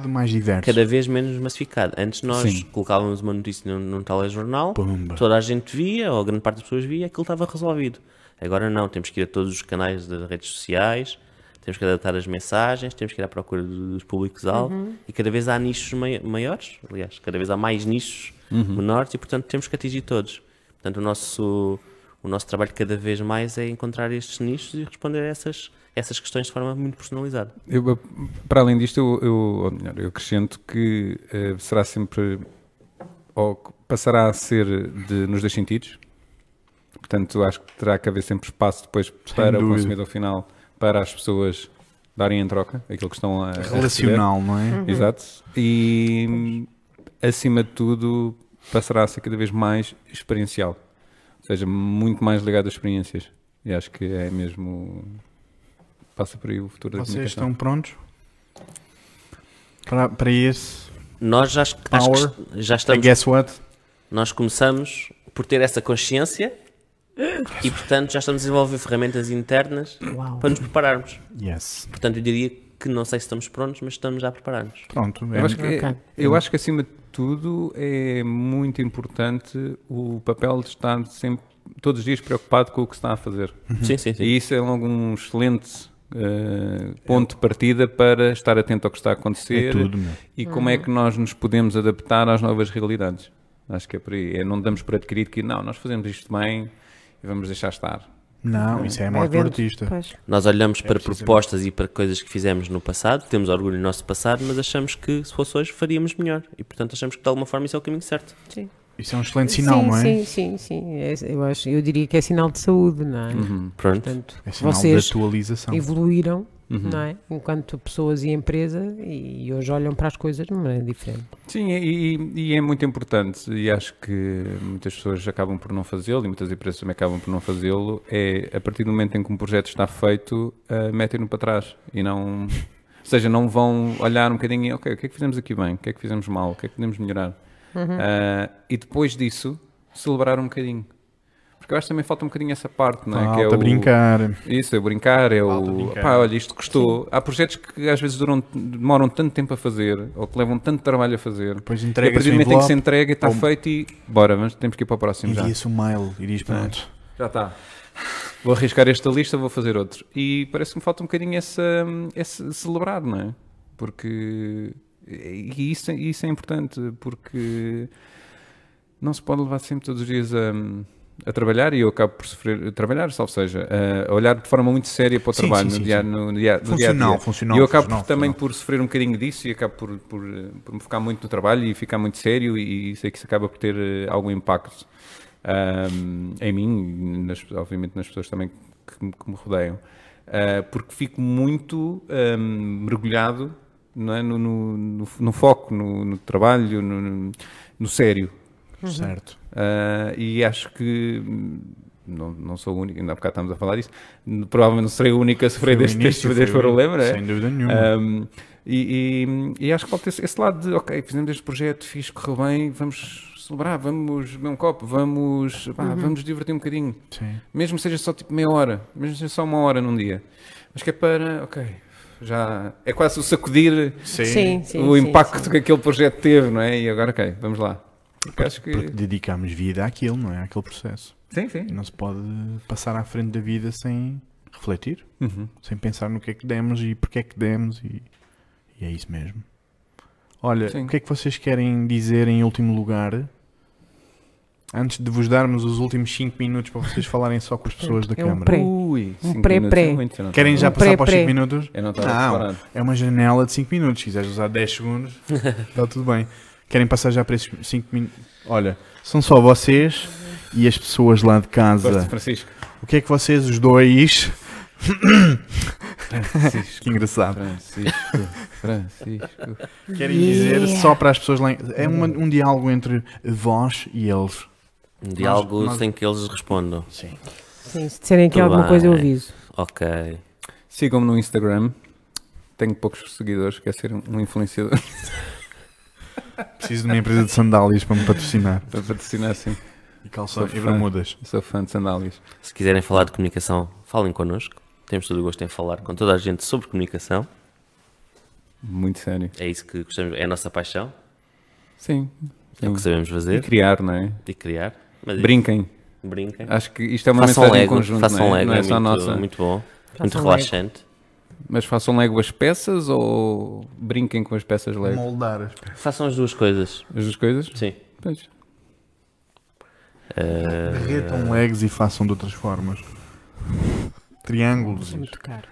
S3: coisa.
S1: mais diverso.
S3: Cada vez menos massificado. Antes nós
S4: Sim.
S3: colocávamos uma notícia num, num telejornal,
S1: Pumba.
S3: toda a gente via, ou a grande parte das pessoas via, aquilo estava resolvido. Agora não, temos que ir a todos os canais das redes sociais, temos que adaptar as mensagens, temos que ir à procura do- dos públicos-alvo e cada vez há nichos mai- maiores, aliás, cada vez há mais nichos
S1: Uhum.
S3: menores e, portanto, temos que atingir todos. Portanto, o nosso, o nosso trabalho cada vez mais é encontrar estes nichos e responder a essas, essas questões de forma muito personalizada.
S4: Eu, eh, para além disto, eu, eu, ou melhor, eu acrescento que eh, será sempre, ou que passará a ser de, nos dois sentidos. Portanto, acho que terá que haver sempre espaço depois para o
S1: dúvida.
S4: consumidor final, para as pessoas darem em troca aquilo que estão a a receber. Uhum.
S1: Relacional, não é?
S4: Exato. E, acima de tudo, passará a ser cada vez mais experiencial. Ou seja, muito mais ligado a experiências. E acho que é mesmo... Passa por aí o futuro da
S1: Vocês
S4: comunicação.
S1: estão prontos? Para, para esse.
S3: Nós acho, que- acho
S1: Power.
S3: que já
S1: I
S3: estamos
S1: guess what?
S3: Nós começamos por ter essa consciência e, portanto, já estamos a desenvolver ferramentas internas
S2: Uau.
S3: para nos prepararmos.
S1: Yes.
S3: Portanto, eu diria que não sei se estamos prontos, mas estamos já a preparar-nos.
S1: Pronto. é
S4: Eu acho, que, é-
S2: Ok.
S4: eu acho que, acima de tudo é muito importante o papel de estar sempre todos os dias preocupado com o que se está a fazer.
S3: Sim, sim,
S4: E isso é logo um excelente eh, ponto de partida para estar atento ao que está a acontecer
S1: É tudo, meu.
S4: e como
S2: Uhum.
S4: é que nós nos podemos adaptar às novas realidades. Acho que é por aí. É, não damos por adquirido que não, nós fazemos isto bem e vamos deixar estar.
S1: Não, isso é a
S2: Vai
S1: morte do
S2: vendo,
S1: artista.
S2: pois.
S3: Nós olhamos para
S1: preciso-
S3: propostas e para coisas que fizemos no passado, temos orgulho no nosso passado, mas achamos que se fosse hoje faríamos melhor. E, portanto, achamos que de alguma forma isso é o caminho certo.
S2: Sim.
S1: Isso é um excelente sinal,
S2: sim,
S1: não é?
S2: sim, sim, sim. É- Eu, acho, eu diria que é sinal de saúde, não é?
S1: Uhum.
S4: Uhum.
S3: Pronto.
S2: Portanto,
S1: É sinal de
S2: vocês
S1: atualização.
S2: evoluíram,
S4: Uhum.
S1: uhum.
S2: não é? Enquanto pessoas e empresa e hoje olham para as coisas de uma maneira diferente.
S4: Sim, e, e- e é muito importante, e acho que muitas pessoas acabam por não fazê-lo, e muitas empresas também acabam por não fazê-lo, é a partir do momento em que um projeto está feito, ah, metem-no para trás e não. Ou seja, não vão olhar um bocadinho e, ok, o que é que fizemos aqui bem, o que é que fizemos mal, o que é que podemos melhorar. Ah, e depois disso, celebrar um bocadinho. Porque eu acho que também falta um bocadinho essa parte, não é? que é
S1: Falta brincar.
S4: isso, é brincar, é
S1: Falta
S4: o.
S1: brincar.
S4: Pá, olha, isto custou. Há projetos que às vezes duram, demoram tanto tempo a fazer, ou que levam tanto trabalho a fazer.
S1: Depois
S4: E a
S1: entregas
S4: partir
S1: o
S4: do momento em que
S1: um
S4: se
S1: envelope,
S4: entrega, está
S1: ou- um-
S4: feito e. Bora, mas temos que ir para o próximo já. é?
S1: envia-se um mail e diz pronto.
S4: Já está. Vou arriscar esta lista, vou fazer outro. E parece que me falta um bocadinho essa, esse celebrar, não é? Porque. E isso, é- isso é importante, porque não se pode levar sempre todos os dias a, a trabalhar e eu acabo por sofrer, a trabalhar, salvo seja, a olhar de forma muito séria para o
S1: Sim,
S4: trabalho
S1: sim,
S4: no
S1: sim,
S4: dia
S1: sim.
S4: no dia- no dia a
S1: Funcional,
S4: dia.
S1: funcional,
S4: E eu acabo
S1: funcional,
S4: por- também
S1: funcional.
S4: por sofrer um bocadinho disso e acabo por, por, eh, por me focar muito no trabalho e ficar muito sério e, e sei que isso acaba por ter eh, algum impacto ahm, em mim e nas- obviamente nas pessoas também que, me- que me rodeiam. Ah, porque fico muito ahm, mergulhado não é, no, no- no- no foco, no, no trabalho, no- no- no sério.
S2: Uhum.
S1: Certo.
S4: Ah, e acho que hum, não, não sou o único, ainda há bocado estamos a falar disso, n- provavelmente não serei o único a sofrer
S1: Foi o
S4: deste,
S1: início,
S4: deste, deste
S1: foi o
S4: problema, não é?
S1: Sem dúvida nenhuma.
S4: Ahm, e, e- e acho que falta esse, esse lado de, ok, fizemos este projeto, fiz, correu bem, vamos celebrar, vamos beber um copo, vamos, pá,
S2: Uhum.
S4: vamos divertir um bocadinho,
S1: Sim.
S4: mesmo que seja só tipo meia hora, mesmo que seja só uma hora num dia, mas que é para, ok, já é quase o sacudir
S2: Sim, sim,
S4: o
S2: sim,
S4: impacto
S2: sim.
S4: que aquele projeto teve, não é? E agora, ok, vamos lá. Porque acho que...
S1: Porque dedicámos vida àquilo, não é? Àquele processo.
S4: Sim, sim.
S1: E não se pode passar à frente da vida sem refletir,
S4: Uhum.
S1: sem pensar no que é que demos e porque é que demos e, e é isso mesmo. Olha,
S4: Sim.
S1: o que é que vocês querem dizer em último lugar? Antes de vos darmos os últimos 5 minutos para vocês falarem só com as pessoas da
S2: É um
S1: câmara.
S2: pré.
S4: Ui,
S2: Um
S4: cinco
S2: pré-pré.
S4: minutos é muito, eu não
S1: Querem já
S2: Um
S4: tava-
S1: passar para os
S2: pré-pré.
S1: 5 minutos?
S4: Eu não estava
S1: Não,
S4: preparado.
S1: é uma janela de 5 minutos. Se quiseres usar 10 segundos, está tudo bem. Querem passar já para esses 5 minutos? Olha, são só vocês e as pessoas lá de
S4: Gosto de
S1: casa.
S4: Francisco.
S1: O que é que vocês, os dois.
S4: Francisco.
S1: Que engraçado.
S4: Francisco. Francisco.
S1: Querem dizer
S2: Yeah.
S1: só para as pessoas lá. em- É uma- um diálogo entre vós e eles.
S3: Um diálogo
S1: nós-
S3: sem que eles respondam.
S1: Sim.
S2: Sim, se disserem aqui
S3: Tudo
S2: alguma
S3: bem.
S2: coisa, eu aviso.
S3: Ok.
S4: Sigam-me no Instagram. Tenho poucos seguidores, quero ser um- um influenciador
S1: Preciso de uma empresa de sandálias para me patrocinar.
S4: para patrocinar assim.
S1: E calções
S4: Sou
S1: e
S4: fã.
S1: bermudas.
S4: Sou fã de sandálias.
S3: Se quiserem falar de comunicação, falem connosco. Temos todo o gosto em falar com toda a gente sobre comunicação.
S4: Muito sério.
S3: É isso que gostamos, é a nossa paixão,
S4: Sim.
S3: é o que
S4: Sim.
S3: sabemos
S4: E
S3: fazer
S4: criar, não é?
S3: e criar. Mas
S4: Brinquem.
S3: brinquem.
S4: Acho que isto é uma
S3: Façam
S4: mensagem em
S3: Lego,
S4: conjunto,
S3: façam
S4: não é?
S3: Lego,
S4: Não é
S3: é
S4: só
S3: muito,
S4: nossa.
S3: muito bom, muito
S2: Lego.
S3: relaxante.
S4: Mas façam Lego as peças ou brinquem com as peças Lego?
S1: Moldar as
S3: Façam as duas coisas,
S4: As duas coisas?
S3: sim.
S4: Pois.
S3: Eh,
S1: Derretam um legs e façam de outras formas. Triângulos.
S2: É muito caro.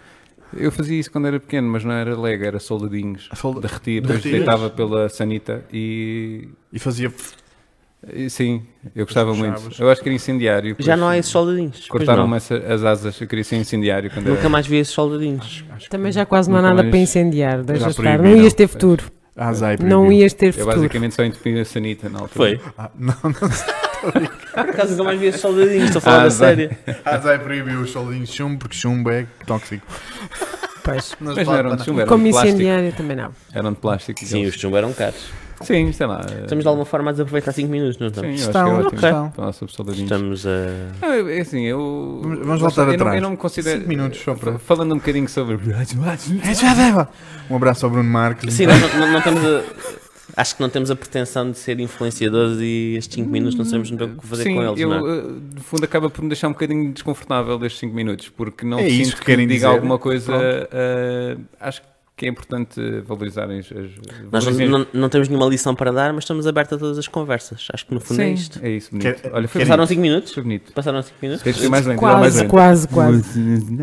S4: Eu fazia isso quando era pequeno, mas não era Lego, era soldadinhos.
S1: Solda-
S4: Derretia, depois
S1: Derretias?
S4: deitava pela sanita e
S1: E fazia.
S4: E Sim, eu gostava
S1: puxavas.
S4: muito. Eu acho que era incendiário.
S3: já
S4: pois
S1: assim.
S3: não há esses soldadinhos. pois não.
S4: Cortaram-me essa- as asas, eu queria ser incendiário quando
S3: Nunca
S4: era.
S3: mais vi esses soldadinhos.
S2: Também já quase não há
S4: Nunca
S2: nada
S4: mais-
S2: para incendiar, deixa estar. Não
S1: proibiram, É
S2: ias ter futuro.
S1: Azai
S2: Não ias ter
S4: Eu
S2: futuro.
S4: basicamente só entupi a sanita na altura.
S3: Foi.
S1: Ah, não, não.
S3: Por acaso nunca mais vi esses soldadinhos, estou a
S4: Ah,
S3: falar da
S4: bem.
S3: série.
S1: Azai proibiu os soldinhos de chumbo porque chumbo é tóxico.
S2: Pois.
S1: Nas
S4: Mas não eram de
S1: patatas.
S4: chumbo, eram
S2: Como
S4: de plástico.
S2: incendiário também não.
S4: Eram de plástico.
S3: Sim, os
S4: eles-
S3: chumbo eram caros.
S4: Sim, sei lá. eh,
S3: Estamos de alguma forma a desaproveitar 5 minutos, não
S4: Sim, eu
S3: estamos?
S4: acho que
S1: Estão,
S4: é ótimo.
S1: ok.
S4: Falar sobre soldadinhos.
S3: Estamos a.
S4: Ah, eu- é assim, eu.
S1: Vamos- vamos voltar
S4: eu não-
S1: atrás.
S4: eu não me considero.
S1: Cinco minutos só para-
S4: Falando um bocadinho sobre.
S1: É Um abraço ao Bruno Marques.
S3: Sim, nós não, não- não temos a- Acho que não temos a pretensão de ser influenciadores e estes 5 minutos não sabemos bem o que fazer
S4: Sim,
S3: com eles,
S4: eu,
S3: não é?
S4: eh, no fundo, acaba por me deixar um bocadinho desconfortável destes 5 minutos, porque não
S1: É isso
S4: sinto
S1: que
S4: que,
S1: querem dizer.
S4: diga alguma coisa.
S1: Pronto.
S4: eh, acho que é importante valorizarem as. as
S3: Nós
S4: valorizem as-
S3: não, não temos nenhuma lição para dar, mas estamos abertos a todas as conversas. Acho que no fundo é isto.
S4: É isso, bonito.
S1: Quer-
S4: Olha, foi
S1: quer-
S3: Passaram 5 minutos?
S4: foi bonito.
S3: Passaram 5 minutos?
S4: Tens de ser mais
S1: é
S4: lento, dá mais
S2: Quase,
S1: um.
S4: lento.
S2: quase, quase.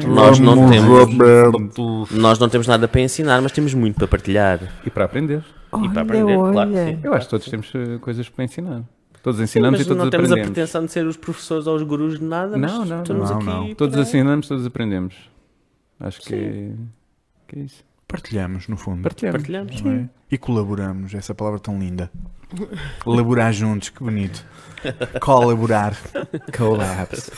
S3: Nós não
S1: Vamos,
S3: temos.
S1: Roberto.
S3: Nós não temos nada para ensinar, mas temos muito para partilhar.
S4: E para aprender.
S3: E para
S2: Olha,
S3: aprender, claro que
S2: olha.
S3: sim.
S4: Eu acho que todos temos eh, coisas para ensinar. Todos ensinamos
S3: mas
S4: e todos
S3: não temos a
S4: aprendemos.
S3: pretensão de ser os professores ou os gurus de nada, mas
S4: Não, não,
S3: estamos
S1: não,
S3: aqui
S1: não.
S4: Todos assim.
S3: para-
S4: ensinamos, todos aprendemos. Acho que é, que é isso.
S1: Partilhamos, no fundo.
S4: Partilhamos.
S3: Partilhamos.
S1: não é? E colaboramos, essa palavra tão linda. Colaborar juntos, que bonito. Colaborar. Collabs.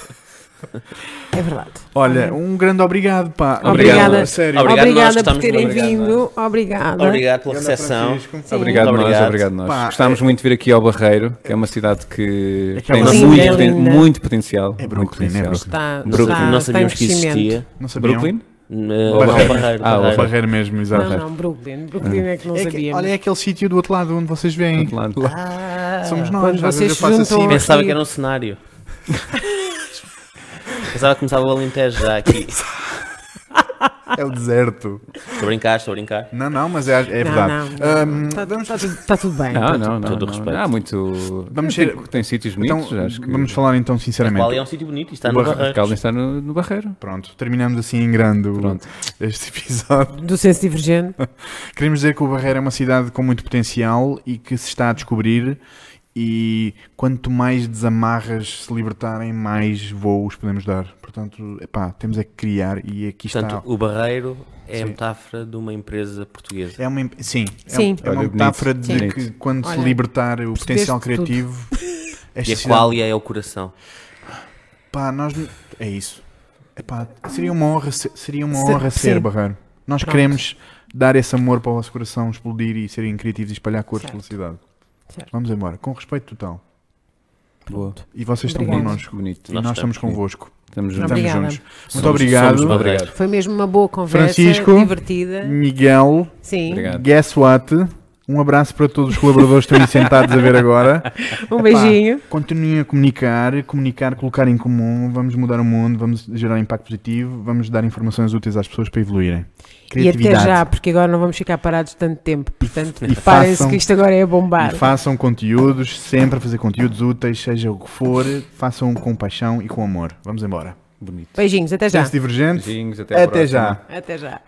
S2: É verdade.
S1: Olha, um grande obrigado, pá.
S4: Obrigado.
S1: Obrigado, sério.
S3: Obrigado, nós
S2: Obrigada por
S3: gostamos
S2: terem
S3: muito.
S2: vindo. Obrigada.
S3: Obrigado pela
S1: Grande
S3: recepção.
S1: Francisco.
S2: Sim.
S4: Obrigado,
S3: Muito
S4: nós,
S3: obrigado.
S4: obrigado nós.
S1: Pá,
S4: Gostámos
S1: é-
S4: muito de vir aqui ao Barreiro, que é uma cidade que
S1: É que é
S4: tem
S1: uma
S4: muito,
S2: linda,
S4: poten-
S2: linda.
S4: muito potencial.
S1: É
S4: muito
S1: Brooklyn, é
S4: potencial.
S1: Brooklyn.
S2: Está,
S4: Brooklyn,
S2: está,
S3: não
S2: está em
S3: sabíamos que
S2: Tá, crescimento.
S3: existia.
S1: Não sabiam?
S4: Brooklyn?
S3: Uh,
S4: Ou
S3: Barreiro,
S4: Barreiro. Ah,
S1: O
S3: Barreiro.
S1: Barreiro mesmo, exato.
S2: Não, não, Brooklyn. Brooklyn é que não
S1: É que-
S2: sabíamos.
S1: olha, é aquele sítio do outro lado onde vocês
S4: Do
S1: vêm.
S4: outro lado.
S1: Somos
S2: quando
S1: nós. às
S2: vocês
S1: vezes eu faço
S2: juntam-
S1: assim.
S3: Pensava que era um cenário. Pensava que começava o Alentejo já aqui.
S1: É o deserto.
S3: Estou a brincar, estou a brincar.
S1: Não, não, mas é, é verdade. Ahm,
S2: Está
S1: vamos
S2: tudo bem. tá
S4: Não,
S2: tudo-
S4: não, não.
S3: todo o
S4: não.
S3: respeito.
S4: Há muito.
S1: Vamos
S4: tem,
S1: ser-
S4: tem sítios
S1: então,
S4: bonitos, acho que.
S1: vamos falar então sinceramente.
S3: Qual é um sítio bonito e está no
S1: Barra-
S3: Barreiros.
S4: Calden está no, no Barreiro.
S1: Pronto, terminamos assim em grande o-
S4: um- Pronto.
S1: este episódio.
S2: Do senso divergente.
S1: Queremos dizer que o Barreiro é uma cidade com muito potencial e que se está a descobrir. E quanto mais desamarras se libertarem, mais voos podemos dar. Portanto, epá, temos é que criar e aqui
S3: Portanto,
S1: está.
S3: o Barreiro é a
S1: Sim.
S3: metáfora de uma empresa portuguesa.
S1: É uma, imp- sim, é um-
S2: Sim.
S1: É,
S4: Olha,
S1: uma
S4: bonito.
S1: metáfora de
S4: Sim.
S1: que quando se
S2: Olha,
S1: libertar o potencial
S2: tudo.
S1: criativo, esta
S3: E a
S1: cidade-
S3: Qualia é o coração.
S1: Pá, nós. É isso. Epá, seria uma honra, se- seria uma
S2: Se-
S1: honra ser
S2: sim.
S1: Barreiro. Nós
S2: Pronto.
S1: queremos dar esse amor para o vosso coração explodir e serem criativos e espalhar cores pela
S2: Certo.
S1: cidade.
S2: Certo.
S1: Vamos embora, com respeito total.
S4: Boa.
S1: E vocês estão
S2: Obrigada.
S1: connosco.
S4: Bonito.
S1: E
S3: Nós
S1: nós estamos
S3: estamos.
S1: convosco.
S4: Estamos juntos.
S2: Obrigada.
S1: Estamos juntos.
S3: Somos-
S1: Muito obrigado.
S3: Somos Barreiro.
S2: Foi mesmo uma boa conversa,
S1: Francisco.
S2: divertida.
S1: Miguel,
S2: Sim.
S4: Obrigado.
S1: guess what? Um abraço para todos os colaboradores que estão aí sentados a ver agora.
S2: Um beijinho.
S1: Continuem a comunicar, comunicar, colocar em comum, vamos mudar o mundo, vamos gerar impacto positivo, vamos dar informações úteis às pessoas para evoluírem.
S2: E até
S1: Criatividade.
S2: já, porque agora não vamos ficar parados tanto tempo. Portanto,
S1: e
S2: parem-se
S1: façam-
S2: que isto agora é a bombar.
S1: E façam conteúdos, sempre a fazer conteúdos úteis, seja o que for, façam com paixão e com amor. Vamos embora.
S4: Bonito.
S2: Beijinhos, até já.
S1: Senso divergente.
S4: Beijinhos, até, à
S1: Até,
S4: próxima.
S1: já.
S2: Até já.